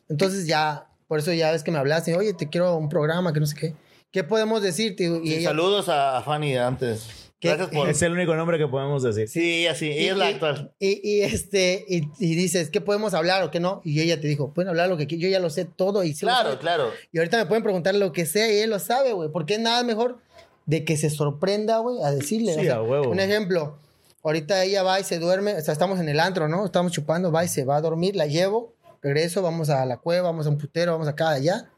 Entonces ya, por eso ya ves que me hablaste, oye, te quiero un programa, que no sé qué. ¿Qué podemos decirte? Y
Sí,
ella-
saludos a a Fanny antes.
¿Qué?
Gracias por.
Es el único nombre que podemos decir.
Sí, así. Ella es la actual.
Y, y, este, y, y dices, ¿qué podemos hablar o qué no? Y ella te dijo, pueden hablar lo que quieran, yo ya lo sé todo. Y sí lo
Claro,
sé".
claro.
Y ahorita me pueden preguntar lo que sea y él lo sabe, güey. Porque nada mejor de que se sorprenda, güey, a decirle.
Sí,
O sea,
a huevo.
Un ejemplo, ahorita ella va y se duerme, o sea, estamos en el antro, ¿no? Estamos chupando, va y se va a dormir, la llevo, regreso, vamos a la cueva, vamos a un putero, vamos acá, allá.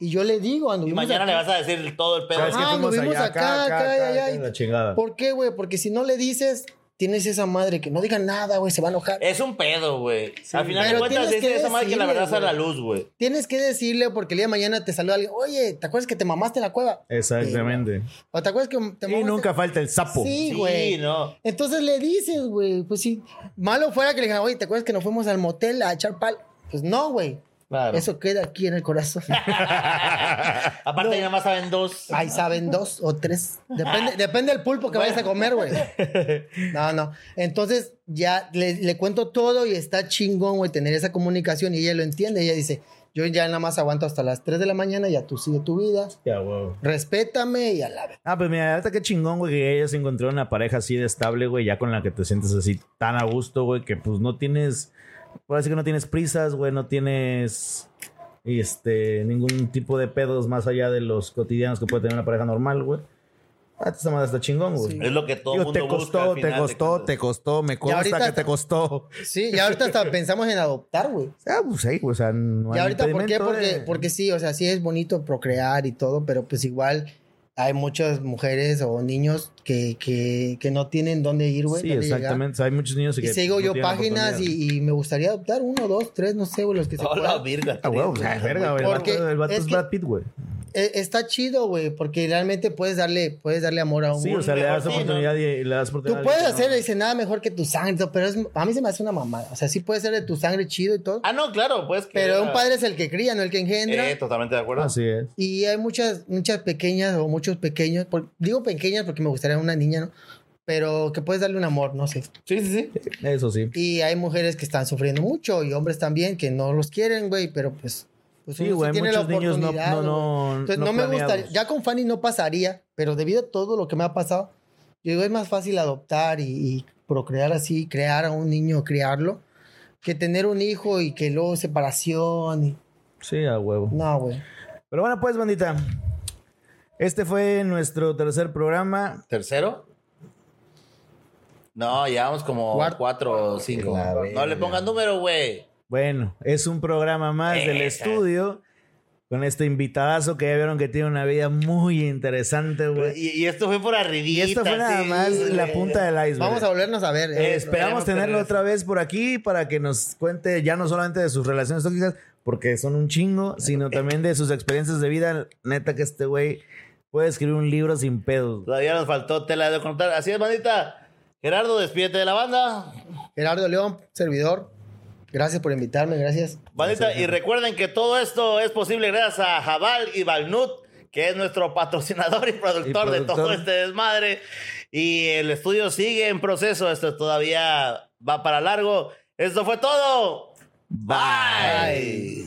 Y yo le digo,
Y
"Ah, anduvimos
mañana
acá.
le vas a decir todo el pedo.
¿Sabes qué?
Ah,
Fuimos
nos vimos
allá,
acá, acá, allá,
acá,
y-
la chingada.
¿Por qué, güey? Porque si no le dices, tienes esa madre que no diga nada, güey, se va a enojar.
Es un pedo, güey. Al final
Pero
de cuentas,
tienes
es
que
esa madre que la verdad sale
decirle,
a la luz, güey.
Tienes que decirle porque el día de mañana te saluda alguien, oye, ¿te acuerdas que te mamaste en la cueva?
Exactamente.
¿O te acuerdas que te
Y
mamaste?
nunca falta el sapo.
Sí,
Sí,
güey.
no.
Entonces le dices, güey, pues sí. Malo fuera que le digan, oye, ¿te acuerdas que nos fuimos al motel a echar pal? Pues no, güey.
Claro.
Eso queda aquí en el corazón.
Aparte, ya nada más saben dos.
Ahí saben dos o tres. Depende, depende del pulpo que vayas a comer, güey. No, no. Entonces ya le, le cuento todo y está chingón, güey, tener esa comunicación y ella lo entiende. Ella dice, yo ya nada más aguanto hasta las 3 de la mañana, ya tú sigue tu vida.
Ya, huevo.
Respétame y a la vez.
Ah, pues mira, ahorita qué chingón, güey, que ella se encontró una pareja así de estable, güey, ya con la que te sientes así tan a gusto, güey, que pues no tienes, por así que no tienes prisas, güey, no tienes, este, ningún tipo de pedos más allá de los cotidianos que puede tener una pareja normal, güey. Ah, esta madre está chingón, güey.
Es lo que todo el
Digo,
mundo
te
busca.
costó,
al
te
final de
costó, te
cuentas.
costó, me consta
ahorita-
que te costó.
Sí, y ahorita hasta pensamos en adoptar, güey.
Ah, pues sí, güey, o sea, no
Y
hay
ahorita, ¿por qué?
impedimento eh.
Porque,
de-
porque sí, o sea, sí es bonito procrear y todo, pero pues igual hay muchas mujeres o niños que, que, que no tienen dónde ir, güey.
Sí,
dónde llegar.
exactamente. O sea, hay muchos niños que
Y
no
sigo yo
tienen la
páginas
oportunidad.
y, y me gustaría adoptar uno, dos, tres, no sé, güey, los que se
Hola,
puedan.
virga.
Ah, huevo, o sea, verga, güey. El
Porque
vato, el vato
es
es
que-
Brad Pitt, güey.
Eh, está chido, güey, porque realmente puedes darle, puedes darle amor a un...
Sí, o sea, le
mejor
das
sí, ¿no?
oportunidad y, y le das
Tú
oportunidad.
puedes
a alguien que
hacer, dice, nada mejor que tu sangre, y todo, pero es- a mí se me hace una mamada. O sea, sí puede ser de tu sangre chido y todo,
Ah, no, claro, pues. que-
pero un padre es el que cría, no el que engendra.
Eh, totalmente de acuerdo.
no. Así es.
Y hay muchas, muchas pequeñas o muchos pequeños, por- digo pequeñas porque me gustaría una niña, ¿no? Pero que puedes darle un amor, no sé.
Sí, sí, sí.
Eso sí.
Y hay mujeres que están sufriendo mucho y hombres también que no los quieren, güey, pero pues... pues
Sí,
uno
güey,
tiene la
muchos niños no- no-
oportunidad,
no-
güey. Entonces,
no
no, me
planeados.
gustaría, ya con Fanny no pasaría, pero debido a todo lo que me ha pasado, yo digo, es más fácil adoptar y, y procrear así, crear a un niño, criarlo, que tener un hijo y que luego separación. y-
Sí, a huevo.
No, güey.
Pero bueno, pues, bandita. Este fue nuestro tercer programa.
¿Tercero? No, llevamos como
Cuarto.
cuatro o cinco.
La verga.
No le pongas número, güey.
Bueno, es un programa más del
Esa.
estudio. Con este invitadazo que ya vieron que tiene una vida muy interesante, güey.
Y, y esto fue por arribita.
Y esto fue nada
sí,
más
güey.
la punta del iceberg.
Vamos a volvernos a ver.
Eh,
eh.
esperamos
Esperemos que
tenerlo
regrese.
otra vez por aquí para que nos cuente ya no solamente de sus relaciones tóxicas, porque son un chingo, sino también de sus experiencias de vida. Neta que este güey puede escribir un libro sin pedos.
Todavía nos faltó tela de contar. Así es, bandita. Gerardo, despídete de la banda.
Gerardo León, servidor, gracias por invitarme, gracias.
Bandita, y recuerden que todo esto es posible gracias a Jabal y Balnut, que es nuestro patrocinador y productor, de
productor.
todo este desmadre. Y el estudio sigue en proceso, esto todavía va para largo. Esto fue todo. Bye.